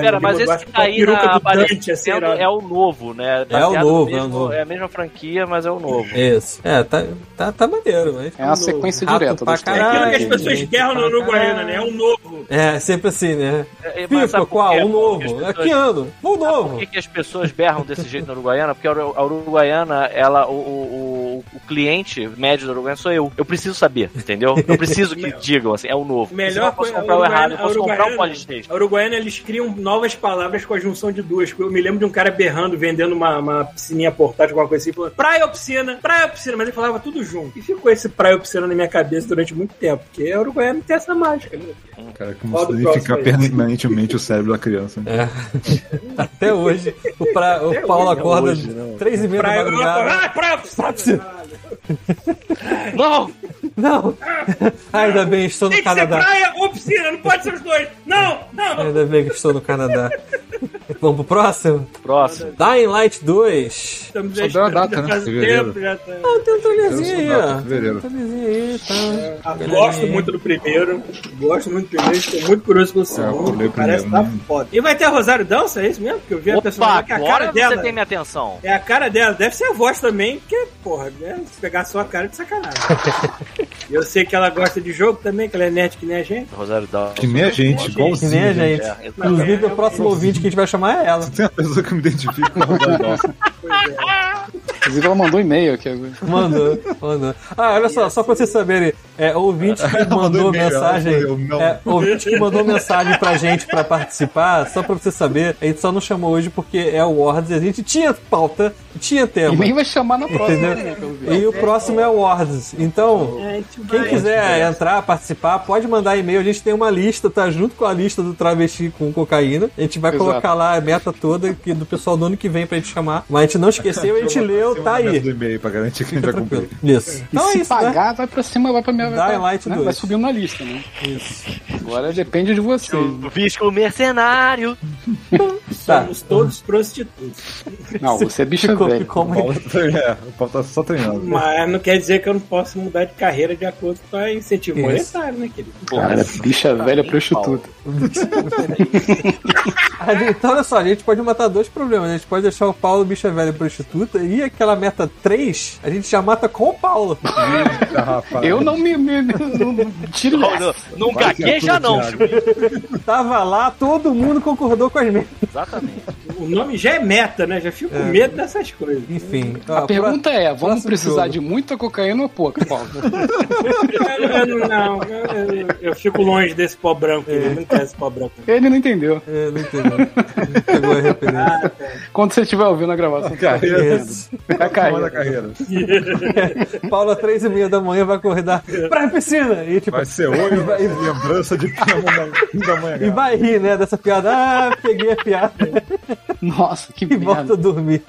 C: Cara, mas esse que tá aí na aparência
D: assim,
C: é o novo, né? Baseado
B: o
C: no
B: novo,
C: mesmo-
B: é o novo.
C: a mesma franquia, mas é o novo.
B: Isso. É, tá, tá, tá maneiro, mas.
A: É uma sequência
B: Rato
A: direta da
B: pra
A: história.
B: caralho.
D: aquilo que as pessoas
B: gente,
D: guerram no
B: pra
D: Uruguaiana,
B: caralho.
D: né? É um novo.
B: É, sempre assim, né?
C: É, é, mas
B: FIFA,
C: sabe por
B: qual?
C: quê?
B: O
C: Porque as
B: novo. É
C: pessoas-
B: que ano? O
C: Por
B: novo.
C: que, que as pessoas berram desse jeito na Uruguaiana? Porque a Uru- a Uruguaiana, ela, o, o, o- o cliente médio da Uruguaiana sou eu. Eu preciso saber, entendeu? Eu preciso que digam, assim, é o novo.
D: Melhor
C: Se eu posso
D: coisa-
C: comprar o
D: Uruguaiana-
C: errado, eu posso comprar um
D: Uruguaiana-
C: Polystation.
D: A Uruguaiana, eles criam novas palavras com a junção de duas. Eu me lembro de um cara berrando, vendendo uma, uma piscininha portátil, alguma coisa assim, falando praia ou piscina, praia ou piscina, mas ele falava tudo junto. E ficou esse praia ou piscina na minha cabeça durante muito tempo, porque a Uruguaiana tem essa mágica, né?
E: Cara, como
D: Fala
E: se
D: do
E: danificar
D: próximo aí.
E: permanentemente o cérebro da criança. né?
B: Até hoje. O, pra, o
D: Até
B: Paulo
D: hoje,
B: acorda
E: hoje, né?
B: três e meia
D: Praia,
B: da
D: eu falava,
B: madrugada.
D: ah, praia ou piscina. caralho.
C: Não!
B: Não! Ainda bem, estou
D: Tem
B: no
E: tá
D: que ser
B: Canadá.
D: praia ou piscina, não pode ser os dois. Não,
E: É,
D: não.
B: Ainda bem que estou no Canadá. Vamos pro próximo?
C: Próximo.
B: Dying Light 2.
D: Estamos
E: Só deu a data,
D: já
E: né?
D: faz
E: Fevereiro.
D: tempo, já tá.
B: Ah, tem um trailerzinho aí, ó.
E: Fevereiro.
B: Tem um trailerzinho aí, tá.
D: Ah, Gosto muito do primeiro. Gosto muito do primeiro. Estou muito curioso pelo
E: É, eu pulei
D: segundo.
E: o
D: Parece que tá
E: primeiro, né?
D: foda. E vai ter a Rosário Dança, é isso mesmo? Porque eu vi a pessoa
C: Opa,
D: lá que é a cara
C: agora você
D: dela.
C: tem minha atenção.
D: É a cara dela. Deve ser a voz também, porque, porra, né? Se pegar só a cara é de sacanagem. E eu sei que ela gosta de jogo também, que ela é nerd que nem a gente.
C: Rosário Dal.
E: Que nem a gente,
B: Que
E: igualzinho.
B: nem a
E: gente.
B: gente.
C: É, exatamente.
B: Inclusive, o próximo ouvinte que a gente vai chamar é ela.
E: Tem uma pessoa que me identifica com a Rosário Dawson.
A: Inclusive, ela mandou um e-mail aqui agora.
B: Mandou, mandou. Ah, olha só, só pra vocês saberem, é, ouvinte que
E: Mandou
B: mandou
E: e-mail,
B: mensagem.
E: ela foi eu, não.
B: é, ouvinte que mandou mensagem pra gente pra participar, só pra você saber, a gente só não chamou hoje porque é o Words e a gente tinha pauta, tinha
A: E
B: tema.
A: nem vai chamar na próxima, né? pelo visto.
B: E o próximo é o Words. Então, quem quiser
A: É.
B: entrar, participar, pode mandar e-mail. A gente tem uma lista, tá junto com a lista do travesti com cocaína. A gente vai
A: Exato.
B: colocar lá a meta toda que, do pessoal do ano que vem pra gente chamar. Mas a gente não esqueceu, a gente
A: assim
B: leu, tá
E: Tem um
B: aí.
E: do e-mail pra garantir que a gente vai cumprir.
B: Isso.
A: E
B: Então é
A: se
B: isso, né?
A: pagar, vai pra cima, vai pra minha. vai pra-
B: Light
A: né?
B: 2.
A: Vai subindo na lista, né?
B: Isso.
A: Agora depende de vocês.
C: O Visco mercenário.
B: Tá.
D: Somos todos
E: Uhum.
D: prostitutos.
A: Não, você é bicha
B: Ficou,
A: velha.
B: ficou mais-
E: Paulo tá- É, o Paulo tá só treinando.
D: Mas não quer dizer que eu não posso mudar de carreira de acordo com a incentivo
B: Isso.
D: monetário, né, querido?
A: Cara, bicha velha prostituta.
B: Ah, Então, olha só, a gente pode matar dois problemas. né? A gente pode deixar o Paulo bicha velha prostituta e aquela meta 3 a gente já mata com o Paulo.
E: Ah, rapaz.
A: Eu não me. me, me não, não- tiro
C: Não,
A: essa.
C: não, não
E: Vai que é
C: gagueja,
E: tudo,
C: não.
E: Thiago.
B: Tava lá, todo mundo concordou com as metas.
C: Exatamente.
D: O nome já é meta, né? Já fico com medo dessas coisas.
B: Enfim.
A: A pergunta é: vamos
B: próximo
A: precisar
B: jogo.
A: de muita cocaína ou pouca, Paulo?
D: Eu, eu não, não, eu, eu- eu fico longe desse pó branco. Eu não quero esse pó branco.
A: Ele não entendeu.
B: É, não entendeu. Não Pegou a referência.
E: Ah,
A: Quando você estiver ouvindo a gravação,
E: Carreira.
B: Isso.
A: vai
E: Carreira. da
B: né?
A: cair.
E: carreira.
B: Paulo, às três e meia da manhã, vai acordar pra piscina. E, tipo,
E: Vai ser hoje vai lembrança de é Pijama da- da manhã.
B: e vai rir, né, dessa piada. Ah, peguei a piada
A: Nossa, que
B: e volta a
A: merda.
B: dormir.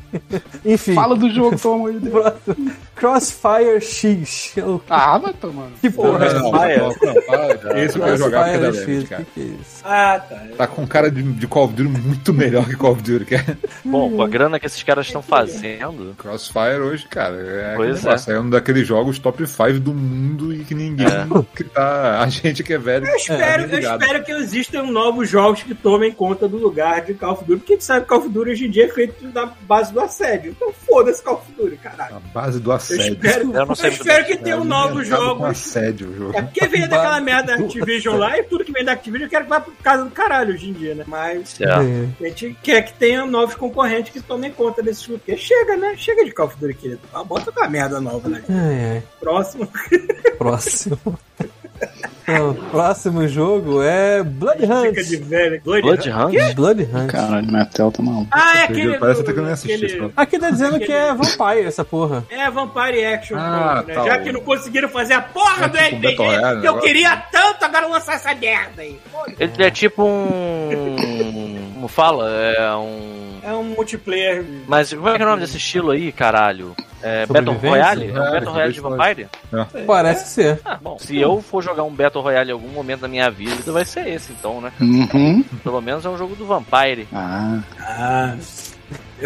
B: Enfim.
A: É, Fala do jogo, pelo amor de Deus.
B: próximo. Crossfire X. Eu-
A: Ah, vai tomando.
B: Que porra.
E: Não, não, não, não, Esse eu quero jogar porque é da
B: Crossfire
E: Leve,
B: X. Que
E: cara.
B: que é isso?
D: Ah, tá.
E: Tá com cara de, de Call of Duty muito melhor que Call of Duty, que é
C: Bom, com a grana que esses caras estão fazendo.
E: Crossfire hoje, cara. É,
C: Pois
E: aquele negócio, é um daqueles jogos top 5 do mundo e que ninguém que tá. A gente que é velho.
D: Eu espero, eu espero que existam novos jogos que tomem conta do lugar de Call of Duty, porque a gente sabe que Call of Duty hoje em dia é feito da base do assédio. Então foda-se Call of Duty, caralho.
E: A base do
D: Eu
E: assédio.
D: espero,
C: Eu não sei
D: eu um
C: muito bem.
D: espero que tenham
E: É
D: novos
E: alimentado com
D: jogos.
E: assédio o jogo.
D: É porque veio daquela merda da Activision lá e tudo que vem da Activision eu quero que vá pra casa do caralho hoje em dia, né? Mas
C: É.
D: a gente quer que tenha novos concorrentes que tomem conta desse jogo. Porque chega, né? Chega de Call of Duty, querido. Ah, Bota uma merda nova, né?
B: Ai,
D: Próximo.
B: ai. Próximo. Então, o próximo jogo é Blood
D: Fica de
B: Hunt.
D: velho. Blood,
C: Blood
D: Hunt.
C: Hunt?
B: Blood Hunt.
A: Caralho, Natel tá maluco.
D: Ah, é
E: Esse
D: aquele.
E: jogo Parece
D: do-
E: até que eu nem assisti
D: aquele-
E: esse jogo.
B: Aqui tá dizendo que é Vampire essa porra.
D: É Vampire Action,
E: Ah,
D: Gold, né?
E: tá,
D: Já
E: o-
D: que não conseguiram fazer a porra
E: É
D: do
E: tipo um
D: RPG
E: Battle Royale,
D: que eu
E: negócio.
D: queria tanto, agora lançar essa merda aí.
C: Ele é tipo um. Como fala? É um.
D: É um multiplayer.
C: Mas como é que é o nome desse estilo aí, caralho? É Battle
B: Sobrevivência?
C: Royale?
D: Ah,
C: É um
E: É,
C: Battle Royale de Vampire?
B: Parece ser.
C: Ah, bom. Se eu for jogar um Battle Royale em algum momento da minha vida, vai ser esse então, né?
A: Uhum.
C: Pelo menos é um jogo do Vampire.
A: Ah,
D: Ah.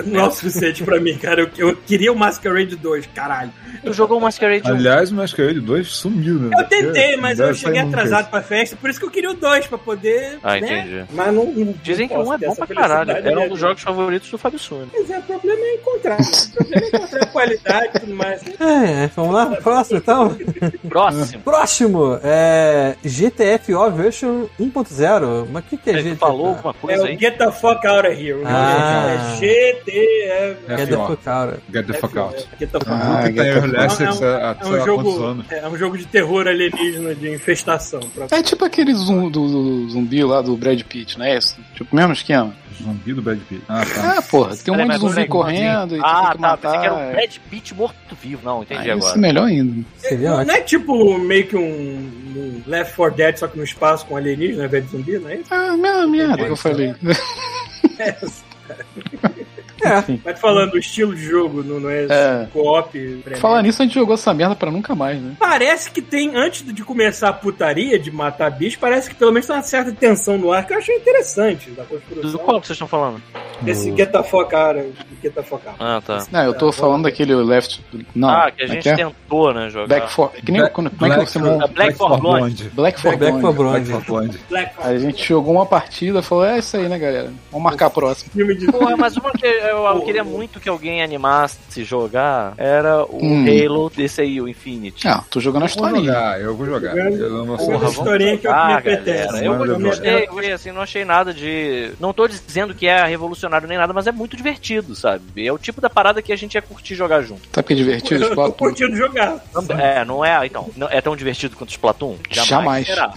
D: Não é o suficiente pra mim, cara. Eu, eu queria o Masquerade 2, caralho.
C: Tu jogou o Masquerade 1?
E: Aliás, é o Masquerade 2 sumiu, né?
D: Eu tentei, mas eu
E: Deve sair um
D: cheguei
E: nunca
D: atrasado pra festa, por isso que eu queria o 2, pra poder.
C: Ah,
D: né?
C: entendi.
D: Mas não. não
C: Dizem que
D: posso
C: um é
D: ter
C: bom
D: essa
C: pra caralho.
D: felicidade,
C: Era um
D: né?
C: dos jogos favoritos do Fábio Sune.
D: Mas é, o problema é encontrar. né? O problema é encontrar a qualidade e tudo mais.
B: É, é, vamos lá, próximo então.
C: Próximo.
B: Próximo é GTFO Version 1.0. Mas o que, que é
C: Ele
B: GTFO?
C: falou alguma
D: É
C: coisa
D: o
C: aí?
D: Get the Fuck Out of Here.
B: Ah.
D: É GTF.
E: É
B: É
E: pior.
B: da Fukaura.
E: Get the fuck out.
D: Get the Fuck Out.
A: Ah,
E: Nunca tem
A: Get the
E: Early
A: Fuck
E: Access há
D: É
E: sei
D: um,
E: lá quantos
D: jogo,
E: anos.
D: é um jogo de terror alienígena, de infestação. Pra...
A: É tipo aquele zum- do, do zumbi lá do Brad Pitt, não é isso? Tipo, mesmo esquema.
E: Zumbi do Brad Pitt. Ah, tá.
A: Ah, porra, tem um
C: Peraí,
A: monte de
C: mas
A: zumbi
C: peraí,
A: correndo e
C: Ah,
A: tem que
C: tá.
A: matar.
C: Pensei que era um
A: é.
C: Brad Pitt morto-vivo. Não, entendi
A: Ah, isso é
C: agora.
A: melhor ainda.
B: Seria
D: Não,
B: ótimo.
D: não é tipo meio que um, um Left 4 Dead, só que no espaço com alienígena, ao invés de zumbi, não é isso?
A: Ah, minha merda que eu falei.
B: É,
D: Mas falando, o estilo de jogo não, não é,
A: É.
D: co-op. frenético.
A: Falar nisso, a gente jogou essa merda pra nunca mais, né?
D: Parece que tem, antes de começar a putaria de matar bicho, parece que pelo menos tem uma certa tensão no ar que eu achei interessante da
C: Do
D: construção.
C: qual que vocês estão falando?
D: Desse Get the Fuck Out, of- Get the Fuck Out.
C: Ah, tá.
A: Não, eu tô falando daquele left. Não,
C: Ah, que a
A: como é
C: gente
A: é?
C: tentou, né, jogar.
A: Back for. Que nem,
E: Black-
A: quando, como é que você monta?
C: Black for Blonde.
A: Black for
B: Back for
A: Blonde.
E: Black
B: Bronze.
E: for Blonde.
D: Black Ops,
A: A gente jogou uma partida falou: é isso aí, né, galera? Vamos marcar a próxima.
D: filme de
C: Porra, mas uma que eu, eu queria muito que alguém animasse jogar era o
A: Hum.
C: Halo desse aí, o Infinity.
A: Ah, tô jogando a
E: Eu vou
A: historinha.
E: jogar, eu vou jogar. Eu não vou
D: Porra,
C: vamos
D: historinha É que eu me
C: Ah,
D: apetece. É,
C: galera, eu
E: Manda
C: gostei,
D: jogar.
C: eu gostei, assim, não achei nada de. Não tô dizendo que é revolucionário nem nada, mas é muito divertido, sabe? É o tipo da parada que a gente ia curtir jogar junto.
A: Sabe que é divertido?
D: Eu tô
A: Splatoon?
D: curtindo jogar.
B: Né?
C: É, não é, então, não- é tão divertido quanto Splatoon?
A: Jamais.
C: será.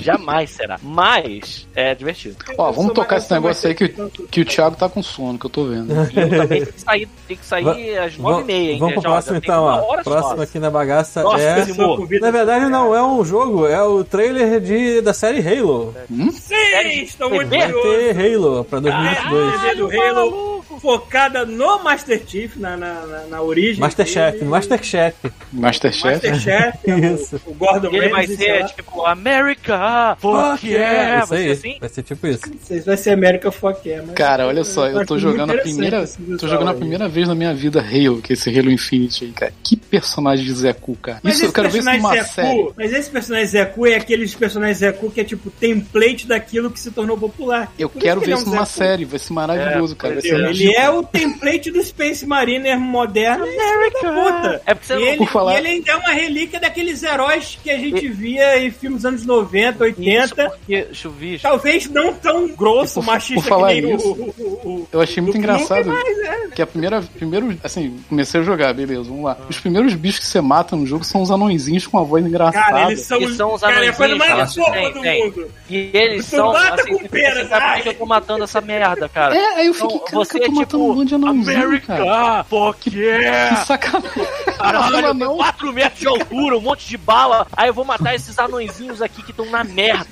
C: Jamais será. Mas é divertido.
A: Ó, vamos
D: Eu sou
A: tocar
D: mais-
A: esse negócio aí que,
D: eu sou mais-
A: o- que o Thiago tá com sono, que eu tô vendo.
C: E eu também tenho que sair, tem que sair
B: Va-
C: às nove e meia, hein?
B: Vamos pro
C: Já- já
B: próximo
C: tem
B: então,
C: uma
B: ó.
C: hora só.
B: Próximo aqui na bagaça
C: Nossa,
B: é.
C: esse humor.
B: Na verdade, não é um jogo, é o trailer de, da série Halo.
C: É,
D: Sim, estou muito
B: Vai
D: curioso.
B: ter Halo pra
C: Ah,
B: 2022.
D: Caralho, do Halo, focada no Master Chief, na, na, na, na origem.
B: Masterchef,
D: dele.
B: Masterchef.
A: Masterchef.
D: Masterchef, é o-
B: Isso.
D: o, Gordon
C: E ele vai
D: Ramsay, sei
C: ser
D: lá.
C: tipo, America! Fuck yeah!
B: Isso
C: Vai ser
B: aí.
C: assim?
B: Vai ser tipo isso.
D: Não sei se vai ser América Fuck yeah, mas...
A: Cara, olha só, eu tô
D: Acho
A: jogando a
D: interessante
A: primeira.
D: esse visual
A: Tô jogando a
D: aí.
A: primeira vez na minha vida Halo, que é esse Halo Infinity aí, cara. Que personagem de Zeku, cara.
D: Mas
A: Isso eu
D: esse
A: quero ver isso
D: personagem
A: numa
D: Zé Cu-
A: série.
D: Mas esse personagem Zé Cu é aqueles personagens Zé Cu que é tipo template daquilo que se tornou popular.
A: Eu
D: Por
A: quero
D: que
A: ver
D: ele é um
A: isso numa
D: Zé Cu.
A: série, vai ser maravilhoso, cara. Vai ser
C: entendeu?
A: ridículo.
D: Ele é o template do Space Mariner moderno. Puta.
C: É porque você
D: E
C: não
D: ele,
A: Por falar-
D: e ele ainda é uma relíquia daqueles heróis que a gente via em filmes dos anos 90, 80.
C: porque chuvisco.
D: Talvez não tão grosso,
A: E por-
D: machista
A: por falar
D: que nem o-
A: nisso,
D: o, o- o-
A: Eu achei muito
D: o-
A: engraçado
D: Nunca mais, é.
A: que a primeira, primeiro, assim, comecei a jogar, beleza, vamos lá. Os primeiros bichos que você mata no jogo são os anõezinhos com a voz engraçada.
D: Cara, eles são,
C: E são os
D: cara, é a coisa
C: anõezinhos, assim. cara. Tem,
D: mais fofa do
C: tem.
D: mundo.
C: E eles
D: Tu
C: são. assim,
D: mata com
C: você
D: peras,
C: sabe por
D: ai.
C: que eu tô matando essa merda, cara.
A: É, aí eu
C: Então,
A: fiquei, cara,
C: você
A: que eu
C: é
A: tô matando
C: tipo,
A: um monte de anãozinho, cara.
C: America! Fuck yeah!
A: Que sacanagem.
C: Caralho,
A: Não,
C: eu
A: não.
C: tenho 4 metros de altura, um monte de bala. Aí eu vou matar esses anõezinhos aqui que estão na merda.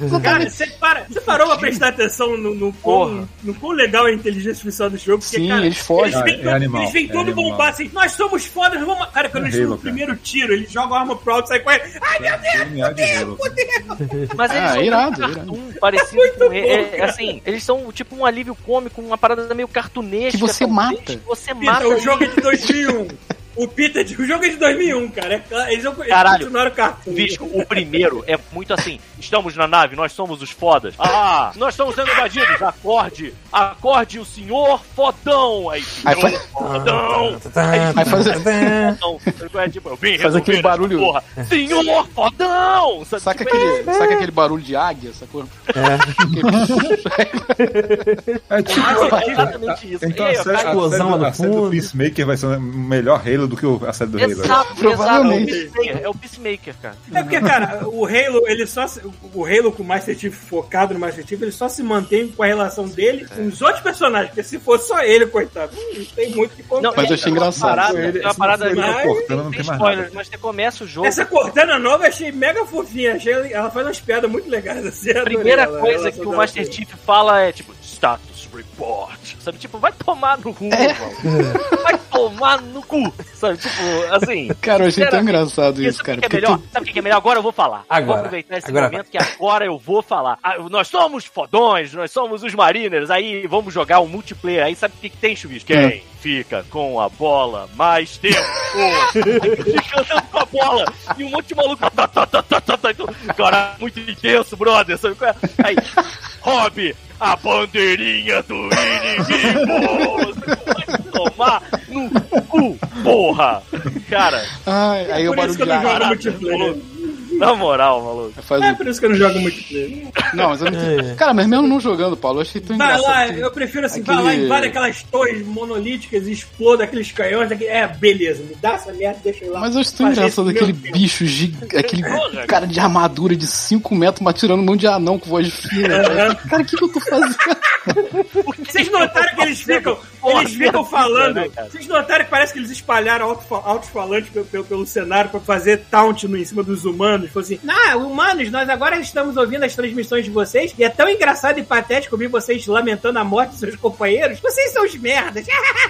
C: sabe?
D: Cara, você, para, você parou pra prestar atenção no, no, quão,
C: Porra.
D: no quão legal é a inteligência artificial do jogo? Porque,
A: Sim,
D: cara,
A: eles fogem.
E: Ah,
D: Eles vêm
E: é
D: todo,
E: animal,
D: eles vêm
E: é
D: todo
E: animal.
D: bombar assim, nós somos fodas, nós vamos. Cara, quando
E: É
D: eles dão o
E: horrível,
D: primeiro tiro, eles jogam a arma pro alto e saem correndo. Ai, meu
E: DNA de Halo.
C: Mas eles
A: Ah,
C: são
A: irado,
C: muito
A: irado.
C: cartoon, parecido com ele.
D: bom,
C: é, assim, eles são tipo um alívio cômico, uma parada meio cartunesca.
A: Que você
C: talvez,
D: Então,
A: mata.
C: que você
D: Deus,
C: mata.
D: o jogo é de 2001. O Peter, de- o jogo é de 2001, cara. É cla- Eles, não- eles
C: Caralho.
D: continuaram cartoon.
C: Visco, o primeiro é muito assim. Estamos na nave, nós somos os fodas. Ah, nós estamos sendo invadidos. Acorde, acorde o senhor fodão. Aí,
A: Aí
C: senhor
A: faz-
C: fodão.
A: Aí faz-
C: Não, é tipo, eu vim
A: Faz aquele
C: resolver essa
A: barulho.
C: Porra. Senhor fodão. Sabe,
A: Saca
C: tipo,
D: é,
A: aquele,
D: né?
A: saca aquele barulho de águia, sacou?
E: É tipo.
C: é exatamente isso.
E: Então
C: E aí,
E: a série, a
B: explosão
E: série do-
B: lá
E: a
B: no
E: série do
B: fundo.
E: Peacemaker vai ser um melhor Halo do que o- a série do Halo. né?
C: Exato, exato. É o
A: Provavelmente.
C: Peacemaker, é o Peacemaker, cara.
D: É porque, cara, o Halo, ele só. se- O Halo com o Master Chief focado no Master Chief, ele só se mantém com a relação dele com os outros personagens. Porque se for só ele, coitado, não tem muito que contar.
C: Não,
A: Mas eu achei
C: é uma
A: engraçado.
C: parada-
E: Ele-
C: é uma parada
E: ele tá
D: mas-
E: cortando, não
C: Tem
E: tem mais nada. é
C: spoilers, mas você começa o jogo.
D: Essa Cortana nova eu achei mega fofinha. Achei, ela- ela faz umas piadas muito legais. Assim,
C: A primeira coisa que o Master Chief fala é tipo, status report. Sabe, tipo, vai tomar no cu,
A: É.
C: mano. Vai tomar no cu. Sabe, tipo, assim.
A: Cara, eu achei tão
C: Será-
A: engraçado isso,
C: Isso,
A: cara.
C: que é
A: porque
C: melhor? Sabe o que que é melhor? Agora eu vou falar.
B: Agora.
C: Vou aproveitar esse
B: Agora
C: momento que agora eu vou falar. Ah, nós somos fodões, nós somos os Mariners, aí vamos jogar um multiplayer. Aí sabe o que, que tem, Chuvisco? Quem
A: É.
C: fica com a bola mais tempo? fica andando com a bola e um monte de maluco. Tá, tá, tá, tá, tá, tá, tá. Cara, muito intenso, brother. Sabe qual é? Aí, Rob, a bandeirinha do inimigo! Tomar no cu, porra! Cara,
A: tu- Ai, Ah, aí o
D: É Por
A: barulho
D: isso que eu
A: de
D: não
A: águia.
D: jogo
C: Caraca,
D: multiplayer.
C: na moral, maluco.
A: Faz
D: É
A: o-
D: por isso que eu não jogo multiplayer.
A: Não, mas eu não
B: É.
A: entendi. Cara, mas mesmo não jogando, Paulo, eu
C: Hum,
A: achei tão
D: Vai
A: engraçado.
D: lá,
A: que-
D: eu prefiro assim, vai
A: Aquele-
D: lá, invade aquelas torres monolíticas, e exploda aqueles canhões, daquele... é, beleza, me dá essa merda, deixa eu ir lá.
A: Mas eu acho tão
D: Fazer
A: engraçado
D: esse
A: aquele
D: meu tempo.
A: bicho gigante, aquele
C: Porra.
A: cara de armadura de 5 metros, mas tirando um monte de anão com voz fina. Cara, Cara, o que, que eu tô fazendo?
D: Vocês notaram que eles ficam,
C: Porra,
D: eles ficam
C: merda,
D: falando,
C: né, cara?
D: vocês notaram que parece que eles espalharam alto- alto-falantes pelo, pelo, pelo cenário pra fazer taunt no, em cima dos humanos, falou assim, ah, humanos, nós agora estamos ouvindo as transmissões de vocês, e é tão engraçado e patético ouvir vocês lamentando a morte dos seus companheiros, vocês são os merdas,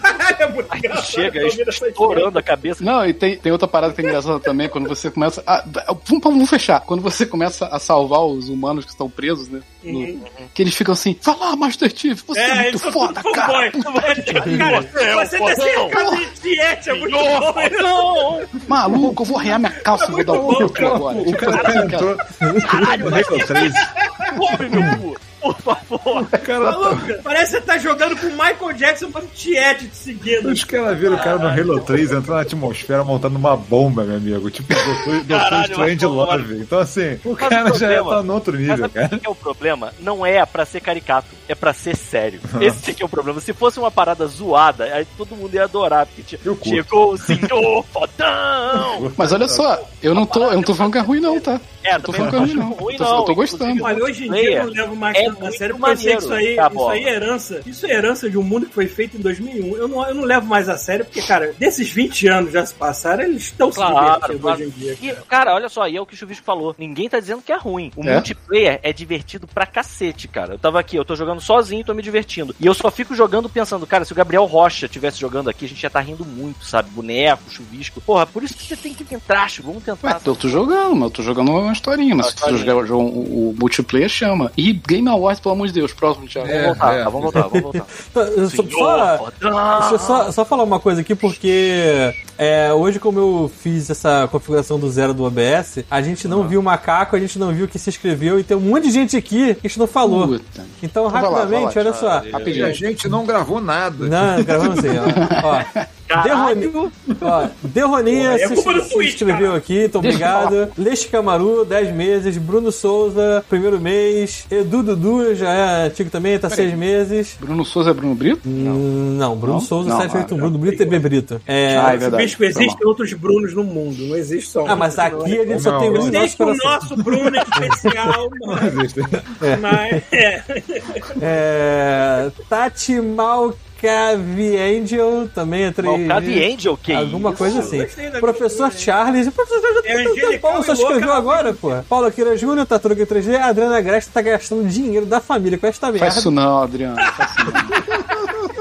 D: caralho, é muito
C: Aí
D: engraçado
C: chega
D: ouvir essas
A: tá
D: merdas.
C: estourando a cabeça.
A: Não, e tem, tem outra parada que é engraçada também, quando você começa. A, vamos, vamos fechar. Quando você começa a salvar os humanos que estão presos, né? no-
D: Uhum.
A: que eles ficam assim, vai lá, Master Chief, você é, muito
D: eles são
A: foda,
D: tudo
A: cara.
D: fanboy. Cara, você
C: fodão.
D: ter cercado de dieta é muito bom.
C: Não!
A: Maluco, eu vou arrear minha calça e vou dar o
E: O
A: corpo
E: cara,
A: agora.
E: o
A: Tipo
E: cara,
A: assim,
E: o cara entrou no Halo 3.
A: é
C: Come
A: né?
C: meu cu! Por favor!
E: O cara tá-
D: Maluco, parece que você tá jogando com o Michael Jackson pra Tiet te seguindo.
E: Os caras viram o cara no Halo 3 entrar na atmosfera montando uma bomba, meu amigo. Tipo, Doutor Doutor
C: Caralho,
E: Strange
C: uma bomba.
E: Love. Então, assim, o
C: o
E: cara já
C: problema-
E: tá no outro
C: Mas
E: nível,
C: sabe o
E: cara.
C: que é o problema? Não é pra ser caricato, é pra ser sério. Esse que é o problema. Se fosse uma parada zoada, aí todo mundo ia adorar, porque tinha-
E: Eu curto.
C: chegou o senhor fodão!
A: Mas olha só, eu não tô, eu não tô falando que é ruim, não, tá?
C: É,
A: tô falando
C: também
A: que é ruim, não. Eu tô- eu tô
C: Inclusive,
A: gostando.
D: Olha, hoje em dia eu não levo mais
C: É
D: tanto a
C: muito
D: sério, porque eu sei que isso aí,
C: maneiro, tá
D: isso aí
C: bom.
D: é herança. Isso é herança de um mundo que foi feito em 2001. Eu não, eu não levo mais a sério, porque, cara, desses 20 anos já se passaram, eles estão se
C: Claro,
D: divertindo
C: claro.
D: hoje em dia.
C: E, cara, olha só, e é o que o Chuvisco falou. Ninguém tá dizendo que é ruim. O
A: É?
C: multiplayer é divertido pra cacete, cara. Eu tava aqui, eu tô jogando sozinho, tô me divertindo. E eu só fico jogando pensando, cara, se o Gabriel Rocha tivesse jogando aqui, a gente ia tá rindo muito, sabe? Boneco, chuvisco. Porra, por isso que você tem que tentar, Chico. Vamos tentar.
A: Ué, eu tô jogando, mas eu tô jogando Tá. uma historinha, mas
C: Ah,
A: se tu jogar o, jogo- o- o multiplayer, chama. E Game Awards, pelo amor de Deus, próximo, Thiago.
E: É,
C: Vamos voltar,
E: é.
C: tá? Vamos voltar, vamos voltar.
B: Tá, eu só- só- Deixa eu só, só falar uma coisa aqui, porque é, hoje, como eu fiz essa configuração do zero do OBS, a gente
A: Ah.
B: não viu o macaco, a gente não viu o que se inscreveu e tem um monte de gente aqui que a gente não falou.
A: Puta,
B: Então,
A: Vai lá, vai lá,
B: rapidamente, olha só.
E: E a
A: rapidinho.
E: gente não gravou nada.
B: Não, gravamos assim, ó. ó. Derroni- ó, Derroninha
D: Porra, é
B: se,
D: culpa do
B: se
D: Twitch,
B: inscreveu aqui, então obrigado. Lex Camaru, 10 meses. Bruno Souza, primeiro mês. Edu Dudu, já é antigo também, tá 6 meses.
A: Bruno Souza é Bruno Brito?
B: Hum, Não, Bruno
A: Não?
B: Souza,
A: Não,
B: 781,
A: ah,
B: Bruno Brito e B Brito. É,
A: Ah, é
D: Se
A: verdade.
D: bicho existem
A: Tá
D: outros Brunos no mundo, não existe só um.
B: ah, mas aqui é um a gente só
E: Não,
B: tem
E: não.
B: Bruno no nosso
D: Existe o
B: coração.
D: nosso Bruno é especial, mas, mas é.
B: É, Tati Malcavi Angel, também é três.
C: Malcavi Angel, que
B: Alguma
C: isso?
B: coisa assim.
D: Gostei da
B: Professor
D: mistura,
B: Charles. O professor já
D: É
B: tá um
D: angelical
B: tempão, só
D: e louca, né?
B: escreveu
D: mas
B: agora, pô. Paulo Akira Júnior, Taturuga 3D, a Adriana Gresta tá gastando dinheiro da família com esta
A: Faz
B: merda.
A: isso não, Adriano. Faz isso não.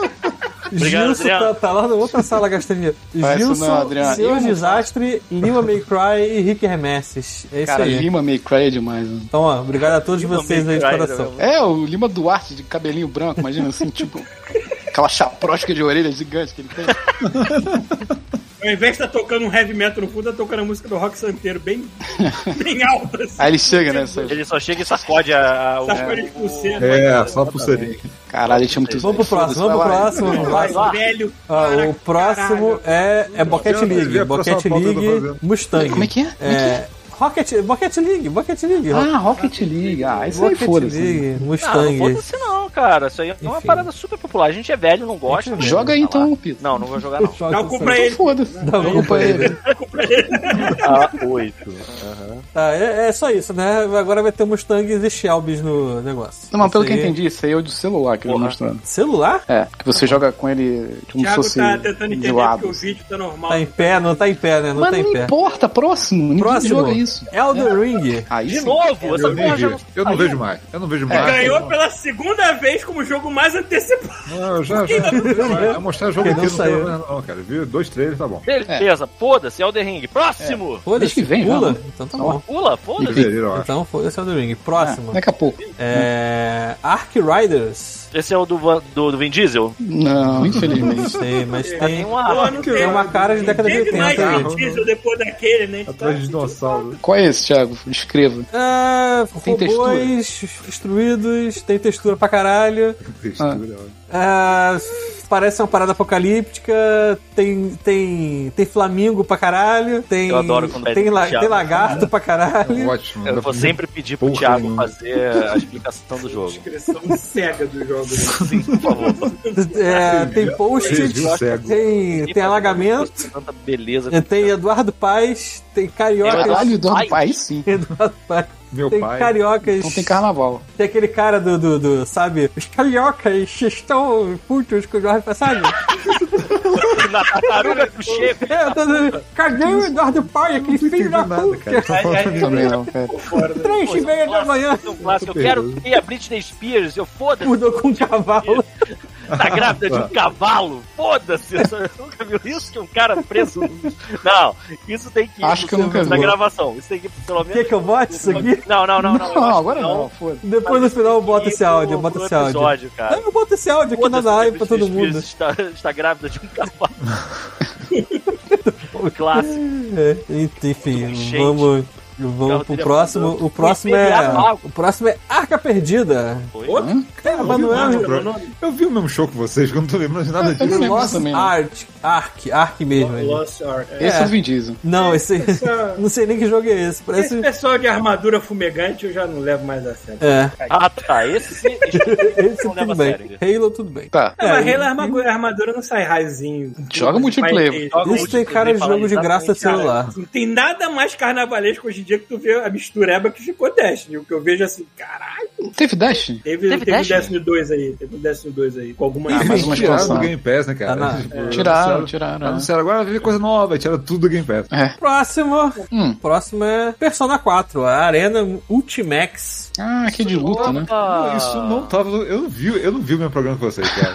C: Obrigado,
B: Gilson tá,
C: Adriano.
B: tá lá na outra sala gastando dinheiro.
A: Faz isso não,
B: Gilson,
A: Adriano. Eu
B: Seu
A: não faço.
B: Desastre, Lima May Cry e Rick Hermeses. É isso
A: Cara,
B: aí.
A: Lima meio cry é demais. Né?
B: Então, ó, obrigado a todos
C: Lima
B: vocês
C: May
B: aí de
C: Cry,
B: coração.
A: É, o Lima Duarte de cabelinho branco, imagina assim, tipo. Aquela chaprosca de orelha gigante que ele tem.
D: Ao invés de estar tocando um heavy metal no fundo, tá tocando a música do rock santeiro, bem, bem alta, assim.
A: Aí ele chega, né? Sabe?
C: Ele só chega e sacode a. a o-
D: Tá fora de pulseira.
E: É, só a pulseirinha.
A: Caralho, ele tinha muito
B: Vamos pro próximo, vamos pro próximo. Vamos pro
C: Vai
B: próximo.
C: lá.
D: Velho,
B: Ah,
D: para
B: o próximo
D: caralho.
B: é, é Boquete
E: Eu devia
B: League.
E: passar
B: Boquete
E: a pauta do
B: League
E: Brasil.
B: Mustang.
A: Como é que é? Como é que
B: É, Rocket, Rocket League, Rocket League.
A: Ah, Rocket League. Ah, isso aí
B: Rocket
A: foda-se. Ah,
B: League,
C: Ah, Não, não
B: Mustang.
C: foda-se não, cara. Isso aí é uma
B: Enfim.
C: parada super popular. A gente é velho, não gosta.
B: Gente é
C: mas
A: Joga aí
C: tá lá.
A: então, Pito.
C: Não, não vou jogar não.
B: Joga
D: Dá o
B: isso
D: cu
B: aí.
D: pra ele.
A: Foda-se.
B: Dá o cu pra ele.
C: Ah, oito.
B: Tá, é, é só isso, né? Agora vai ter Mustangs e Shelby's no negócio.
A: Não, mas pelo
B: Isso
A: que eu
B: aí.
A: entendi, isso aí é o de celular que ele
C: Porra.
A: mostrando.
B: Celular?
A: É, que você joga com ele como se
D: Thiago
A: fosse
D: tá tentando
A: de
D: entender porque
A: lado.
D: o vídeo tá normal.
B: Tá em pé, não tá em pé, né? Não
A: Mas
B: tá
A: não
B: em pé.
A: importa, próximo. Ninguém
B: Próximo.
A: joga é isso.
B: Elden Ring.
A: Aí
C: De
A: sim.
C: novo, essa
E: Eu nem
C: porra
E: vi.
C: já não...
E: Eu não É, vejo mais. Eu não vejo mais.
D: Ganhou pela segunda vez como jogo mais antecipado.
E: Não, eu já, já, já, já mostrar jogo
B: Quem
E: aqui
B: não
E: não saiu. né?
B: saiu.
E: Não, cara, vi dois trailers, tá bom.
C: Beleza,
A: É.
C: foda-se, Elden Ring. Próximo!
B: Foda-se,
A: que vem, né?
B: pula.
A: vamos.
B: Então tá
A: É.
B: bom.
C: Pula, foda-se.
E: Fevereiro, eu acho.
B: Então foda-se Elden Ring.
A: Ah,
B: Próximo.
A: daqui a pouco.
B: É. Ark Riders.
C: Esse é o do, Van- do, do Vin Diesel?
A: Não,
B: Não
A: infelizmente.
B: sei, mas tem.
C: É, Tem uma...
D: não
B: Tem Ah, é uma cara de década de né?
D: Teve é mais
B: 80. aí.
E: carro,
D: Vin Diesel depois daquele, né?
E: Atrás de dinossauro.
A: Qual é esse, Thiago? Descreva.
B: Ah,
A: Tem
B: robôs destruídos, tem textura pra caralho.
E: Textura, olha.
B: Ah, parece uma parada apocalíptica. Tem, tem, tem flamingo pra caralho. Tem,
C: Eu adoro quando é
B: tem,
C: pede
B: la-
C: Thiago.
B: tem lagarto pra caralho.
E: Ótimo.
C: Eu vou sempre pedir pro
E: Porra
C: Thiago
E: nenhuma.
C: fazer a explicação do jogo.
D: Descrição cega do jogo. né?
C: Sim, por favor.
B: É, tem
E: Cheio
B: post-it,
E: de cego.
B: tem, tem alagamento, É.
C: Tanta beleza.
B: tem Eduardo Paz, tem cariocas.
A: Caralho, do
C: Ai.
A: pai, sim.
B: Eduardo Paz,
E: Meu
B: tem
E: pai.
B: cariocas.
A: Não Então tem carnaval.
B: Tem aquele cara do, do, do, sabe? Os cariocas estão putos com o Jorge Passagem.
C: Na tartaruga do Checo.
B: É, eu tô dizendo, Cadê o Eduardo Pai, aquele filho
E: entendi
B: da
E: nada,
B: puta?
E: cara. Tá falando de
A: Também não, cara.
B: Três e meia da manhã,
C: Um clássico. Eu quero ter a Britney Spears. Eu foda-se.
B: mudou com um cavalo.
C: Tá grávida de um cavalo. Foda-se. Você nunca viu isso que um cara preso. Não, isso tem que ir
A: Acho
C: no
A: que eu nunca
C: na
A: vi.
C: gravação. Isso tem que ir pelo menos.
B: Quer que eu bote isso aqui?
C: Não, não, não, não. eu acho
A: Não,
C: que
A: agora não, foda-se.
B: Depois no
C: Mas
B: final eu
C: tem que
B: boto
C: ir
B: esse áudio,
C: pro-
B: eu boto
C: pro
B: esse áudio.
C: episódio,
B: Ah,
C: cara.
B: Eu boto esse áudio aqui na
C: Foda-se que a
B: live pra todo
C: Britney
B: mundo.
C: Spears Está, está grávida de um cavalo. clássico.
B: É, enfim,
C: Gente.
B: vamos.
C: Carro
B: Vamos pro
C: teria
B: próximo.
C: mudado.
B: O próximo
C: Ia
B: é.
C: virar lago.
B: O próximo é Arca Perdida. É, Manuel.
E: Eu vi o mesmo show que vocês, que eu não tô lembrando de nada
A: Eu não
E: disso.
A: lembro
B: Lost
A: também, não.
B: Ark. Ark, Ark mesmo. ele.
D: Lost Ark.
A: Esse é o Vin Diesel.
B: Não, esse. Não sei nem que jogo é esse.
D: Esse
B: Parece.
D: pessoal de armadura fumegante eu já não levo mais a sério.
B: É.
C: Ah, tá. Esse, esse
B: Esse
C: não leva
B: tudo
C: a
B: bem.
C: sério.
B: Halo, tudo bem.
A: Tá.
D: É, mas
B: É,
D: Halo, a armadura, a armadura não sai raiozinho.
A: Joga
D: Mas
A: multiplayer.
D: tem-
C: Joga
B: Isso tem
C: multiplayer,
B: cara de
C: fala
B: jogo de graça de
C: exatamente, cara.
B: celular.
D: Não tem nada mais carnavalesco hoje em dia que tu vê a mistureba que ficou Destiny. O que eu vejo assim, caralho.
A: Teve Dash?
D: Teve,
C: Teve
D: teve, um
C: Destiny?
D: Destiny 2 aí. Teve um Destiny 2 aí. Com alguma
A: Ah, mais uma
E: Tiraram
A: expansão.
E: do Game Pass, né, cara?
B: Tá na-
E: Tipo,
A: Tiraram,
E: anunciaram-
A: tiraram. é.
E: Anunciaram agora, veio coisa nova, e tiraram tudo do Game Pass.
A: É.
B: Próximo.
A: Hum.
B: Próximo é Persona 4, a Arena Ultimax.
A: Ah, que de luta, né?
C: Opa!
E: Isso não tava. Eu não vi, eu não vi o mesmo programa que vocês, cara.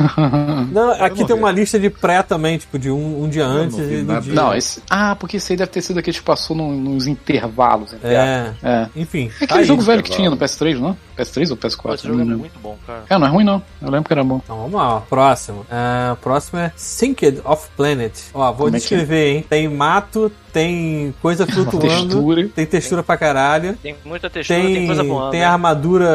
B: Não, aqui
E: não
B: tem
E: vi.
B: uma lista de pré também, tipo, de um, um dia antes
E: não vi
B: e do
E: nada.
B: dia.
A: Não, esse. Ah, porque esse aí deve ter sido aquele que passou num- nos intervalos. entre aspas.
B: É.
A: É.
B: Enfim.
A: É aquele
B: aí.
A: jogo velho que
E: intervalo.
A: tinha no PS3, não? PS3 ou PS4?
C: Esse
A: Não
C: jogo é
A: lembro.
C: muito bom, cara.
A: É, não é ruim não. Eu lembro que era bom.
B: Então vamos lá, ó. próximo. Ah, próximo é Sinked of Planet. Ó, vou
A: Como é que é?
B: descrever, hein? Tem mato, tem coisa
A: Uma
B: flutuando,
A: textura.
B: tem textura pra caralho.
C: Tem muita textura, tem,
B: Tem,
C: coisa voando. né?
B: tem armadura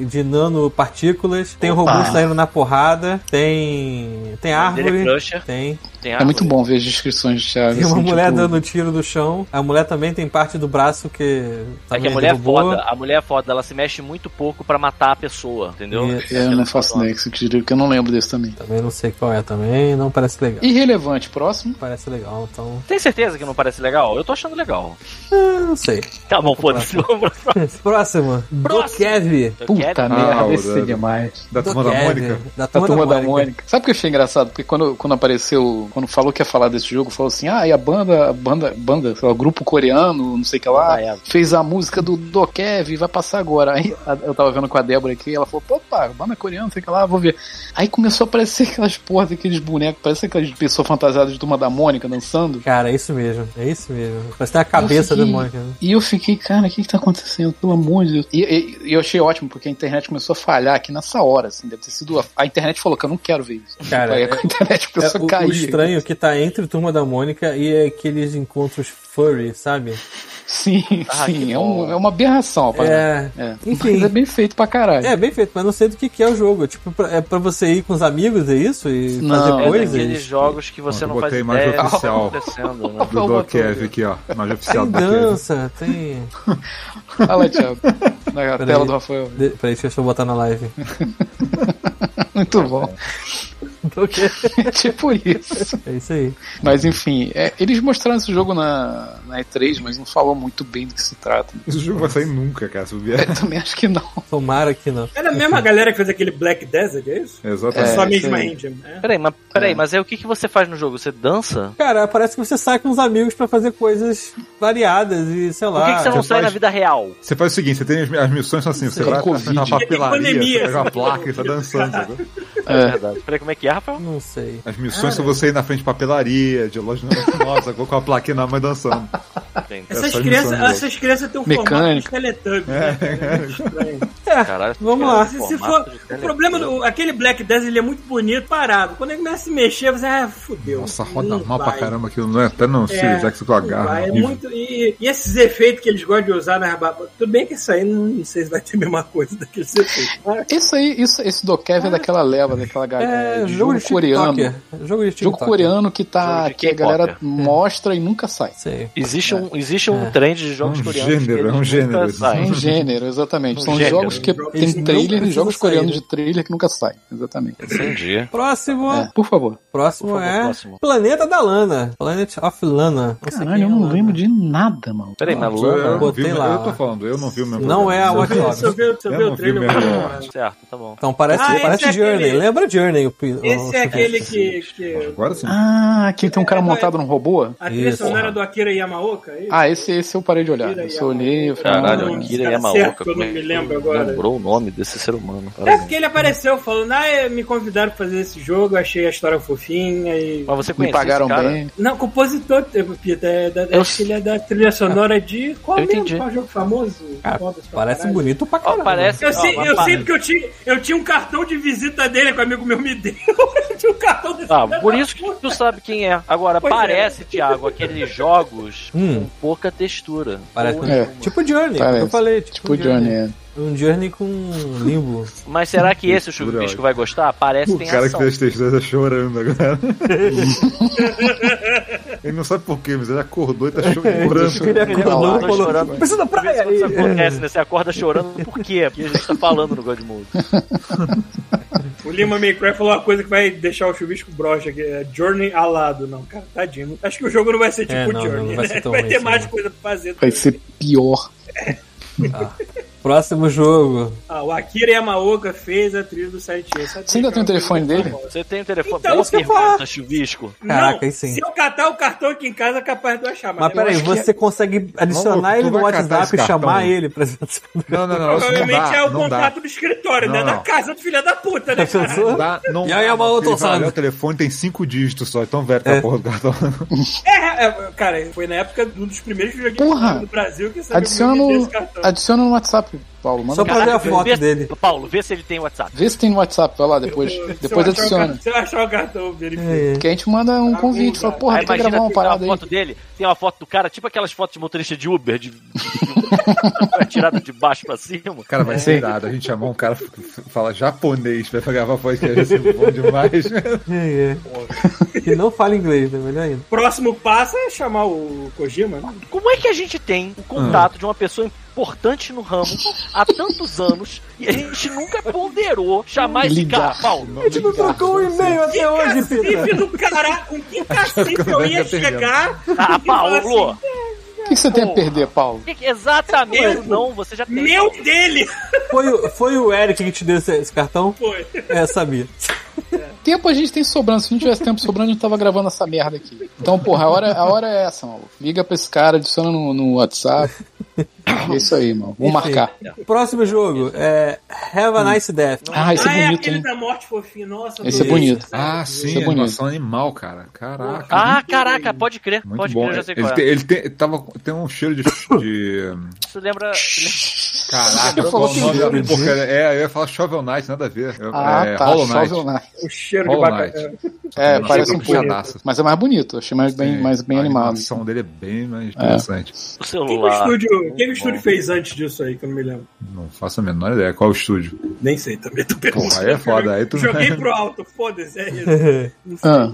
B: de nanopartículas, tem robô saindo na porrada, tem. tem
C: Dele é
B: árvore,
C: crusher,
B: tem,
C: tem
A: É
C: árvore.
A: muito bom ver as descrições de Thiago.
B: tem uma
A: assim,
B: mulher
A: tipo,
B: dando tiro do chão. A mulher também tem parte do braço que.
C: É que
B: também
C: a mulher é
B: derrubou.
C: foda, a mulher é foda, ela se mexe muito pouco pra matar a pessoa, entendeu?
B: Isso.
A: é, Eu não faço ideia que você diria, porque eu não lembro desse também.
B: é, Também não sei qual é também, não parece legal.
A: Irrelevante, próximo.
B: Parece legal, então.
C: Tem certeza que não parece legal? Eu tô achando legal.
B: Ah, não sei.
C: Tá bom, foda-se. vamos pra-
B: Próximo. Dokev.
C: Eu quero-
A: Puta merda,
E: o
A: esse é
E: da-
A: demais.
E: Da turma da
B: Dokev,
E: Mônica.
B: Da
A: Da
B: turma,
A: turma da
B: Mônica.
A: Mônica. Sabe o que eu achei engraçado? Porque quando, quando apareceu, quando falou que ia falar desse jogo, falou assim: ah, e a banda, a banda, banda, sei lá, grupo coreano, não sei o que lá,
C: Ah, é.
A: fez a música do Dokev, vai passar agora. Aí a- eu tava vendo com a Débora aqui, ela falou: pô, pá, banda é coreana, não sei o que lá, vou ver. Aí começou a aparecer aquelas porras, aqueles bonecos, parece aquelas pessoas fantasiadas de turma da Mônica dançando.
B: Cara, é isso mesmo, é isso mesmo. Parece ter a cabeça
A: Eu
B: da
A: fiquei-
B: Mônica. né?
A: E eu fiquei, cara, o que, que tá acontecendo? Pelo amor de Deus. E, e- e eu achei ótimo, porque a internet começou a falhar aqui nessa hora, assim. Deve ter sido. A, a internet falou que eu não quero ver isso.
B: Cara,
A: Aí, com a internet começou
B: É,
A: a
B: o, o
A: cair.
B: estranho que tá entre Turma da Mônica e aqueles encontros furry, sabe?
A: Sim,
B: Ah,
A: sim. É, um- é uma aberração, rapaz.
B: né? É.
A: É.
B: Enfim.
A: Mas é bem feito pra caralho.
B: É, bem feito, mas não sei do que, que é o jogo. Tipo, pra- é pra você ir com os amigos, é isso? E
A: Não,
B: fazer
C: É
B: coisas?
C: daqueles jogos que você
E: Eu
C: não
E: botei
C: faz
E: a imagem
C: ideia do que tá
E: oficial.
C: acontecendo, né?
E: Do
A: Botou
E: Dokev
A: ali.
E: aqui, ó. Imagem oficial
B: Tem
E: do Dokev.
B: dança, tem.
A: Olha lá, Thiago. Na tela do Rafael.
B: De... Peraí, deixa eu botar na live.
A: Muito bom.
B: Ok.
A: É tipo isso.
B: É isso aí.
A: Mas enfim, é, eles mostraram esse jogo na, na E3, mas não falou muito bem do que se trata.
E: Esse jogo vai sair nunca, cara. Se eu vier.
A: Eu também acho que não.
B: Tomara que não.
D: É da mesma galera que fez aquele Black Desert, é isso? É,
E: Exatamente.
D: só a
A: isso
D: mesma
A: aí.
D: engine. É.
C: Peraí, mas, peraí, mas aí o que, que você faz no jogo? Você dança?
B: Cara, parece que você sai com os amigos pra fazer coisas variadas e sei lá.
D: Ah,
B: tipo,
C: Por que, que você não
E: você
C: sai
E: faz-
C: na vida real?
E: Você faz o seguinte, você tem as, as missões são assim, você
A: Tem
E: vai
A: Covid.
E: na papelaria,
D: Tem pandemia,
E: você pega uma
D: essa
E: placa
D: porra.
E: e tá dançando. sabe?
C: É
A: É,
C: verdade. Peraí, como é que é, Rafael?
B: Não sei.
E: As missões são você ir na frente de papelaria, de loja nossa, com a plaquinha na mão e dançando.
D: Essas,
E: Essa
D: crianças,
E: missão do
D: essas crianças têm um formato de
A: Mecânica.
D: Teletubbies. né? É estranho.
C: Caralho, é
B: Vamos lá.
D: Se, se for, o problema do aquele Black Desert ele é muito bonito, parado. Quando ele começa a se mexer, você ah, fudeu.
E: Nossa, roda
D: Não
E: mal pra
D: vai.
E: caramba aquilo, não é? Até não Series X com
D: não
E: a garra.
D: vai, é
E: horrível.
D: muito, e, e esses efeitos que eles gostam de usar na rababa. Tudo bem que isso aí não, não sei se vai ter a mesma coisa daqueles efeitos. mas
A: isso aí, isso, esse Dokev é daquela leva, daquela galera.
B: Ah. É,
A: de
B: jogo, de
A: coreano.
B: TikToker. Jogo de TikToker.
A: Jogo coreano que
C: Jogo
A: tá.
C: de
A: que a
C: K-pop,
A: galera mostra e nunca sai.
B: Sei.
C: Existe um, existe
D: É.
C: um trend de jogos
E: Um
C: coreanos.
E: gênero,
C: que
E: é um
C: eles
E: gênero.
C: nunca
A: É
C: saem.
A: um gênero, exatamente.
C: Um
A: São
C: gênero.
A: jogos que
D: Jogos
A: tem
B: que não
A: trailer e
B: precisam
A: jogos
B: sair,
A: coreanos
B: né?
A: de trailer que nunca saem. Exatamente.
C: Entendi.
B: Próximo.
A: É, por favor.
B: Próximo
C: Por favor,
B: é
C: próximo.
B: Planeta da Lana. Planet of Lana. sei
A: Caralho,
B: quem
A: eu
B: é
D: um
A: não
B: Lana.
A: lembro de nada, mano.
C: Peraí, mas
E: Eu- eu
C: Lana.
E: não vi o
B: Botei
E: meu-
B: lá.
E: Eu tô falando, eu não vi o meu
B: Não é a
E: programa.
B: Watch Dogs.
D: Só vê, só vê
E: Eu
D: o
E: não vi
D: trailer.
E: mesmo.
D: mas-
C: Certo, tá bom.
B: Então parece,
D: Ah, esse
B: parece
D: é
B: Journey.
D: aquele-
B: Lembra Journey? O, pi- o-
D: Esse é
B: o-
D: aquele que. que
E: Agora sim.
A: Ah, que
D: É,
A: tem um cara montado num robô?
D: a trilha
B: Isso.
D: sonora do Akira Yamaoka? é isso?
A: Ah, esse, esse eu parei de olhar. Esse eu olhei e falei.
C: Caralho,
A: "Ah,
C: Akira
D: Cara,
C: Yamaoka.
D: certo,
C: como
D: eu não
C: é
D: me
C: que
D: lembro agora.
C: Lembrou o nome desse ser humano.
D: É
C: Parabéns.
D: porque ele apareceu falando, ah, eh, me convidaram pra fazer esse jogo, achei a história fofinha e.
C: Mas você
A: Me
C: conhece
A: pagaram
C: esse cara?
A: bem.
D: Não, compositor, eh, Pita, é da,
C: Eu- Ah,
D: acho que ele é da trilha sonora de. Qual
C: Eu
D: mesmo?
C: entendi.
D: Qual jogo famoso?
B: Ah,
D: Foda pra
B: Parece
D: caralho.
B: bonito pra
C: Ó,
B: caramba.
C: parece.
D: Eu,
C: ó,
D: sei,
C: mas
D: eu
C: parece-
D: sei porque eu tinha, eu tinha um cartão de visita dele que um amigo meu me deu. Eu tinha um cartão desse
C: Ah,
D: filho
C: por
D: da
C: isso que
D: puta.
C: tu sabe quem é. Agora,
D: Pois é.
C: parece, Thiago, aqueles jogos
B: Hum,
C: com pouca textura.
B: parece.
C: Ou-
A: É.
B: Tipo Journey,
A: Parece.
B: eu falei. Tipo,
A: Tipo o Johnny. é.
B: Um Journey com limbo.
C: Mas será que esse o Chuvisco vai gostar? Parece que
E: O
C: tem
E: cara que
C: ação.
E: fez as texturas tá chorando agora. ele não sabe porquê, mas ele acordou e tá chorando.
A: Olá.
C: Tô chorando.
B: Precisa da praia!
C: Quando isso acontece, né? Você acorda chorando, por quê? Porque a gente tá falando no Godmode.
D: O Lima Minecraft falou uma coisa que vai deixar o chuvisco broxa, que é Journey alado. Não, cara, tadinho. Acho que o jogo não vai ser tipo
B: É, não,
D: Journey,
B: não vai
D: né?
B: ser tão
D: vai ter
B: ruim,
D: mais
B: sim.
D: coisa pra fazer.
A: Vai ser pior.
B: Próximo jogo.
D: Ah, o Akira Yamaoka fez a trilha do Silent Hill. Essa
A: Você ainda tem
D: trilha
A: o telefone
D: é uma
A: dele?
D: coisa famosa.
C: Você tem o telefone?
D: Então,
C: Boa
D: isso que eu ia
C: pergunta, Chuvisco.
B: Caraca,
D: não,
B: aí sim.
D: Se eu catar o cartão aqui em casa, é capaz de eu achar.
B: Mas
D: eu
B: peraí,
D: acho que
B: você consegue adicionar
E: Maluco, tu
B: ele no
E: vai catar
B: WhatsApp
E: esse
B: e chamar
E: cartão.
B: ele pra.
E: Não, não, não. isso Não
D: Provavelmente
E: dá,
D: é o
E: não dá.
D: contato do escritório,
E: Não,
D: né?
E: não.
D: Da casa do filho da puta, né? cara?
E: Não dá, não
B: E aí, é
E: dá,
B: a Maoto
E: porque ele vai
B: sabe.
E: olhar O telefone tem cinco dígitos só, então velho, tá
B: É.
E: a porra do cartão.
D: É, é, cara, foi na época de um dos primeiros
A: Porra!
D: videogames do Brasil que sabe
A: Adiciona
D: o nome
A: no,
D: desse cartão.
A: adiciona no WhatsApp, Paulo. Manda
B: Só pra ver a
C: Caralho,
B: foto
C: vê-
B: dele.
C: Paulo, vê se ele tem WhatsApp.
A: Vê se tem no WhatsApp, vai lá depois.
D: Se eu
A: Depois
D: achar um o
A: adiciona.
D: cartão- Se eu achar o cartão, verifica.
B: É.
A: Que a gente manda um convite. Fala, porra,
C: Aí
A: tu quer
C: Ah, imagina
A: gravar uma
C: tem uma
A: parada aí?
C: foto dele, tem uma foto do cara, tipo aquelas fotos de motorista de Uber, de, de- tirada de baixo pra cima.
E: Cara, vai ser irado. A gente chamou um cara que fala japonês pra gravar podcast, vai ser bom demais.
B: É, é. Que não fala inglês, né? Melhor ainda.
D: Próximo passo é chamar o Kojima, né?
C: Como é que a gente tem o contato de uma pessoa importante no ramo há tantos anos e a gente nunca ponderou chamar esse
A: Ligar.
C: cara, Paulo?
B: A gente não trocou um e-mail até hoje,
D: Cacife
B: Pita.
D: do caralho, com que cacife eu ia chegar?
C: Ah,
D: é
C: Paulo!
D: assim.
A: O que que você tem a perder, Paulo?
C: Que- é Exatamente, não, você já tem.
D: Meu dele!
B: Foi, o- foi o Eric que te deu esse, esse cartão?
D: Foi.
B: É, sabia.
A: Tempo a gente tem sobrando. Se não tivesse tempo sobrando, a gente tava gravando essa merda aqui. Então, porra, a hora, a hora é essa, maluco. Liga pra esse cara, adiciona no, no WhatsApp. É isso aí, mano. Vou marcar.
C: É.
B: Próximo jogo é Have
C: Hum.
B: a Nice Death.
A: Ah, esse
D: ah,
A: é
D: é
A: bonito,
D: aquele
A: hein?
D: da morte fofinho, nossa.
A: Esse é
D: meu
A: bonito.
D: Deus do céu.
E: Ah, sim,
A: é bonito.
E: animação animal, cara. Caraca.
C: Ah, caraca, pode crer,
E: Muito
C: pode
E: bom.
C: crer, eu já sei é.
E: ele
C: qual é.
E: tem, ele tem, tava, tem um cheiro de. de-
C: Isso lembra.
E: Caraca,
A: Você
E: qual
A: falou
E: o nome
A: que
E: da
A: juro de-
E: porcaria? É, eu ia falar Shovel Knight, nada a ver. Eu-
A: Ah,
E: é,
A: tá.
E: Hollow Knight.
A: Shovel Knight.
D: O cheiro de
E: Hollow
D: bacalhau.
E: Knight.
A: É,
E: Ele
A: parece
E: fica
A: um pouco.
E: puxadaço.
A: Mas é mais bonito, achei mais bem, mais bem
E: assim. a
A: animado.
E: animação dele é bem mais interessante.
C: O
D: Quem que o
C: celular.
D: estúdio, quem que o estúdio fez antes disso aí, que eu não me lembro?
E: Não faço a menor ideia. Qual é o estúdio?
D: Nem sei também. Tô pensando.
E: Porra, aí é foda, aí tu-
D: Joguei pro alto, foda-se. É isso.
A: Ah,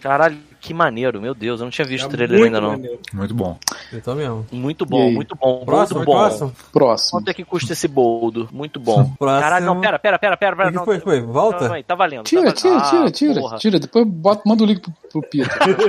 C: Caralho, que maneiro, meu Deus, eu não tinha visto o
D: Tá
C: trailer
D: muito
C: ainda não.
D: maneiro.
E: Muito bom.
B: Então mesmo.
C: Muito
A: E
C: bom,
A: aí?
C: muito bom,
B: Próximo,
C: muito bom.
B: próximo.
A: próximo.
C: Quanto é que custa esse boldo? Muito bom.
B: Próximo.
C: Caralho, não, pera, pera, pera, pera.
B: O que
C: não.
B: foi, foi? Volta?
C: Calma aí, tá valendo. tá
A: Tira,
C: valendo.
A: tira,
C: Ah,
A: tira, tira,
C: porra.
A: tira. Depois bota, manda o link pro, pro Pita.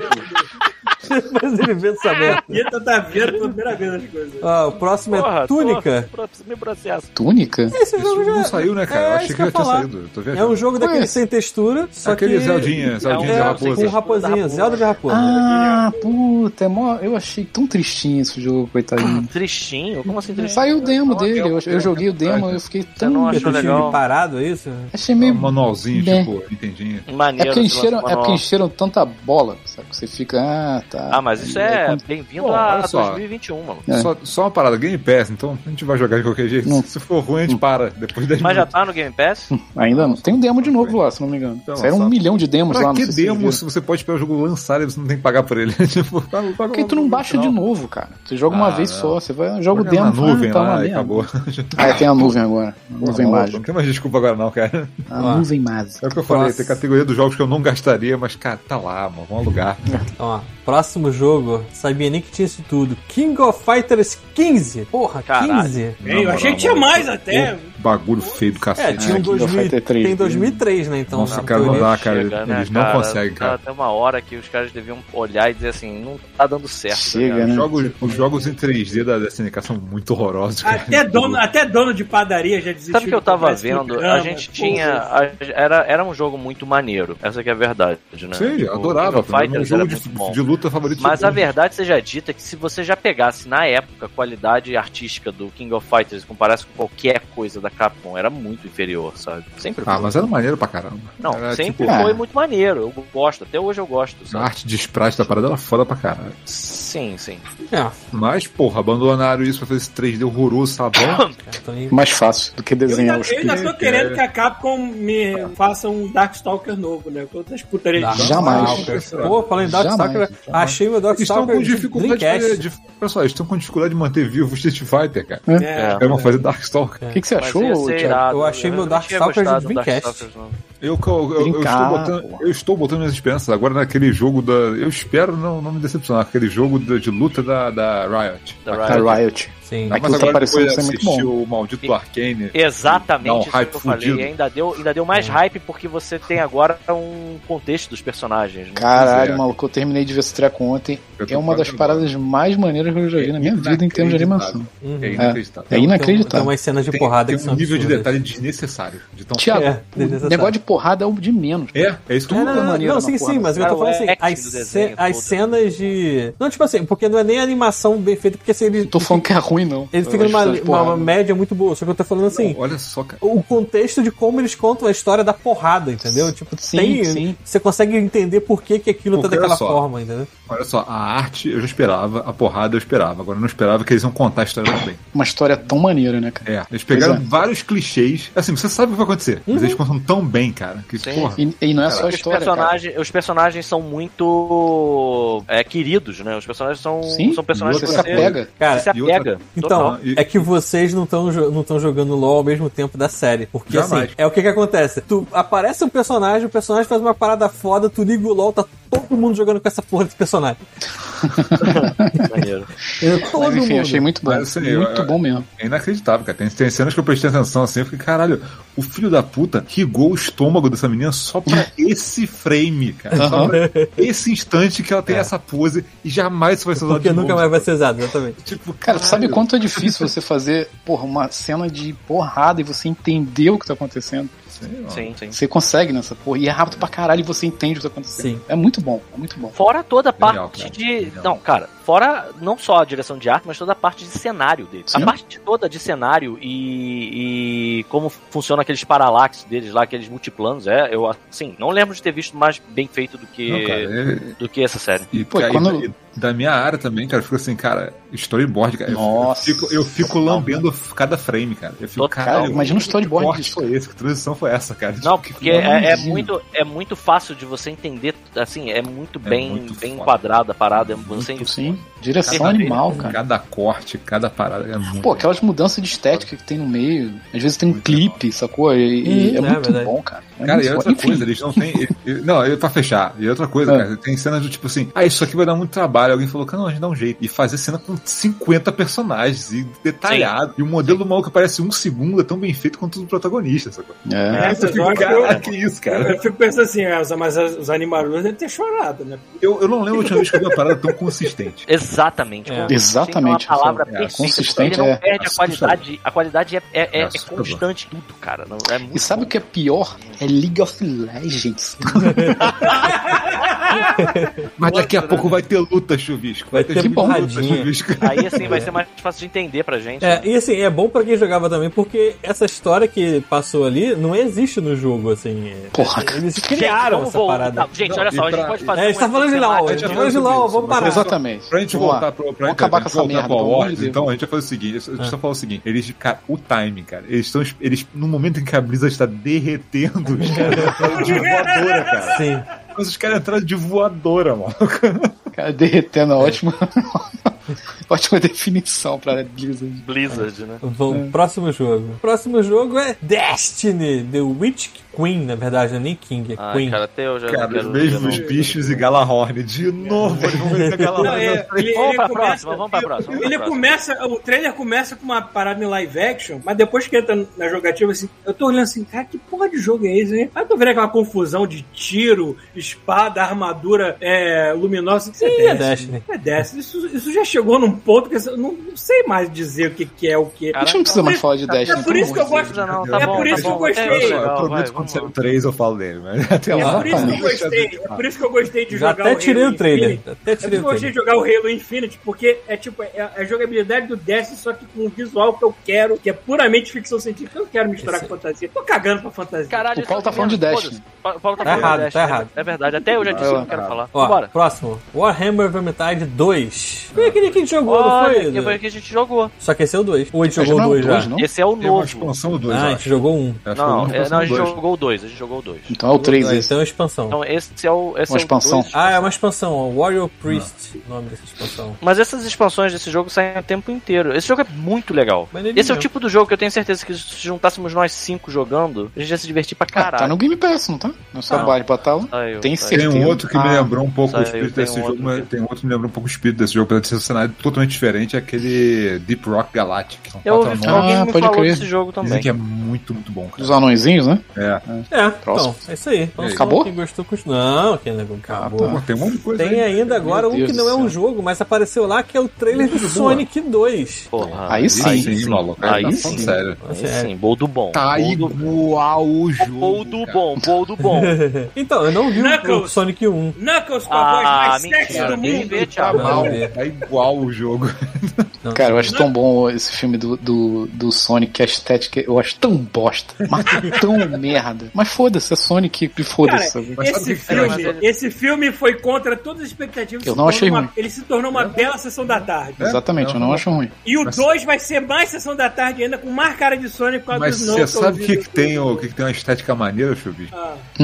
B: Mas ele vê essa merda.
D: E tá- tá vendo pela primeira vez as coisas.
B: Ah, o próximo
C: Porra,
B: é Túnica.
C: tô- tô- Me processo.
A: Túnica?
B: Esse
E: Isso
B: jogo já...
E: não saiu, né, cara?
B: É,
E: eu
B: isso
E: achei
B: que
E: que
B: eu
E: já
B: ia
E: tinha
B: falar.
E: saído. Tô vendo.
B: É um jogo daquele
A: Ué.
B: sem textura, só
E: Aquele
B: que...
E: Zeldinha, Zeldinha
C: É
E: de
C: um-
B: É, com
E: Raposa.
B: raposinho, Zelda de Raposa.
A: Ah, puta, é mó... eu achei tão tristinho esse jogo, coitadinho.
C: Tristinho? Como assim tristinho?
A: Saiu o demo dele, eu, eu joguei o demo, eu fiquei
C: Você não
A: tão.
B: Que
C: achou
B: time
C: legal?
B: parado, é isso?
A: Achei
E: Um
A: meio.
E: manualzinho,
A: Bem.
E: tipo, Nintendinho.
A: É
C: Maneiro.
A: porque,
C: esse lance
A: encheram, é
C: manual.
A: porque encheram tanta bola, sabe? Que você fica, ah, tá.
C: Ah, mas isso
A: Aí, aí
C: é
A: quando-
C: bem-vindo
E: Bom,
C: a
E: olha só.
C: 2021, mano.
A: É.
E: Só, só uma parada, Game Pass, então a gente vai jogar de qualquer jeito.
A: Não.
E: Se for ruim, a gente para. Depois das
C: Mas já tá no Game Pass?
A: Ainda não. Tem um demo de novo lá, se não me engano.
E: Então,
A: Saíram um
E: sabe?
A: milhão de demos lá
E: Pra
A: no
E: que demo se você pode esperar o jogo lançar e você não tem que pagar por ele? tipo, paga, paga
A: Por que tu não baixa de novo, cara? Você joga uma
E: Ah,
A: vez
E: não.
A: só, você vai, joga o
E: Joga
A: demo.
E: na nuvem
A: ah, tá uma
E: lá e
A: merda.
E: acabou.
A: Ah, tem a nuvem agora. A nuvem
E: Não
A: mágica.
E: tem mais desculpa agora não, cara.
A: A nuvem mágica.
E: É o que eu falei,
B: Nossa.
E: tem categoria dos jogos que eu não gastaria, mas, cara, tá lá, mano, vamos alugar.
B: Então, ó, próximo jogo, sabia nem que tinha isso tudo. King of Fighters 15. Porra,
C: Caralho.
B: 15?
E: Não,
D: Eu achei que tinha
E: mano,
D: mais até.
E: pô, Bagulho feio do
B: É,
E: cacete.
B: tinha um
A: King of
B: 2000,
A: Fighter 3.
B: tem 2003, né? Então,
E: Nossa,
B: na
E: cara, não
B: teoria.
E: dá, cara.
C: Chega, né,
E: eles não
C: cara?
E: conseguem, cara.
C: Até uma hora que os caras deviam olhar e dizer assim, não tá dando certo.
A: Chega,
C: né?
E: Os
A: né?
E: jogos, os jogos em 3D da da SNK são muito horrorosos. cara.
D: Até dono, até dono de padaria já desistiu.
C: Sabe o que eu
D: de
C: tava
D: comprar esse
C: vendo?
D: programa,
C: A gente
D: porra.
C: tinha. a- era, era um jogo muito maneiro. Essa que é a verdade, né?
E: Sim, eu
C: O
E: adorava.
C: King of
E: cara. Era um
C: Fighters era
E: jogo
C: muito bom.
E: de, de luta favorito. de
C: Mas
E: todo
C: a
E: mundo.
C: verdade seja dita é que se você já pegasse na época a qualidade artística do King of Fighters e comparasse com qualquer coisa da Capcom, era muito inferior, sabe? Sempre foi.
E: Ah, mas era maneiro pra caramba.
C: Não,
E: era,
C: sempre
A: tipo-
C: foi
A: É.
C: muito maneiro. Eu gosto, até hoje eu gosto,
E: A
C: sabe?
E: arte de sprite da parada era foda pra caralho.
C: Sim, sim.
B: É,
E: Mas, porra, abandonaram isso pra fazer esse 3D horroroso, sabão.
B: cara, então, e-
A: Mais fácil do que
D: Eu
A: desenhar
D: ainda,
A: os
D: eu ainda
A: pisos.
D: tô querendo que a Capcom me faça um Darkstalker novo, né? Com outras putarias
B: Dá.
D: de
A: Jamais.
B: né? Pô, falando em Darkstalker,
A: Jamais, jamais.
B: achei meu
E: Eles estão
B: Darkstalker
E: com
B: de
E: dificuldade.
B: Dreamcast.
E: De, de, pessoal, eles estão com dificuldade de manter vivo o Street Fighter, cara.
D: É.
E: Os caras vão fazer Darkstalker.
A: O que, que você
C: Mas é ia
A: achou,
C: ser
A: Thiago?
C: irado.
B: Eu achei meu
C: não tinha
B: Darkstalkers
C: gostado
B: de
C: do
B: Dreamcast.
C: Darkstalkers, não.
E: Eu, eu- eu- eu
A: Brincar,
E: estou botando,
A: porra.
E: eu estou botando minhas esperanças agora naquele jogo da. Eu espero não, não me decepcionar, aquele jogo da- de, luta da, da Riot. Ah,
C: Da
A: A Riot.
B: Sim.
A: Aqui
E: Mas
A: tá
E: agora
A: parecendo
E: depois
A: ser muito
E: assistir
A: bom.
E: o maldito do Arcane.
C: Exatamente
E: Dá um
C: isso
E: hype
C: que eu falei.
E: fudido.
C: E ainda deu, ainda deu mais
B: É.
C: hype porque você tem agora um contexto dos personagens. Né?
A: Caralho,
E: é.
A: maluco, eu terminei de ver esse treco ontem.
E: Eu tô
A: É uma das
E: quase
A: paradas mais maneiras que eu já vi na minha vida em termos de animação.
B: Uhum.
E: É
B: Tem-
E: inacreditável.
A: É
B: Tem
A: inacreditável.
B: umas cenas de
E: Tem-
B: porrada
E: tem,
B: que né? são
E: um nível de
B: absurdas.
E: detalhe desnecessário. De tão...
A: Thiago,
B: É,
A: o
B: desnecessário.
A: negócio de porrada é o de menos.
E: É, é isso que eu
B: Não,
E: tô
B: não,
E: falando.
B: não,
A: maneiro na
B: não, sim,
A: porra,
B: sim, mas o que eu tô
C: cara,
B: falando
C: o
B: assim,
C: act
B: as,
C: do
B: ce-
C: desenho
B: as
C: todo.
B: cenas de. Não, tipo assim, porque não é nem a animação bem feita, porque se ele.
A: Não tô falando que é ruim, não.
B: Ele fica
A: Eu acho tá
B: numa
A: essas porradas.
B: uma média muito boa, só que eu tô falando assim.
E: Olha só, cara.
B: o contexto de como eles contam a história da porrada, entendeu? Tipo,
A: Sim,
B: tem,
A: sim.
B: você consegue entender por que, que aquilo tá
E: Porque
B: daquela
E: olha só.
B: forma, entendeu?
E: Olha só, a arte eu já esperava, a porrada eu esperava. Agora eu não esperava que eles iam contar a história também.
A: Uma história tão maneira, né, cara?
E: É, eles pegaram
A: Pois é.
E: vários clichês. Assim, você sabe o que vai acontecer.
B: Uhum.
E: Mas eles contam tão bem, cara. Que
C: Sim.
E: porra.
A: E, e não é só a
C: Os
A: história. cara.
C: personagens, os personagens são muito é, queridos, né? Os personagens são,
A: Sim,
C: são personagens
A: você
C: que é
A: se
C: você,
A: apega.
B: Cara,
C: você se
E: E outra-
C: apega.
B: Então,
C: total.
E: E-
B: é que vocês não estão não tão jogando LOL ao mesmo tempo da série. Porque
E: Jamais.
B: assim, é o que que acontece. Tu aparece um personagem, o personagem faz uma parada foda, tu liga o LOL, tá todo mundo jogando com essa porra desse personagem.
C: maneiro.
B: Todo
A: É, Mas, enfim,
B: mundo.
A: achei muito bom.
E: Mas, assim, eu-
A: muito
E: eu-
A: bom mesmo.
E: É inacreditável, cara. Tem, tem cenas que eu prestei atenção assim, eu fiquei, caralho, o filho da puta rigou o estômago dessa menina só pra esse frame, cara. Só
A: Aham. É.
E: pra esse instante que ela tem essa pose e jamais isso vai ser usado
B: Porque
E: de
B: nunca
E: novo.
B: mais vai ser usado, exatamente.
E: Tipo,
A: Cara, tu sabe
E: caralho.
A: quanto é difícil você fazer porra, uma cena de porrada e você entender o que tá acontecendo?
C: Sim, sim.
A: Você consegue nessa porra. E é rápido pra caralho e você entende o que tá acontecendo.
B: Sim.
A: É muito bom, é muito bom.
C: Fora toda a
E: Genial,
C: parte
E: cara.
C: de.
E: Genial.
C: Não, cara, fora não só a direção de arte, mas toda a parte de cenário dele.
A: Sim.
C: A parte toda de cenário e, e como funciona aqueles paralaxes deles lá, aqueles multiplanos, é, eu assim, não lembro de ter visto mais bem feito do que,
E: Não, cara, é-
C: do que essa série.
E: E,
A: Pô,
E: cara,
A: quando-
E: e- da minha área também, cara, eu fico assim, cara, storyboard, cara. eu-
A: Nossa.
E: Eu fico, eu fico lambendo cada frame, cara. Eu fico,
C: Total.
E: cara,
A: Imagina um storyboard
E: Que corte
A: disso.
E: foi esse? Que transição foi essa, cara?
C: Não,
E: Tipo,
C: porque é, é
A: imagino.
C: muito, é muito fácil de você entender, assim, é muito
E: É
C: bem,
E: muito
C: bem
E: foda.
C: enquadrada a parada. é Você
A: Sim. Direção
C: Cada-
A: animal, cara.
E: Cada corte, cada parada é muito.
A: Pô, aquelas mudanças de estética que tem no meio. Às vezes tem um
E: Muito
A: clipe, sacou? E, e
B: Hum,
A: é
B: é
A: muito
B: verdade.
A: bom, cara. É
E: Cara,
A: muito
E: e
A: foda.
E: outra
A: Enfim,
E: coisa, eles não têm. ele- ele- não, eu pra fechar. E outra coisa,
A: Ah.
E: cara, tem cenas do tipo assim, ah, isso aqui vai dar muito trabalho. Alguém falou, cara, não, a gente dá um jeito. E fazer cena com 50 personagens e detalhado. E o modelo do mal que aparece um segundo é tão bem feito quanto o do protagonista, sacou?
A: é.
D: É,
E: Aí você
D: eu
E: fica,
D: acho que
E: cara, que isso, cara.
D: Eu fico pensando assim, ah, mas os animadores devem ter chorado, né?
E: Eu, eu não lembro a última vez que eu vi uma parada tão consistente.
B: É.
C: Exatamente. consistente
A: Exatamente,
C: É uma palavra
E: é,
C: perfeita.
A: consistente
C: Ele não
A: é
C: perde a
E: assustador.
C: qualidade. A qualidade é, é, é-
E: É
C: é
E: assustador.
C: constante tudo, cara. Não, é muito
A: E sabe o que é pior? É League of Legends.
E: Mas daqui a pouco vai ter luta, chuvisco.
B: né? Vai ter
E: tipo luta,
B: porradinha.
E: chuvisco.
C: Aí assim vai ser mais fácil de entender pra gente. né?
B: É, e assim, é bom pra quem jogava também, porque essa história que passou ali não existe no jogo, assim. é-
A: Porra, cara.
B: Eles criaram
C: vamos
B: essa
C: voltar.
B: parada.
C: Gente,
E: Não,
C: olha só,
E: e
C: a gente
E: pra-
C: pode
E: e-
C: fazer.
B: É, a gente tá
C: um
B: falando de LOL,
C: episódio
B: a
C: temático.
B: gente tá
E: já
B: falando de
E: falou
B: LOL,
E: sobre
B: vamos
E: isso,
B: parar.
E: mas exatamente.
A: exatamente.
E: Pra gente
A: Vamos lá.
E: voltar pro. Pra,
A: Vamos acabar
E: pra gente
A: com essa
E: voltar
A: merda,
E: pra
A: pelo amor de
E: ordem,
A: Deus. Ah.
E: então, a gente vai fazer o seguinte: eu só falo o seguinte, eles, cara, o time, cara, eles estão. Eles, no momento em que a Blizzard está derretendo, os caras entraram de voadora, cara.
B: Sim.
E: Mas os caras entraram de voadora, mano.
A: Cara, derretendo, ótima. ótima definição pra Blizzard.
C: Blizzard, né?
B: Vamos, próximo jogo. Próximo jogo é Destiny, The Witch Queen, na verdade, não é nem King, é
C: Ah,
B: Queen.
C: cara, até eu já
E: Cara, os
C: quero
E: mesmos bichos e Galahorn. De novo, eles vão meter
D: Não,
E: Galahorn.
D: é,
E: na frente.
D: ele,
C: Vamos
D: ele
C: pra
D: começa,
C: próxima, vamos pra próxima, vamos pra
D: ele
C: próxima.
D: começa, o trailer começa com uma parada em live action, mas depois que entra na jogativa, assim, eu tô olhando assim, cara, que porra de jogo é esse, hein? Aí eu tô vendo aquela confusão de tiro, espada, armadura é, luminosa. Isso
B: Sim, é Destiny.
D: É Destiny. Isso, isso já chegou num ponto que eu não, não sei mais dizer o que, que é o que.
A: A gente não precisa mais falar de Destiny.
D: é por isso que eu gosto.
C: Não, não, tá
D: É
C: bom,
D: por
C: tá
D: isso que eu
C: bom.
D: gostei.
C: É,
E: Eu
C: legal, vai,
E: prometo que quando
C: vamos
E: sair o
C: lá.
E: 3 eu falo dele, mas até
D: É
E: lá.
D: por isso que eu
E: deixa-
D: gostei. É por isso que eu gostei de
B: Já
D: jogar
B: até tirei o
D: Halo
B: trailer.
D: Infinite.
B: Até tirei
D: É porque
B: o
D: eu
B: trailer.
D: gostei de jogar o Halo Infinite, porque é tipo, é a jogabilidade do Destiny, só que com o visual que eu quero, que é puramente ficção científica. Eu não quero misturar
B: Esse-
D: com fantasia. Tô cagando pra fantasia.
C: Caralho,
A: O Paulo
C: isso
A: tá
C: é
A: falando de
C: mesmo,
A: Destiny.
C: foda-se. Pa- O Paulo tá
B: Tá
C: falando
B: errado,
C: de
B: tá
C: Destiny.
B: errado.
C: É verdade, até eu já disse o que eu quero falar.
B: Ó,
C: Bora.
B: próximo. Warhammer Vermintide 2. Foi aquele que a gente jogou, não
C: Olha,
B: foi?
C: que foi
B: Edu?
C: que a gente jogou.
B: Só que esse é o 2. Ou a gente
A: Acho que
B: jogou
A: não
B: o
A: é o
B: 2 já?
A: dois, não?
C: Esse é o
E: Tem uma
C: novo.
E: expansão 2,
B: Ah, a gente jogou um.
C: Não, é, não, a gente jogou o 2, a gente jogou o 2.
A: Então é o 3
B: Ah,
A: esse.
B: Então é uma expansão.
C: Então esse é o. Esse
A: Uma
C: é o
A: expansão.
C: dois.
B: Ah, é uma expansão, ó. Warrior Priest, o nome dessa expansão.
C: Mas essas expansões desse jogo saem o tempo inteiro. Esse jogo é muito legal.
B: Mas ele
C: Esse é o
B: mesmo.
C: tipo do jogo que eu tenho certeza que se juntássemos nós cinco jogando, a gente ia se divertir pra
A: Ah, tá
C: caralho.
A: no Game Pass, não tá? No trabalho pra tal.
C: Saiu,
A: Tem
C: saiu.
E: Tem um
A: Certeza.
E: outro que me
A: Ah,
E: lembrou um pouco o
C: saiu,
E: espírito
C: tem
E: desse
C: um
E: jogo,
C: outro
E: mas
C: que-
E: tem um outro que me lembrou um pouco o espírito desse jogo, apesar de ser um cenário totalmente diferente, é aquele Deep Rock Galactic. que é são
C: Eu
E: quatro
C: ouvi
E: anões.
C: falar, alguém
A: Ah,
C: me
A: pode
C: falou
A: crer.
C: desse jogo
E: Dizem
C: também.
E: que é muito, muito bom, cara.
A: Dos anõezinhos, né?
E: É.
B: É,
A: Próximo.
B: então, é isso aí. Então,
E: E aí?
B: só
A: Acabou?
B: Quem gostou, continua. Não, quem não acabou.
E: Pô, tem um monte de coisa
B: Tem
D: é.
E: aí.
B: ainda agora um
A: Deus
B: que
A: do
B: não é um
A: céu.
B: jogo, mas apareceu lá, que é o trailer do Sonic 2.
C: Porra,
A: Aí sim.
E: Aí sim, maluco. Aí,
C: Aí
E: tá
C: sim.
E: falando sério.
C: Aí sim, bol do bom.
E: Tá
C: bol do...
E: igual o jogo.
C: bol do
E: cara.
C: bom, bol do bom.
B: Então, eu não vi o
D: Knuckles.
B: Sonic 1.
D: Knuckles com a voz
C: Ah,
D: Tá mais sexy
C: mentira.
D: do
C: Quem
D: mundo.
C: vê, Thiago?
B: Não,
E: Mal,
B: não vi.
E: tá igual o jogo.
B: Não,
A: Cara, eu acho tão bom esse filme do, do, do Sonic, a estética, eu acho tão bosta, mas tão merda. Mas foda-se, é Sonic e foda-se. sabe?
E: Mas sabe
D: Esse
E: o que é,
D: filme, esse filme foi contra todas as expectativas.
A: Eu
D: Se
A: não
D: tornou
A: achei
D: uma-
A: ruim.
D: Ele se tornou uma bela sessão da tarde.
E: É?
A: Exatamente, eu não acho ruim.
D: E o
E: Mas-
D: 2 vai ser mais sessão da tarde ainda, com mais cara de Sonic por causa
E: Mas
D: dos
E: você
D: Knuckles
E: sabe
D: e
E: o é um que,
D: do-
E: que tem o que, que tem uma estética maneira, Chubisco?
D: Ah,
E: O,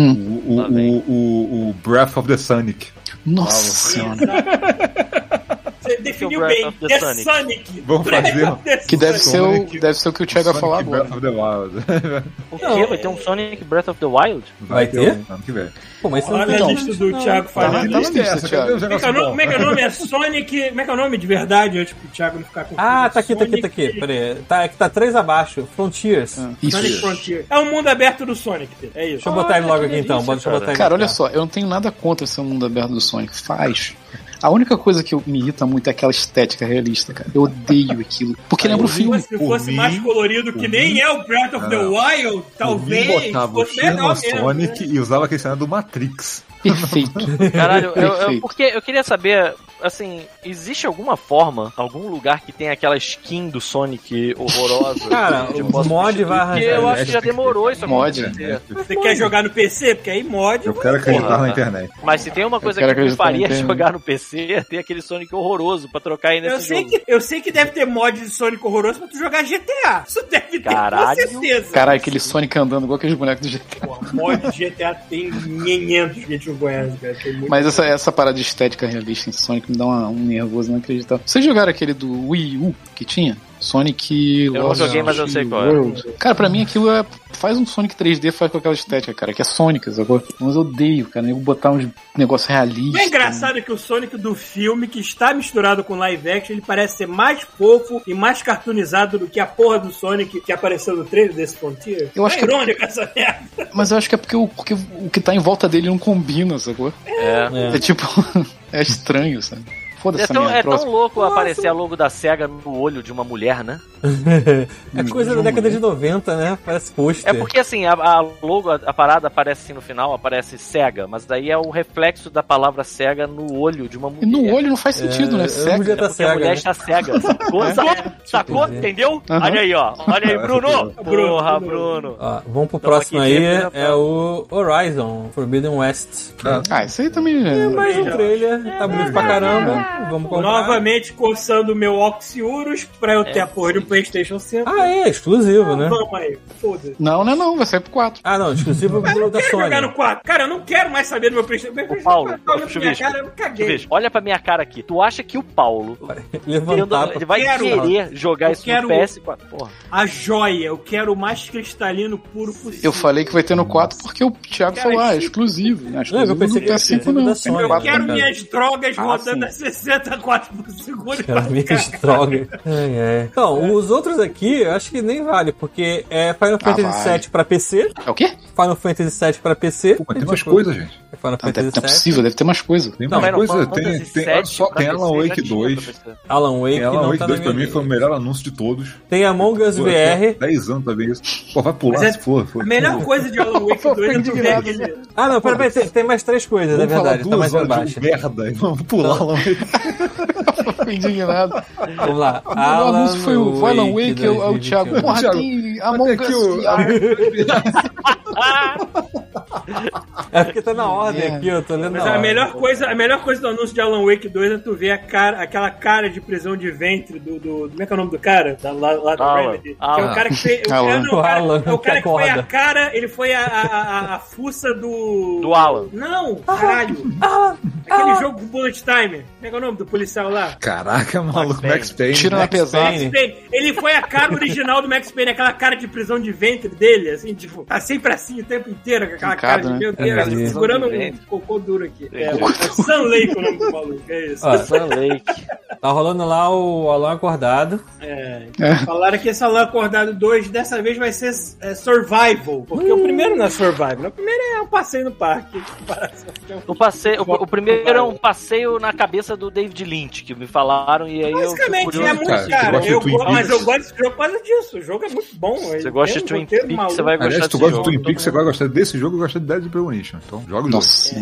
E: o,
C: Lá vem.
E: o, o, o Breath of the Sonic.
A: Nossa
B: É,
A: senhora.
D: Você
C: Breath
D: definiu bem.
C: of the
D: The
C: Sonic.
D: Sonic.
E: Vamos
D: Breath
E: fazer. um
D: of the
A: Que deve ser, o,
E: é Sonic-
A: deve ser o que o Thiago vai falar
E: Sonic é Breath
A: agora.
E: of the Wild.
C: O quê? Vai ter um Sonic Breath of the Wild?
B: Vai ter?
E: um ano que vem.
B: Pô, mas isso é não
D: Olha
B: tem
D: a
B: gente,
D: lista do
B: Então, não.
D: Thiago
A: Tá na
E: Que
D: falando.
A: lista
E: lista é
A: essa,
E: essa? Cadê
A: Thiago.
D: Como
E: o
B: tá,
D: é que é
E: negócio
D: o nome- como é que é o
E: bom?
D: nome? É Sonic. Como é que é o nome de verdade? Antes pro Thiago não ficar confuso.
B: Ah, tá aqui, tá aqui, tá aqui.
D: Sonic-
B: Pera aí. Tá, é que tá três abaixo. Frontiers.
A: Ah.
D: Sonic
A: Isso.
D: Frontier. É o mundo aberto do Sonic. Pedro. É
B: Deixa
D: isso.
B: eu botar ele logo
C: que
B: aqui então.
C: delícia,
B: Bota, deixa eu botar ele
A: Cara,
B: aqui,
A: olha
B: ó.
A: só, eu não tenho nada contra ser um mundo aberto do Sonic. Faz. A única coisa que eu- me irrita muito é aquela estética realista, cara. Eu odeio aquilo. Porque lembra o
D: Se
A: filme.
D: fosse, se
E: Ah, por
D: fosse
E: mim-
D: mais colorido
E: por
D: que
E: mim- Ah,
D: nem é o Breath of the
E: Não.
D: Wild,
E: Talvez
D: talvez
E: botava o
D: fosse melhor mesmo. né?
E: Sonic e usava aquele cenário do Matrix.
A: Perfeito.
C: Caralho, eu, eu-
A: Perfeito.
C: porque eu queria saber assim, existe alguma forma, algum lugar que tem aquela skin do Sonic horrorosa?
B: Cara,
C: que eu
B: o
C: posso
B: mod
C: substituir?
B: vai arranjar.
C: Porque eu acho que já demorou isso
A: Mod, né?
C: acontecer.
D: Você quer jogar no PC? Porque aí mod.
E: né? Tipo, Eu quero acreditar na internet.
C: Mas se tem uma coisa que
A: quero
C: me
A: acreditar
C: faria
A: em quem, né?
C: jogar no PC, é ter aquele Sonic horroroso pra trocar aí nesse
D: Eu sei,
C: jogo.
D: que, eu sei que deve ter mod de Sonic horroroso pra tu jogar GTA. Isso deve
C: Caralho.
D: ter, com certeza.
A: Caralho, aquele Sonic andando igual aqueles bonecos do GTA.
D: Pô, mod de GTA tem 500 que a gente não conhece, cara. Tem muito...
A: Mas essa, essa parada de estética realista em Sonic me dá uma- um nervoso inacreditável. Vocês jogaram aquele do Wii U que tinha? Sonic
C: Eu não joguei, mas eu sei qual é.
A: World. Cara, pra mim aquilo é. Faz um Sonic 3D, faz com aquela estética, cara, que é Sonic, sacou? Mas eu odeio, cara. Eu vou botar uns negócio realista.
D: É engraçado que o Sonic do filme, que está misturado com live action, ele parece ser mais fofo e mais cartoonizado do que a porra do Sonic que apareceu no trailer desse Frontier.
A: Eu acho
D: é
A: que-
D: irônico essa merda.
A: Mas eu acho que é porque o, porque o que tá em volta dele não combina, sacou?
C: É.
A: É, tipo. é estranho, sabe? Foda-se
C: É
A: essa
C: tão,
A: merda.
C: é tão
A: próximo.
C: louco aparecer a logo da SEGA no olho de uma mulher, né?
B: É coisa da década de 90, né? Parece pôster.
C: É porque assim, a, a logo, a, a parada aparece assim no final, aparece SEGA, mas daí é o reflexo da palavra SEGA no olho de uma mulher.
A: E no olho não faz sentido, né?
B: eu
A: Cega.
B: podia tá
C: Porque a
B: cega,
C: mulher
B: né?
C: está cega. Sacou? Sacou? Sacou?
B: entender.
C: Entendeu?
A: Aham.
C: Olha aí, ó. Olha aí, Bruno. Porra,
D: É. Bruno.
C: Bruno.
B: Ó, vamos pro
C: Então,
D: tá
B: próximo
C: aqui,
B: aí,
C: já
B: é o Horizon Forbidden West. Que
E: Ah,
A: Ah, isso aí também. já-
B: é mais um trailer, tá bonito pra caramba, vamos comprar.
D: Novamente coçando o meu Oxiurus pra eu ter a porra de um PlayStation 5.
B: Ah, é, exclusivo, né?
D: Vamos aí, foda-se.
A: Não, não, é não, vai sair pro 4.
B: Ah, não, exclusivo
D: Mas eu
B: do,
D: não
B: da
D: quero jogar no
B: Sony.
D: 4. Cara, eu não quero mais saber do meu PlayStation. Meu PlayStation
C: Paulo,
D: quatro, olha pra minha
C: Chuvisco.
D: cara, eu caguei.
C: Veja, olha pra minha cara aqui. Tu acha que o Paulo tendo-
B: Levantar.
C: ele vai
D: Quero.
C: querer jogar
D: Eu
C: isso
D: quero-
C: no PS4? Porra.
D: A joia, eu quero o mais cristalino puro possível.
A: Eu falei que vai ter no 4 porque o Thiago
D: Cara,
A: falou, ah, é
D: esse-
A: exclusivo. Não,
B: Não, eu pensei que era
A: PS5
B: exclusivo da Sony.
A: Tem
D: Eu
A: quatro
D: quero
A: também.
D: minhas drogas
C: Ah,
D: rodando
C: sim.
D: a 60 quadros por segundo.
B: Era meio droga. Ai, ai. Então, os outros aqui, eu acho que nem vale, porque é Final
C: Ah,
B: Fantasy
A: vale.
B: VII pra PC,
A: É o quê?
B: Final Fantasy VII pra PC.
E: Pô, mas tem umas
B: Tipo,
E: coisas, gente.
B: Final
A: Não, deve,
B: Fantasy
A: não é
B: VII,
A: possível, deve ter mais coisa.
E: Tem
B: Não,
E: umas
C: Final
E: coisas. é, Tem,
C: Fantasy
E: tem,
C: VII
E: olha só,
C: pra
E: tem Alan
C: PC já
E: Wake
C: tinha
E: 2.
C: pra PC.
B: Alan Wake,
E: Tem Alan
B: não
E: Wake
B: tá
E: 2
B: na
E: pra
B: minha é
E: mim foi o
B: lista.
E: melhor anúncio de todos.
B: Tem Among Us
E: Pô, é
B: VR.
E: 10 anos também isso. Pô, vai pular,
D: Mas é-
E: se for. for.
D: A melhor coisa de Alan Wake
A: Pô,
D: 2 é tu ver
A: indignado.
D: aquele...
B: Ah, não, peraí, peraí, tem, tem mais três coisas, é
E: Vamos falar
B: verdade, tá mais
E: duas
B: pra
E: horas
B: baixo.
E: de merda. e Vamos pular Alan Wake.
A: Fico indignado.
B: Vamos lá.
E: Ah,
A: O melhor anúncio Ah, foi o Alan Wake, é o- é o Thiago.
B: 2021.
A: Porra,
E: Thiago,
A: tem Among
E: aqui
A: Us.
E: o-
A: VR.
C: Ah,
B: É porque tá na ordem
A: É.
B: aqui, eu tô lendo
D: Mas
B: na
D: a
B: ordem.
D: melhor, coisa, a melhor coisa do anúncio de Alan Wake 2 é tu ver a cara, aquela cara de prisão de ventre do, do. Como é que é o nome do cara? Da, lá, lá do
C: Alan.
D: Remedy. Que é
C: Alan.
D: o cara que fez. O
A: Alan.
D: cara, não, o cara-
B: Alan,
D: é o cara que foi a
B: acorda.
D: cara, ele foi a, a, a, a- a fuça do.
C: Do Alan.
D: Não, caralho. Aquele jogo do Bullet Time. Como é que é o nome do policial lá?
E: Caraca, maluco. Max Payne. né?
A: Tira na
E: Max
A: pesada.
B: Payne.
D: Max Payne. Ele foi a cara original do Max Payne, aquela cara de prisão de ventre dele, assim, tipo, tá sempre assim o tempo inteiro, com aquela
A: Trincado,
D: cara de,
A: né?
D: meu Deus,
B: Trincado de
C: prisão
D: segurando
C: de
D: um
C: ventre.
D: cocô duro aqui. É,
C: Cocô
D: é Sun Lake o nome do maluco, é isso.
B: Ó,
C: Alan Wake.
B: tá rolando lá o Alan acordado.
D: É.
A: É.
D: Falaram que esse Alan Acordado 2 dessa vez vai ser é, Survival, porque o primeiro não é Survival, o primeiro é um passeio no parque.
C: O, passeio, o, o primeiro é um passeio na cabeça do David Lynch, que me falaram, e aí eu. fico
D: Basicamente,
C: curioso.
D: é muito
E: cara.
D: cara.
E: Você gosta
D: eu
E: de Twin
D: go- mas
E: Peaks?
D: eu gosto desse jogo por causa disso. O jogo é muito bom.
C: Você gosta de Twin
D: um
C: Peaks, você vai gostar
E: Aliás, tu
C: desse
E: gosta do
C: jogo.
E: Twin Peaks, você vai gostar desse jogo e gostar de Dead Premonition. Então, joga o jogo.
A: Nossa.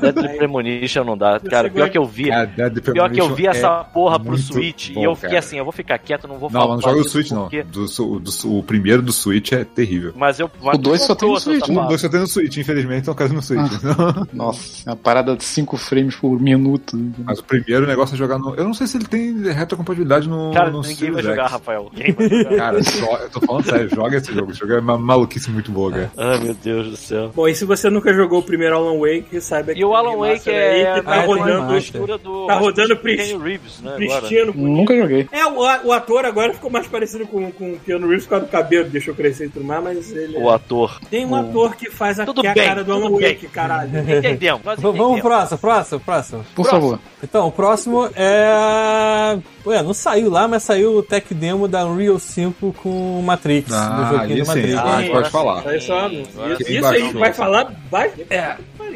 C: Dead
E: né?
C: Premonition não dá. Cara, pior que eu vi.
E: Cara, Dead
C: Pior que eu vi essa porra pro
E: é muito
C: Switch
E: bom,
C: e eu fiquei
E: cara.
C: assim, eu vou ficar quieto, não vou falar.
E: Não, mas não joga o
C: disso,
E: Switch, não.
C: porque-
E: Do su- do su- o primeiro do Switch é terrível.
C: Mas eu. Mas
A: O dois
C: tu
A: só tem no
C: comprou, seu
A: Switch,
E: Um,
C: safado.
E: dois só tem no Switch, infelizmente, estão caso no Switch.
B: Ah.
A: Nossa, É uma parada de 5 frames por minuto. né?
E: Mas o primeiro negócio é jogar no. Eu não sei se ele tem retrocompatibilidade no.
C: Cara,
E: no
C: ninguém
E: Series
C: vai
E: X.
C: jogar, Rafael. Ninguém vai jogar.
E: Cara, só, eu tô falando sério, joga esse jogo. Esse jogo é uma maluquice muito boa,
B: É.
E: cara.
C: Ah, meu Deus do céu.
D: Bom, e se você nunca jogou o primeiro Alan Wake, sabe
C: E o Alan Wake é.
D: que
B: Ah,
D: tá
B: tem
D: rodando
B: mais.
C: mistura do.
D: tá rodando
C: Keanu
D: Pris-
C: Reeves, né? Agora.
D: Pristino.
A: Nunca joguei.
D: É, o, o ator agora ficou mais parecido com, com o Keanu Reeves por causa do cabelo, deixou crescer e tudo mais, mas ele...
C: O ator.
D: Tem um ator que faz a,
C: Tudo
D: que é a
C: bem,
D: cara do Alan
C: tudo bem.
D: Wake, caralho.
C: Entendemos. Nós
B: V- Vamos
C: entendemos.
B: pro próximo, próximo, próximo.
A: Por favor.
B: Então, o próximo é. Ué, não saiu lá, mas saiu o tech demo da Unreal 5 com o Matrix.
E: Ah,
B: do joguinho
E: aí
B: do Matrix.
E: sim. Ah,
C: agora
E: pode
C: sim.
E: falar.
D: Aí só-
C: Agora
D: isso
E: sim.
D: isso aí vai é, falar... Vai...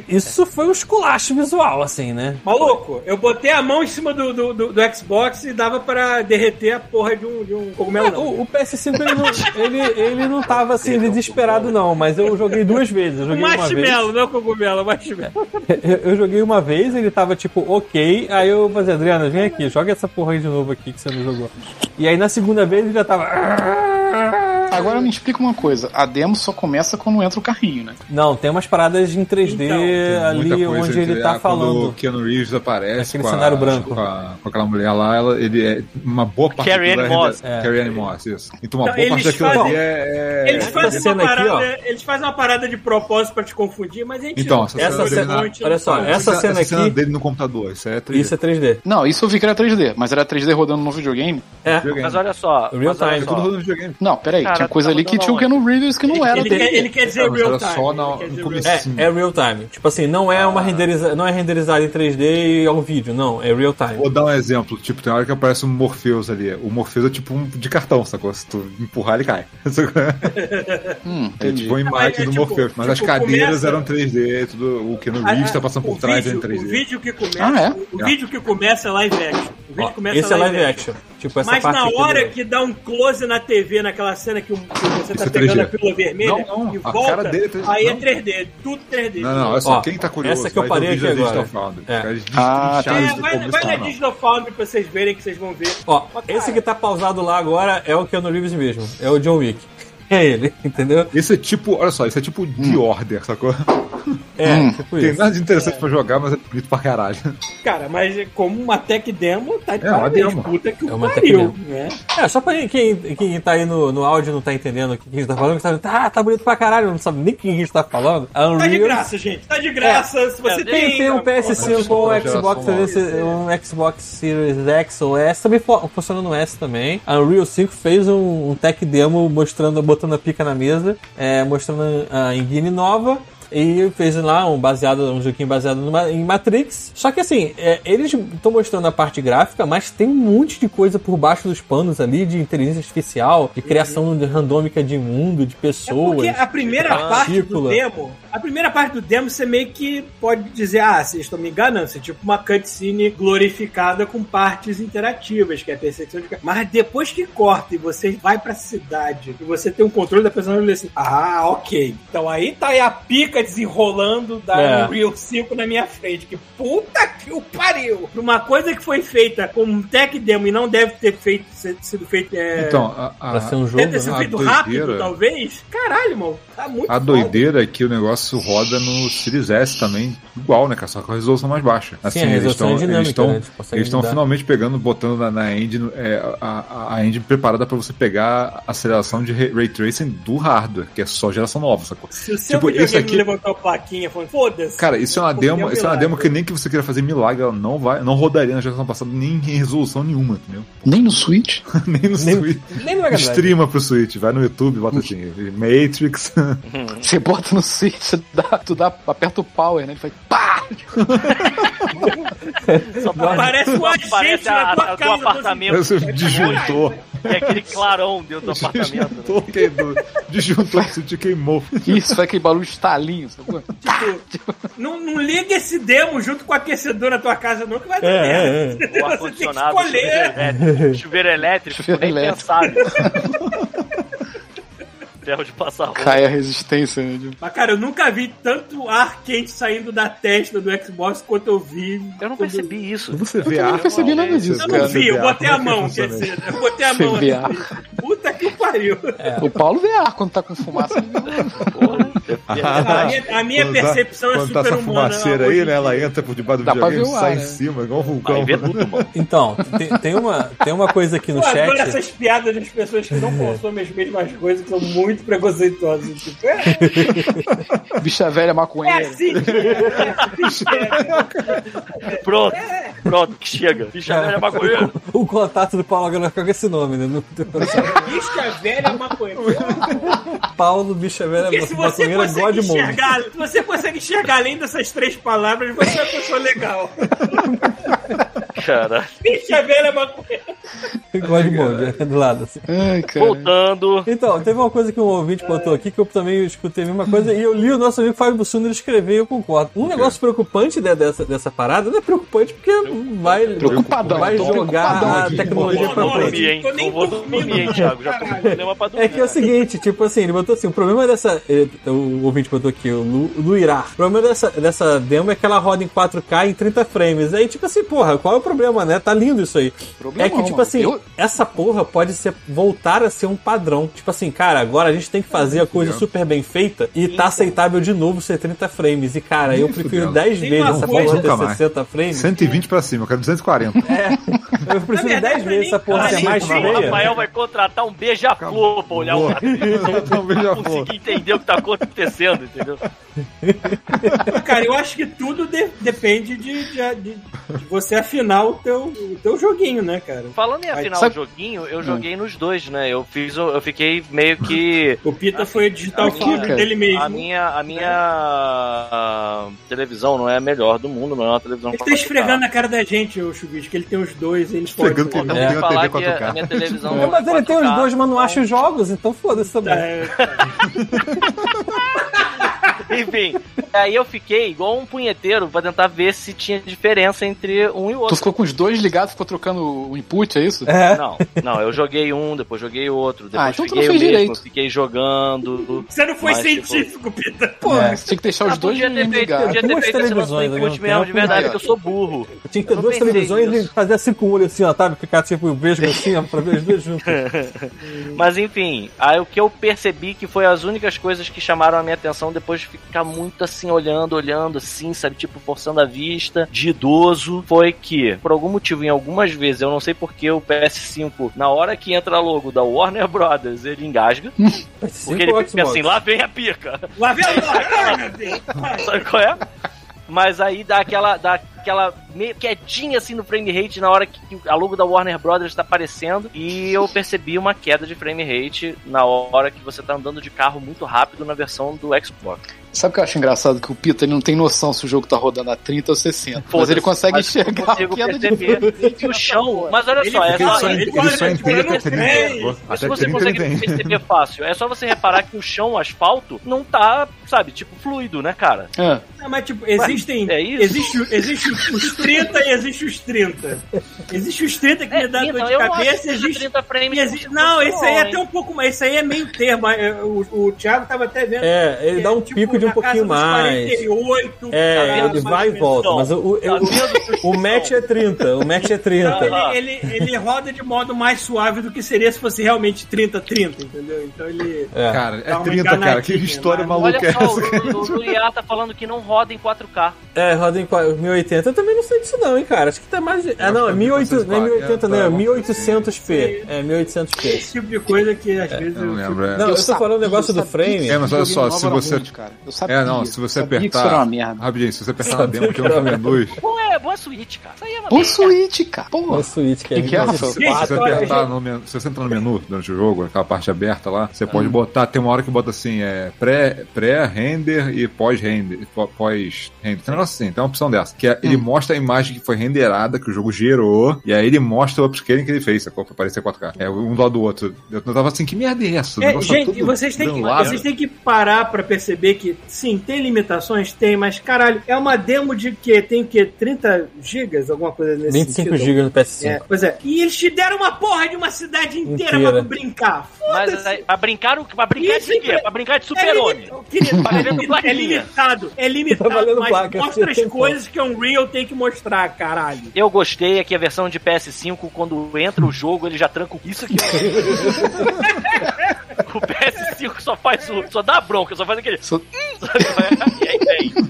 B: Isso foi um esculacho visual, assim, né?
D: Maluco, eu botei a mão em cima do, do, do- do Xbox e dava pra derreter a porra de um, de um cogumelo.
B: É,
D: não.
B: o, o PS5 ele não, ele, ele não tava assim desesperado, não, mas eu joguei duas vezes. Eu
D: Um
B: joguei uma vez.
D: marshmallow, não é o cogumelo, é o marshmallow.
B: Eu, eu joguei uma vez, ele tava tipo, ok. Aí eu falei, Adriana, vem aqui, joga essa porra aí de novo aqui que você não jogou. E aí na segunda vez ele já tava.
A: Agora me explica uma coisa. A demo só começa quando entra o carrinho, né?
B: Não, tem umas paradas em 3D
D: Então,
E: Tem muita
B: ali
E: coisa
B: onde ele
E: entre-
B: tá
E: ah, Quando o
B: falando.
E: Keanu Reeves aparece
B: Aquele
E: com, a-
B: cenário branco.
E: com, a- com aquela mulher lá, ela, ele é uma boa parte
C: Carrie Ann
E: daquilo é-
C: Moss.
B: É.
E: Carrie Ann Moss, isso. Então uma
D: Então,
E: boa parte
D: eles
E: daquilo ali
D: fazem-
E: é...
D: Eles
E: é-
D: fazem,
B: cena
D: uma
B: aqui,
D: parada,
B: ó.
D: eles fazem uma parada de propósito pra te confundir, mas a gente.
E: Então, essa
B: Essa
E: cena
B: cena,
E: dele
B: olha só, essa cena
E: cena
B: aqui,
E: dele no computador, isso é triste.
B: isso é 3D.
A: Não, isso eu vi que era 3D, mas era 3D rodando no videogame.
B: É.
E: Videogame.
C: Mas olha só.
B: Real
C: mas olha
B: time,
E: É tudo
C: só.
E: rodando videogame.
A: Não, peraí,
C: Cara,
A: tinha coisa
C: tá
A: ali que
C: rodando
A: tinha o
C: aonde?
A: Keanu Reeves que não era.
D: ele, quer, ele quer dizer
E: Mas
D: real
E: era
D: time.
E: só
D: ele
E: na- um
D: quer
E: no
D: dizer
E: começo.
D: real
E: Sim.
B: É, é real time. Tipo assim, não é
D: Ah.
B: uma renderiza, não é renderizado em 3D e é um vídeo, não, é real time.
E: Vou dar um exemplo, tipo, tem hora que aparece um Morpheus ali. O Morpheus é tipo um de cartão, sacou? Se tu empurrar, ele cai.
A: Hum,
E: É
A: entendi.
E: tipo uma imagem
D: É,
E: do
D: tipo,
E: Morpheus. Mas as
D: tipo,
E: cadeiras
D: começa-
E: eram 3D, tudo, o Keanu
D: time.
E: Reeves tá passando
D: O
E: por trás
D: vídeo-
E: em 3D.
D: O vídeo que começa,
A: Ah, é?
D: o
E: É.
D: vídeo que começa é live action. O vídeo
B: Ó,
D: começa
B: esse é live action. Tipo, essa
D: Mas
B: parte
D: na
B: aqui
D: hora
B: do-
D: que dá um close na TV, naquela cena que, o- que você tá
E: Isso
D: pegando
E: é 3D.
D: a pílula vermelha
E: Não, não,
D: e
E: a
D: volta,
E: cara dele é 3D,
D: aí é
E: não.
D: 3D, tudo 3D.
E: Não, não, olha só,
B: Ó,
E: quem tá curioso,
B: essa que eu
E: vai ver o
B: parei
E: vídeo
B: aqui
E: da Digital
B: agora.
E: Foundry.
B: É.
E: Os caras
A: Ah, tá.
E: destrincharam
D: É,
E: isso do
D: vai,
E: começo
D: vai
E: ao
D: na
E: final.
D: Digital Foundry pra vocês verem que vocês vão ver.
B: Ó,
D: Mas, cara,
B: esse que tá pausado lá agora é o Keanu Reeves mesmo, é o John Wick. É ele, entendeu?
E: Esse é tipo, olha só, esse é tipo The Order, sacou?
B: É,
A: Hum.
B: tipo
E: Tem
B: Hum. isso.
E: nada de interessante pra jogar, mas é bonito pra caralho.
D: Cara, mas é como uma tech demo, tá de
E: É, uma
D: parabéns,
E: demo.
D: puta que
B: É
D: o
B: uma tech
D: pariu,
B: demo.
D: né?
B: É, só pra quem, quem tá aí no, no áudio e não tá entendendo o que que a gente tá falando, que tá, ah, tá bonito pra caralho, não sabe nem o que a gente tá falando. A
D: Tá de
B: Unreal-
D: graça, gente. Tá de graça. se você
B: Quem
D: tem,
B: tem um PS5 ou um
E: Nossa,
B: Xbox,
E: geração
B: Series- um Xbox Series X ou S, também fo- funciona no S também. A Unreal 5 fez um, um tech demo mostrando, botando a pica na mesa, é, mostrando a engine nova. E fez lá um baseado, um joguinho baseado numa- em Matrix. Só que assim, é, eles estão mostrando a parte gráfica, mas tem um monte de coisa por baixo dos panos ali, de inteligência artificial, de criação de- randômica de mundo, de
D: É porque
B: pessoas.
D: a primeira
B: Partícula.
D: parte do demo, a primeira parte do demo você meio que pode dizer, ah, vocês estão me enganando, isso é tipo uma cutscene glorificada com partes interativas, que é a percepção de... Mas depois que corta e você vai pra cidade, e você tem um controle da personagem, assim, ah, ok. Então aí tá aí a pica desenrolando da
B: É.
D: Unreal 5 na minha frente, que puta que o pariu! Uma coisa que foi feita como um tech demo e não deve ter feito, sido feito... é,
E: Então, a, a-
B: Pra ser um jogo.
D: Deve ter sido
E: a
B: né?
D: feito
E: doideira.
D: rápido, talvez. Caralho, mano. Tá muito
E: a doideira é que o negócio roda no Series S também igual, né, cara? Só com a resolução mais baixa. Assim,
B: Sim, a
E: eles
B: resolução
E: estão.
B: é dinâmica,
E: eles estão
B: né? Eles conseguem
E: eles estão
B: mudar.
E: finalmente pegando, botando na, na engine, é, a, a- a engine preparada pra você pegar a aceleração de ra- ray tracing do hardware, que é só geração nova, sacou?
D: Se o seu
E: Tipo,
D: videogame
E: esse aqui-
D: não levantar a plaquinha falando, foda-se.
E: Cara, isso é uma
D: Porque é um
E: demo, isso é uma
D: milagre.
E: demo que nem que você queira fazer milagre, ela não vai, não rodaria na geração passada nem em resolução nenhuma, entendeu?
A: Nem no Switch?
E: nem no Switch.
B: Nem É no Mega Drive.
E: Streama pro Switch, vai no YouTube, bota assim, Matrix.
A: Você bota no Switch, você dá, tu dá, aperta o power, né? Ele faz pá!
C: Só
D: Parece um
C: só
D: agente
C: aparece
D: na
C: a-
D: tua
C: a- o
D: casa, tipo assim,
C: teu apartamento.
E: Parece um disjuntor.
C: E aquele clarão dentro do apartamento. né?
E: Disjuntor queimou. Disjuntor se te queimou.
A: Isso, foi aquele barulho de estalinho, sacou?
D: Não, não liga esse demo junto com o aquecedor na tua casa, não, que vai dar merda.
B: É, é, é.
C: O
D: Você tem que
C: ar-condicionado, chuveiro
D: escolher.
C: elétrico. Chuveiro elétrico,
A: Chuveiro
C: nem
A: elétrico.
C: pensado. Ferro de passar roupa.
A: Cai a resistência, né? Tipo,
D: Mas, cara, eu nunca vi tanto ar quente saindo da testa do Xbox quanto eu vi.
C: Eu não percebi isso.
E: Você vê
A: também não
E: ar,
A: percebi
E: ó,
A: nada
E: você-
A: disso,
D: Eu
A: Cara,
D: não vi, eu
E: você vê ar,
D: botei a
E: como é que
D: mão, quer
E: funciona
D: dizer, eu botei a mão.
A: Você vê
D: assim. Puta que pariu.
E: É.
A: É. O Paulo vê ar quando tá com fumaça. ele vê.
D: A minha, a minha
E: Quando tá-
D: percepção é
E: Quando tá essa
D: super humana.
E: fumaceira aí, né? Ela entra por debaixo do
A: Dá pra ver
E: videogame
A: o
E: e sai
A: ar,
E: em
A: né?
E: cima, igual um vulcão.
C: Aí vê tudo, mano.
B: Então, tem, tem uma, tem uma coisa aqui no
D: Eu adoro
B: chat. É.
D: essas piadas das pessoas que não consomem as mesmas coisas, que são muito preconceituosas. Tipo, é,
A: Bicha velha
D: é
A: maconheira.
D: assim que é, é assim que é.
C: Pronto, pronto, que chega.
D: É.
C: é Bicha velha maconheira.
B: O contato do Paulo agora fica com esse nome, né? No, no-
D: Bicha velha maconheira.
B: Paulo é Bicha Velha
D: Porque se você
B: Maconheira
D: consegue
B: Godmode.
D: enxergar, se você consegue enxergar além dessas três palavras, você é uma pessoa legal.
C: Caralho.
D: Bicha velha maconheira.
B: Igual de molde, do lado. assim.
A: Ai, cara.
C: Voltando.
B: Então, teve uma coisa que um ouvinte botou aqui que eu também escutei a mesma coisa e eu li o nosso amigo Fábio Bussunda escrever e eu concordo. Um negócio preocupante né, dessa, dessa parada, não é preocupante porque vai,
A: Preocupadão,
B: vai
A: tô preocupadão
B: jogar a
A: aqui.
B: tecnologia
C: Não
B: pra
C: vou
B: frente.
C: dormir, hein?
D: Tô nem
C: Não vou
D: dormindo.
C: dormir, hein, Thiago? Já tô com problema pra dormir.
B: É que é o seguinte, tipo assim, ele botou assim, o problema dessa. eh, O ouvinte botou aqui, o Lu, Luirá. O problema dessa, dessa demo é que ela roda em 4K em 30 frames. Aí, tipo assim, porra, qual é o problema, né? Tá lindo isso aí.
A: Problemão,
B: é que, tipo
A: mano.
B: assim,
A: Eu-
B: essa porra pode ser, voltar a ser um padrão. Tipo assim, cara, agora a gente
E: É
B: tem que fazer a coisa super bem feita e
D: Então.
B: tá aceitável de novo ser 30 frames. E, cara, eu
E: Isso,
B: prefiro
E: Belo.
B: 10
D: Tem
B: vezes
D: uma
B: essa
D: coisa-
B: porra ter
E: Nunca mais.
B: 60 frames. É.
E: 120 pra cima, eu quero 240.
B: Eu prefiro
D: verdade,
B: 10
D: não é
B: vezes
D: nem
B: essa porra ser
D: cara,
B: mais
D: nem cara.
C: o
B: feia.
C: Rafael vai contratar um beija-flor pra olhar o
E: Boa.
C: rato.
E: Também já foi.
C: Conseguir entender o que tá acontecendo, entendeu?
D: Cara, eu acho que tudo de- depende de, de- de- de você afinar o teu, o teu joguinho, né, cara?
C: Falando em
D: Aí,
C: afinal
A: sabe- Ah.
C: o joguinho, eu joguei nos dois, né? Eu fiz, o- eu fiquei meio que
D: O Pita foi digital
C: aqui,
D: killer
A: cara.
D: dele mesmo.
C: a minha a minha a televisão não é a melhor do mundo, não é uma televisão
D: Ele tá
C: 4K.
D: esfregando na cara da gente, o Chubisco. Ele tem os dois, ele
E: Esfregando que
D: pode.
E: ele
A: É,
E: não
C: Eu
E: tem
C: ia
E: uma TV
C: falar que a
E: 4K.
C: minha televisão
B: É, mas ele tem os
C: 4K,
B: dois, mas não acha os jogos, então foda-se também.
D: um É,
C: Enfim, aí eu fiquei igual um punheteiro pra tentar ver se tinha diferença entre um e o
A: Tu
C: outro.
A: ficou com os dois ligados, ficou trocando o input, é isso?
B: É.
C: Não, não, eu joguei um, depois joguei outro, depois
A: Ah, então tu
C: joguei
A: não
C: o
A: fez
C: mesmo,
A: direito.
C: fiquei jogando.
D: você não foi
C: Mas, tipo,
D: científico, Pita.
A: Pô,
B: É.
A: você tinha que deixar os
C: Ah,
A: dois
C: podia ter feito,
A: ligados.
C: podia ter
B: Duas
C: feito esse lance do
B: televisões,
C: input
B: né?
C: mesmo, de verdade,
A: Aí, ó.
C: que eu sou burro.
B: Eu tinha que ter
C: Eu não
B: duas
C: pensei
B: televisões
C: nisso.
B: e fazer assim com o olho assim, ó, sabe? Ficar tipo o beijo assim, ó, pra ver os dois juntos.
C: É. Mas enfim, aí o que eu percebi que foi as únicas coisas que chamaram a minha atenção depois de ficar muito assim, olhando, olhando assim, sabe, tipo, forçando a vista, de idoso, foi que, por algum motivo, em algumas vezes, eu não sei porque o PS5, na hora que entra logo da Warner Brothers, ele engasga, porque ele fica assim, lá vem a pica.
D: Lá vem o Ai, meu Deus. Ai.
C: Sabe qual é? Mas aí dá aquela, dá aquela meio quietinha assim no frame rate na hora que que a logo da Warner Brothers tá aparecendo. E eu percebi uma queda de frame rate na hora que você tá andando de carro muito rápido na versão do Xbox.
A: Sabe o que eu acho engraçado? Que o Pita ele não tem noção se o jogo tá rodando a 30 ou 60. Mas
C: Foda-se,
A: ele consegue
C: mas eu
A: enxergar a
C: consigo
A: queda de
C: perceber. E o chão. Mas olha só, é
E: Porque ele
C: só.
E: só,
D: ele
E: ele
D: olha,
E: só
D: ele
E: entende
D: olha,
E: até 30.
D: ei,
E: pô.
C: Isso
E: Até
C: você
E: 30 ele
C: consegue
E: tem.
C: perceber fácil. É só você reparar que o chão, o asfalto, não tá, sabe, tipo, fluido, né, cara?
A: Ah,
D: Ah, mas, tipo, existem.
C: É isso?
D: Existe, existe os 30 e existe os 30. Existe os 30 que me dá dor de
C: É, eu não acho
D: cabeça,
C: que seja
D: existe
C: 30 frames.
D: E exi- Não, esse aí é
C: hein?
D: até um pouco mais. Esse aí é meio termo. é, O, o Thiago tava até vendo.
B: É, ele dá um
D: tipo,
B: pico de um
D: na casa
B: pouquinho
D: dos
B: mais.
D: 48,
B: É,
D: cara,
B: ele
D: mais
B: vai
D: ou
B: e
D: menos.
B: volta.
C: Não.
B: Mas o, o,
C: Tá vendo?
B: o, o match é 30, o match é 30.
D: Então, ele, ele, ele roda de modo mais suave do que seria se fosse realmente 30-30, entendeu? Então ele.
B: É.
E: Cara,
D: Dá
E: é
D: uma
E: 30, cara. Que
D: enganadinha,
E: história
D: mas-
E: maluca é
C: Olha só,
E: essa?
C: o, o, o Iá tá falando que não roda em 4K.
B: é, roda em 4- 1080. Eu também não sei disso não, hein, cara. Acho que tá mais... Ah, não, é 1800, não é 1080, não. É 1800p. É 1800p.
D: Esse tipo de coisa que às vezes.
C: um
E: Eu não
D: eu
E: lembro, é.
B: Não, eu tô
A: sabia,
B: falando o negócio do
A: sabia
B: frame.
A: que
E: É, mas olha
A: esse
E: só,
A: jogo
E: se
A: inovador
E: você-
A: muito, cara. Eu sabia,
E: É, não, se você
A: sabia que
E: apertar.
A: isso era uma merda.
E: Rapidinho, se você apertar na demo, que é um frame 2. Se
C: Boa, é, boa Switch, cara. Isso aí é uma
A: Pô,
C: merda.
A: Switch, cara. Pô,
B: O Switch, que é
A: Que que é, Rafael?
B: 1800p.
D: Gente,
E: você apertar no menu, se você entrar no menu durante o jogo, aquela parte aberta lá, você
D: Ah.
E: pode botar, tem uma hora que bota assim, é pré- pré-render e pós-render. pó- Pós-render. Tem um negócio assim, tem uma opção dessa. Que é,
D: Hum.
E: ele mostra a imagem que foi renderada, que o jogo gerou, e aí ele mostra o upscaling que ele fez, sacou? Pra parecer 4K. É um do lado do outro. Eu tava assim, que merda é essa? O
D: É,
E: negócio tá
D: gente,
E: todo
D: vocês têm, que,
E: danado.
D: vocês têm que parar pra perceber que, sim, tem limitações, tem, mas caralho, é uma demo de que tem que 30 gigas, alguma coisa nesse
B: 25
D: sentido.
B: GB no PS5.
D: É, pois é. E eles te deram uma porra de uma cidade inteira,
B: Inteira.
D: pra tu brincar.
C: Mas
D: Foda-se. É
C: aí, pra brincar, o- pra brincar
D: Isso
C: de quê?
D: é-
C: Pra brincar de
D: É,
C: super-homem.
D: limi- querido,
C: Tá valendo
D: é
C: plaquinha.
D: limitado, é limitado,
B: Tá valendo
D: mas
B: placa,
D: mostra as
B: tem
D: coisas que um Real tem que mostrar, caralho.
C: Eu gostei aqui a versão de PS5, quando entra o jogo, ele já tranca o. Isso
A: é-
C: aqui. ó. o PS5 só faz o. Só dá bronca, só faz aquele.
A: Só-
C: e aí vem.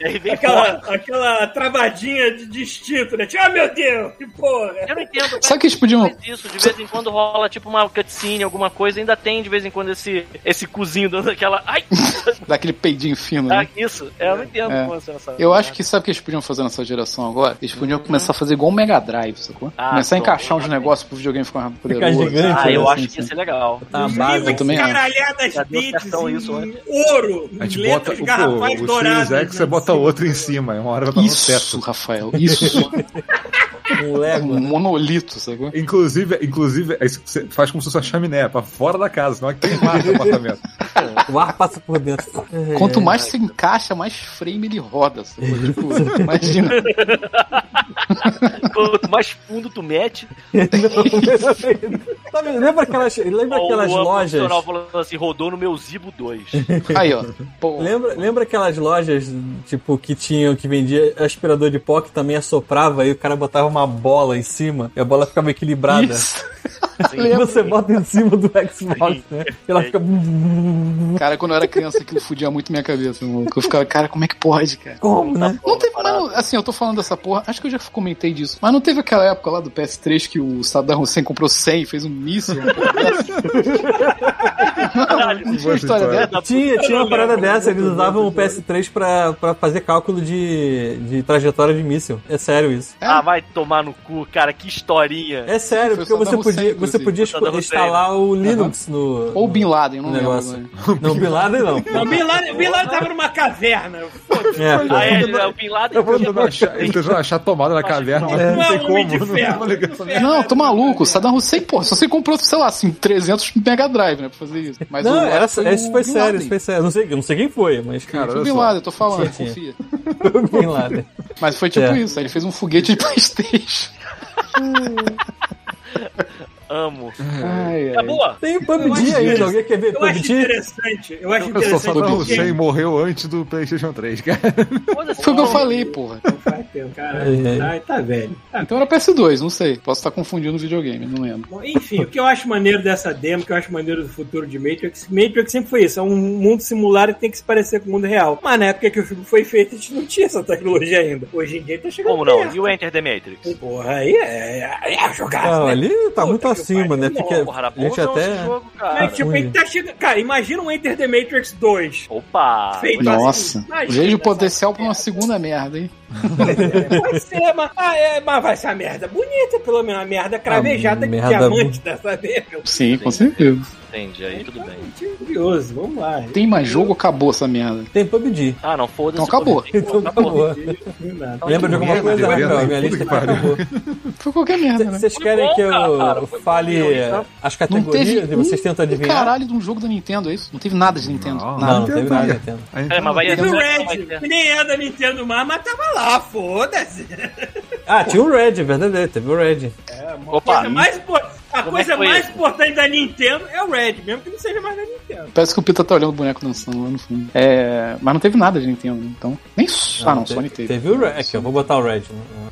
C: E aí vem
D: Aquela,
C: fora.
D: aquela travadinha de distinto, né? Tipo, Ah, meu Deus, que porra.
C: Eu não entendo.
A: sabe que eles podiam.
C: faz isso, de vez em quando rola tipo uma cutscene, alguma coisa, ainda tem de vez em quando esse, esse cozinho dando aquela. Ai!
A: dar aquele peidinho fino,
C: Ah,
A: né?
C: isso, é, eu não entendo
A: É.
C: como essa, essa-
A: Eu acho que sabe o que eles podiam fazer nessa geração agora? Eles podiam começar a fazer igual o Mega Drive, sacou?
C: Ah,
A: começar a
C: tô.
A: encaixar uns negócios pro videogame ficar mais
B: Ficar
A: poderoso.
B: gigante, né?
C: Ah,
A: sabe?
C: eu
B: Sim,
C: acho
A: Assim,
C: que ia
A: assim.
C: ser legal.
D: É.
B: Tá,
D: Livre
A: eu
B: base.
A: também acho.
D: caralhadas
C: Já deu
D: bits
C: questão
D: em
C: isso, né?
D: ouro,
E: A gente bota
D: letras
E: o,
D: garrafais
E: pô, o Series
D: douradas.
E: X, você
D: né?
B: Tá
E: bota outro em cima, é uma hora vai estar no
A: Isso,
E: teto.
A: Rafael, isso.
B: Um Lego.
A: Um
B: né?
A: monolito, sacou?
E: Inclusive, inclusive, aí você faz como se fosse uma chaminé, pra fora da casa, senão é queimar o apartamento.
B: O ar passa por dentro.
A: Quanto mais se encaixa, mais frame ele roda, sacou? Tipo, imagina.
C: Quanto mais fundo tu mete,
B: Sabe, lembra aquelas, lembra
C: ó,
B: aquelas
C: o ângulo
B: lojas?
C: profissional falando assim, rodou no meu Zibo Tá 2.
A: Aí, ó. Pô,
B: Lembra, lembra aquelas lojas, tipo, que tinham, que vendia aspirador de pó que também assoprava e o cara botava uma bola em cima e a bola ficava equilibrada.
A: isso.
B: E
A: Lembro.
B: você bota em cima do Xbox, né? E ela fica.
A: Cara, quando eu era criança, aquilo fudia muito minha cabeça, maluco. Eu ficava, cara, como é que pode, cara?
B: Como,
C: Tá
B: né?
A: Não teve, mas não- assim, eu tô falando dessa porra, acho que eu já comentei disso, mas não teve aquela época lá do PS3 que o Saddam Hussein comprou 100 e fez um míssil? uma porra dessa?
C: Caralho,
A: Não tinha uma
E: história.
A: história dessa?
B: Tinha, tinha uma
C: né?
B: parada dessa, eles usavam o PS3 pra, pra fazer cálculo de, de trajetória de míssil. É sério isso.
C: Ah, vai tomar no cu, cara, que historinha.
B: É sério,
A: Foi o
B: porque você
A: Saddam Hussein,
B: podia, você
A: inclusive.
B: podia
C: Foi o Saddam Hussein,
B: instalar o Linux no.
A: Ou Bin Laden, não
B: no Um negócio.
A: lembro.
B: Não, Bin Laden não.
D: Não, Bin Laden, Bin Laden tava numa caverna.
B: É, pô.
C: Ah, é, o Bin Laden
E: Eu vou tentar achar, ele tentou achar a tomada da caverna, mas não
D: Não
E: tem
D: é um homem de
E: como. né? Não tem
D: ferro.
E: uma ligação.
A: agora. Não, tô maluco, o Saddam Hussein, porra, só você comprou, sei lá, assim, 300 Mega Drive, né, pra fazer isso. Mas
B: Não,
A: o-
B: era, isso
A: o Bin
B: foi sério,
A: Laden.
B: isso foi sério. Não sei, eu não sei quem foi, mas.
E: Cara,
A: Foi o
E: olha
A: Bin
E: só.
A: Laden, eu tô falando,
B: Sim, sim.
A: confia.
B: Bin Laden.
A: Mas foi tipo
B: É.
A: isso, aí ele fez um foguete de Playstation.
C: amo.
A: Ai,
C: É
A: ai.
C: boa.
B: Tem o PUBG ainda, alguém quer ver
D: Eu acho
B: PUBG?
D: interessante. Eu acho
E: Eu só
D: interessante.
E: Saddam
A: porque-
E: Hussein morreu antes do PlayStation 3, cara.
C: Foda-se.
A: Foi o que eu falei, porra.
D: Caralho,
A: É.
D: tá, tá velho. Tá
A: Então era PS2, não sei. Posso estar confundindo o videogame, não lembro.
D: Bom, Enfim, o que eu acho maneiro dessa demo, o que eu acho maneiro do futuro de Matrix, Matrix sempre foi isso, é um mundo simulado e tem que se parecer com o mundo real. Mas na época que o filme foi feito, a gente não tinha essa tecnologia ainda. Hoje em dia tá chegando
C: Como não?
D: perto.
C: E o Enter the Matrix?
D: Porra, aí é, é, é jogado,
B: Não,
D: né?
B: ali tá
D: Puta
B: muito
D: que
B: acima,
D: pariu.
B: né?
D: Não,
B: Porque
C: Porra,
B: a
C: era
B: gente
C: bonzão esse
B: até.
C: jogo,
D: Mas,
C: cara.
D: tipo, ele tá chegando... Cara, imagina um Enter the Matrix 2.
C: Opa!
D: Feito
B: Então,
A: Nossa,
D: assim. Imagina
A: vejo o
D: essa
A: potencial pra
D: merda.
A: uma segunda merda, hein?
D: Pode ser, mas, ah, é, mas vai ser uma merda bonita, pelo menos. Uma merda cravejada de
B: merda
D: diamante dessa demo.
A: Sim, com certeza.
C: Entende, aí tudo bem.
D: Curioso, vamos lá.
A: Tem mais jogo, acabou essa merda.
B: Tem PUBG.
C: Ah, não, foda-se.
A: Então acabou.
C: foda-se.
B: Então tá boa. Lembra de alguma
E: merda,
B: coisa?
E: devia,
B: Rafael?
E: né?
B: Minha lista
E: Puta que
B: tá acabou.
A: Foi qualquer merda, né?
B: Vocês
C: Foi
B: querem
C: bom,
B: que eu
C: cara. Foi
B: fale é,
C: bom, então.
B: as
A: Não teve
B: categorias e vocês
A: um-
B: tentam
A: Um
B: adivinhar?
A: caralho de um jogo da Nintendo, é isso? Não teve nada de Nintendo.
E: Não,
A: nada.
B: Não, não teve nada, Nintendo.
C: É, mas vai
D: Teve o
C: vai
D: Red,
C: ter.
D: que nem é da Nintendo mais, mas tava lá, foda-se.
B: Ah, tinha o Red, é verdade, teve o Red.
C: Opa!
D: Coisa mais impor- a
C: Como é
D: coisa
C: que foi
D: mais
C: isso?
D: importante da Nintendo é o Red, mesmo que não seja mais da Nintendo.
A: Parece que o Pita tá olhando o boneco dançando lá no fundo. É, mas não teve nada de Nintendo, então. Nem. Não, ah, não, Sony teve.
B: Teve o Red. Aqui, eu vou botar o Red.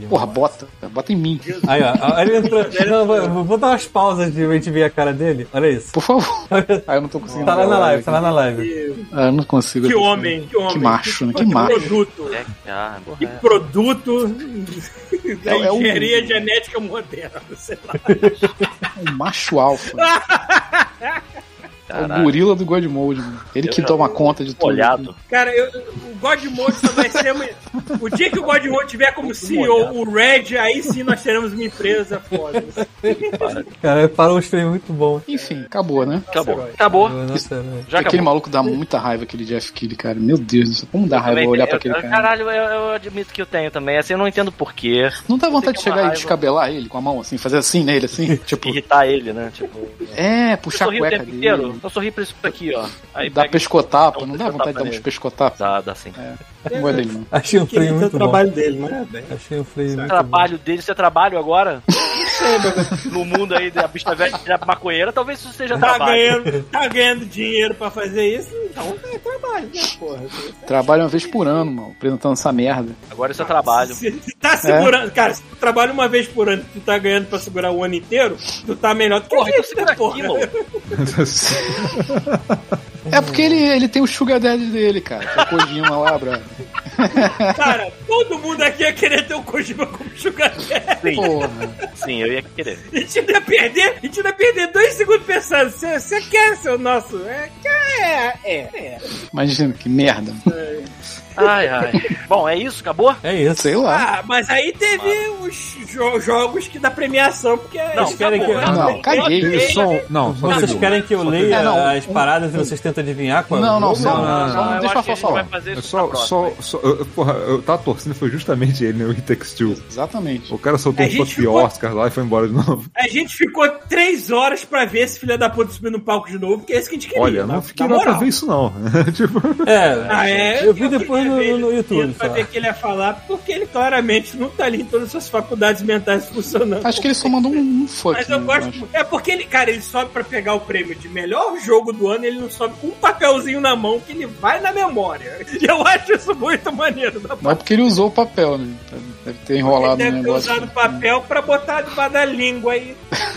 A: Porra, bota. Bota em mim.
B: Aí, ó, aí ele entrou. Não, vou, vou dar umas pausas de a gente ver a cara dele. Olha isso.
A: Por favor. Ah, eu não tô conseguindo.
B: Tá lá na
A: olhar
B: live,
A: aqui.
B: tá lá na live.
D: Que,
A: Ah, eu não consigo.
D: que
A: eu tô
D: homem, que homem.
A: Que macho, né? Que
D: que
A: macho.
D: produto.
C: É, ah, porra,
D: Que
C: é.
D: produto da
A: É- é um-
D: engenharia genética moderna, sei lá.
A: Um macho alfa. É o
C: Caralho.
A: gorila do God Mode, mano. Ele que
C: Eu-
A: toma conta de tudo.
C: Olhado.
D: Cara, eu, o Godmode só vai ser. Uma, o dia que o Godmode tiver como CEO o Red, aí sim nós teremos uma empresa foda.
B: Cara, parou um stream muito bom.
A: Enfim, acabou, né?
C: Acabou. Acabou.
B: Nossa, né?
C: Já
A: aquele
C: acabou.
A: maluco dá muita raiva, aquele Jeff Kidd, cara. Meu Deus do céu, como dá raiva
C: Também
A: olhar
C: tem-
A: pra aquele
C: eu-
A: cara?
C: Caralho, eu, eu admito que eu tenho também. Assim, eu não entendo porquê.
A: Não dá vontade de
C: Tem uma
A: chegar e
C: raiva.
A: descabelar ele com a mão assim, fazer assim nele, assim? tipo,
C: Irritar ele, né? Tipo.
A: é,
C: Eu
A: puxar a
C: sorri o
A: cueca
C: tempo inteiro.
A: dele.
C: Eu sorri pra isso aqui, ó. Aí
A: Dar
C: pega- assim.
A: pescotapa,
C: um
A: não dá vontade de dar uns
C: nele.
A: pescotapa.
C: Dá, dá sim.
A: Não gosto dele, não.
B: Achei um frame muito bom.
D: dele, mas é bem.
B: Achei um frame muito bom.
C: trabalho dele, seu trabalho agora? no mundo aí da bicha velha da maconheira, talvez isso seja
D: Tá
C: trabalho.
D: ganhando, tá ganhando dinheiro pra fazer isso, então é trabalho, né, porra?
A: Trabalha uma vez por ano, mano, apresentando essa merda.
C: Agora isso é trabalho.
D: Se, se tá segurando, cara, se tu trabalha uma vez por ano e tu tá ganhando pra segurar o ano inteiro, tu tá melhor do que
C: Porra,
D: a
C: então
D: gente, né,
C: segura aqui, mano.
E: assim,
A: É porque ele, ele tem o sugar daddy dele, cara. Que é o Kojima lá, brother.
D: Cara, todo mundo aqui ia querer ter o Kojima como sugar daddy.
C: Sim,
A: Porra.
C: sim, eu ia querer.
D: A gente ainda ia perder, a gente ainda ia perder dois segundos pensando, você quer ser o nosso? É, quer, É, é, é.
A: Imagina, que merda.
C: Ai, ai. Bom, é isso? Acabou?
B: É isso.
A: Sei lá.
D: Ah, mas aí teve os jo- jogos que dá premiação, porque
C: Não,
D: eles
B: querem
C: acabou.
B: que-
C: Eu-
A: Tá. Não,
C: eu-
A: caguei.
C: eu-
E: Isso, não, só
B: Vocês
E: teve um.
B: querem que eu leia
A: É, não,
B: as
A: um-
B: paradas e vocês tentam adivinhar qual é o
A: Não, não,
B: jogo?
A: só,
E: Não, não, não,
A: só-
E: não.
C: eu
A: deixa eu
C: acho que a
A: falar.
C: gente vai fazer isso na
E: Só,
C: próxima.
E: só, só, eu, porra, eu tava torcendo, foi justamente ele, né? O It Takes Two.
A: Exatamente.
E: O cara soltou
D: A
E: um
D: gente
E: pote de
D: ficou-
E: Oscar lá e foi embora de novo.
D: A gente ficou três horas pra ver esse filho da puta subir no palco de novo, que é esse que a gente queria.
E: Olha,
D: na-
E: não fiquei
D: na
E: lá pra
D: moral.
E: ver isso, não. tipo,
B: É,
D: Ah, é?
B: eu vi depois
D: queria
B: no,
D: ver ele
B: no YouTube.
D: Pra
B: só.
D: ver o que ele ia falar, porque ele claramente não tá ali em todas as suas faculdades mentais funcionando.
A: Acho que ele só mandou um, um fuck.
D: Mas eu
A: né,
D: gosto. É porque ele, cara, ele sobe pra pegar o prêmio de melhor jogo do ano, ele não sobe com um papelzinho na mão que ele vai na memória. E eu acho isso muito maneiro. Da
A: Não é porque ele usou o papel, né? Deve ter
D: ele
A: enrolado o
D: deve ter
A: negócio.
D: usado papel pra botar debaixo da língua aí,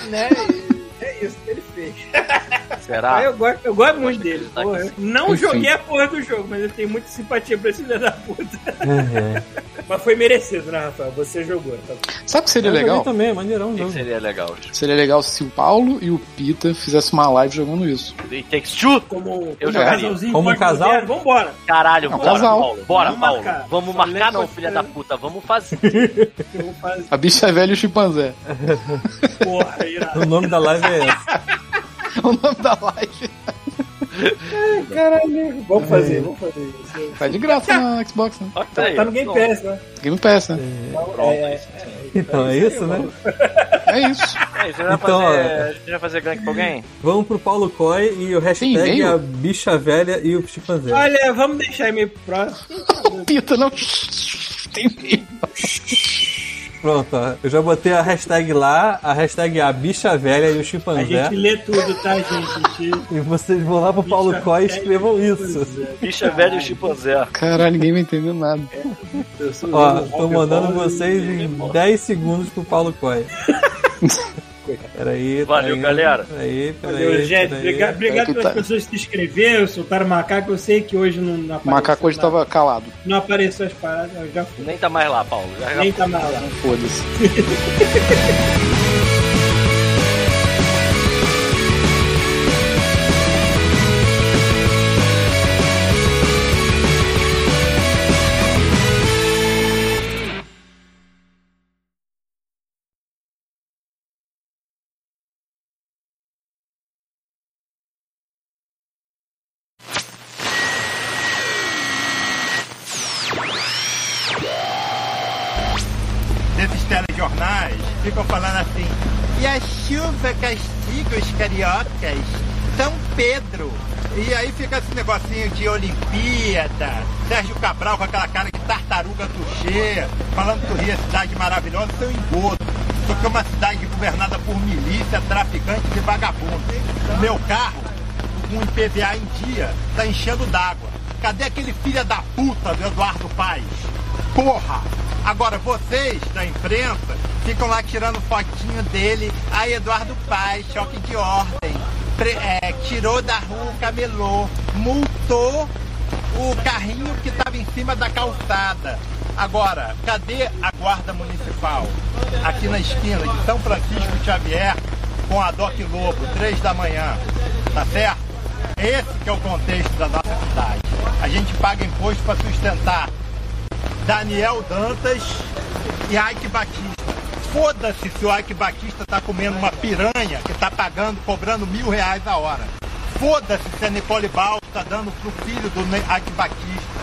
D: né? E É isso que ele fez. Ah,
C: Será?
D: eu, gosto, eu gosto muito dele.
C: Tá
D: porra.
C: aqui.
D: Não
A: Enfim.
D: joguei a porra do jogo, mas eu tenho muita simpatia pra esse filho da puta.
B: Uhum.
D: Mas foi merecido, né, Rafael? Você jogou. Tá?
A: Sabe o que seria
B: Eu joguei
A: legal?
B: também, maneirão o
C: O que que
B: jogo.
C: seria legal? Chico?
A: Seria legal se o Paulo e o Pita fizessem uma live jogando isso.
C: It takes two?
D: Como,
C: Eu
D: um
A: jogaria.
D: casalzinho
B: Como um
D: pós-
B: casal?
D: moderno. Vambora.
C: Caralho,
A: Não,
C: bora,
A: casal.
C: Paulo. Bora,
D: Vamos
C: Paulo.
D: marcar.
C: Vamos
D: Falei
C: marcar,
D: com
C: não,
D: você.
C: filha da puta. Vamos fazer.
D: Eu vou fazer.
A: A bicha é velha e o chimpanzé.
D: Porra, irado.
B: O nome da live é esse.
A: O nome da live.
D: Caralho. Vamos fazer, vamos fazer isso.
A: Tá de graça na Xbox, né?
C: Olha
D: Tá,
C: aí,
D: tá no Game
C: não.
D: Pass, né?
A: Game Pass, né?
B: Então é isso, né?
A: É isso.
C: É, você vai
B: Então,
C: fazer,
B: ó.
C: a gente vai fazer gank pra alguém?
B: Vamos pro Paulo Coy e o hashtag
A: e-mail?
B: é a bicha velha e o chimpanzé.
D: Olha, vamos deixar e-mail pro próximo.
A: O Pita não tem medo.
B: Pronto, ó. eu já botei a hashtag lá, a hashtag é a bicha velha e o
D: A
B: chimpanzé.
D: gente lê tudo, tá, gente? A gente-
B: E vocês vão lá pro Paulo Coy e escrevam isso.
C: Bicha velha e é chimpanzé.
A: Caralho, ninguém vai entender nada.
D: Eu sou
B: Ó,
D: um
B: tô mandando vocês em 10 segundos pro Paulo Coy. Peraí,
C: Valeu,
B: peraí,
C: galera.
B: Peraí,
D: Valeu,
B: peraí.
D: gente.
B: peraí.
D: Obrigado, obrigado
A: Tá aqui,
D: pelas
A: tá.
D: pessoas que se inscreveram, soltaram macaco. Eu sei que hoje não, não
A: O
D: apareceu.
A: macaco hoje
D: nada.
A: tava É. calado.
D: Não apareceu as paradas, eu já fui.
C: Nem tá mais lá, Paulo. Já-
D: Nem tá mais lá.
A: Foda-se.
G: Nesses telejornais ficam falando assim: e a chuva castiga os cariocas, São Pedro. E aí fica esse negocinho de Olimpíada, Sérgio Cabral com aquela cara de tartaruga touché, falando que o Rio é cidade maravilhosa, seu engodo. Porque é uma cidade governada por milícia, traficantes e vagabundos. Meu carro com um IPVA em dia, tá enchendo d'água. Cadê aquele filho da puta do Eduardo Paes? Porra! Agora vocês, da imprensa, ficam lá tirando fotinho dele. Ai, Eduardo Paes, choque de ordem. Pre- é, tirou da rua o camelô, multou o carrinho que estava em cima da calçada. Agora, cadê a guarda municipal? Aqui na esquina de São Francisco Xavier, com a Doc Lobo, três da manhã. Tá certo? Esse que é o contexto da nossa cidade. A gente paga imposto para sustentar Daniel Dantas e Ike Batista. Foda-se se o Ike Batista tá comendo uma piranha que tá pagando, cobrando mil reais a hora. Foda-se se a Nicole Ball tá dando pro filho do Ne- Ike Batista.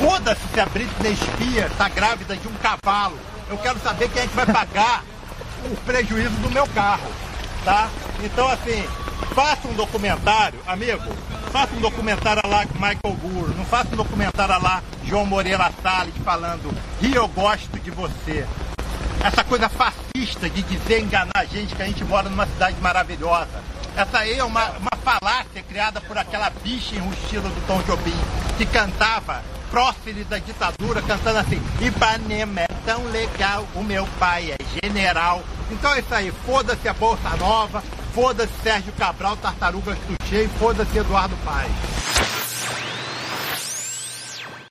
G: Foda-se se a Britney Spears tá grávida de um cavalo. Eu quero saber quem é que vai pagar o prejuízo do meu carro, tá? Então, assim, faça um documentário, amigo, faça um documentário lá com Michael Guru, não faça um documentário lá João Moreira Salles falando Rio, eu gosto de você. Essa coisa fascista de dizer, enganar a gente que a gente mora numa cidade maravilhosa. Essa aí é uma, uma falácia criada por aquela bicha enrustida do Tom Jobim, que cantava, próceres da ditadura, cantando assim, Ipanema é tão legal, o meu pai é general. Então é isso aí, foda-se a Bolsa Nova, foda-se Sérgio Cabral, Tartarugas Tuchê e foda-se Eduardo Paes.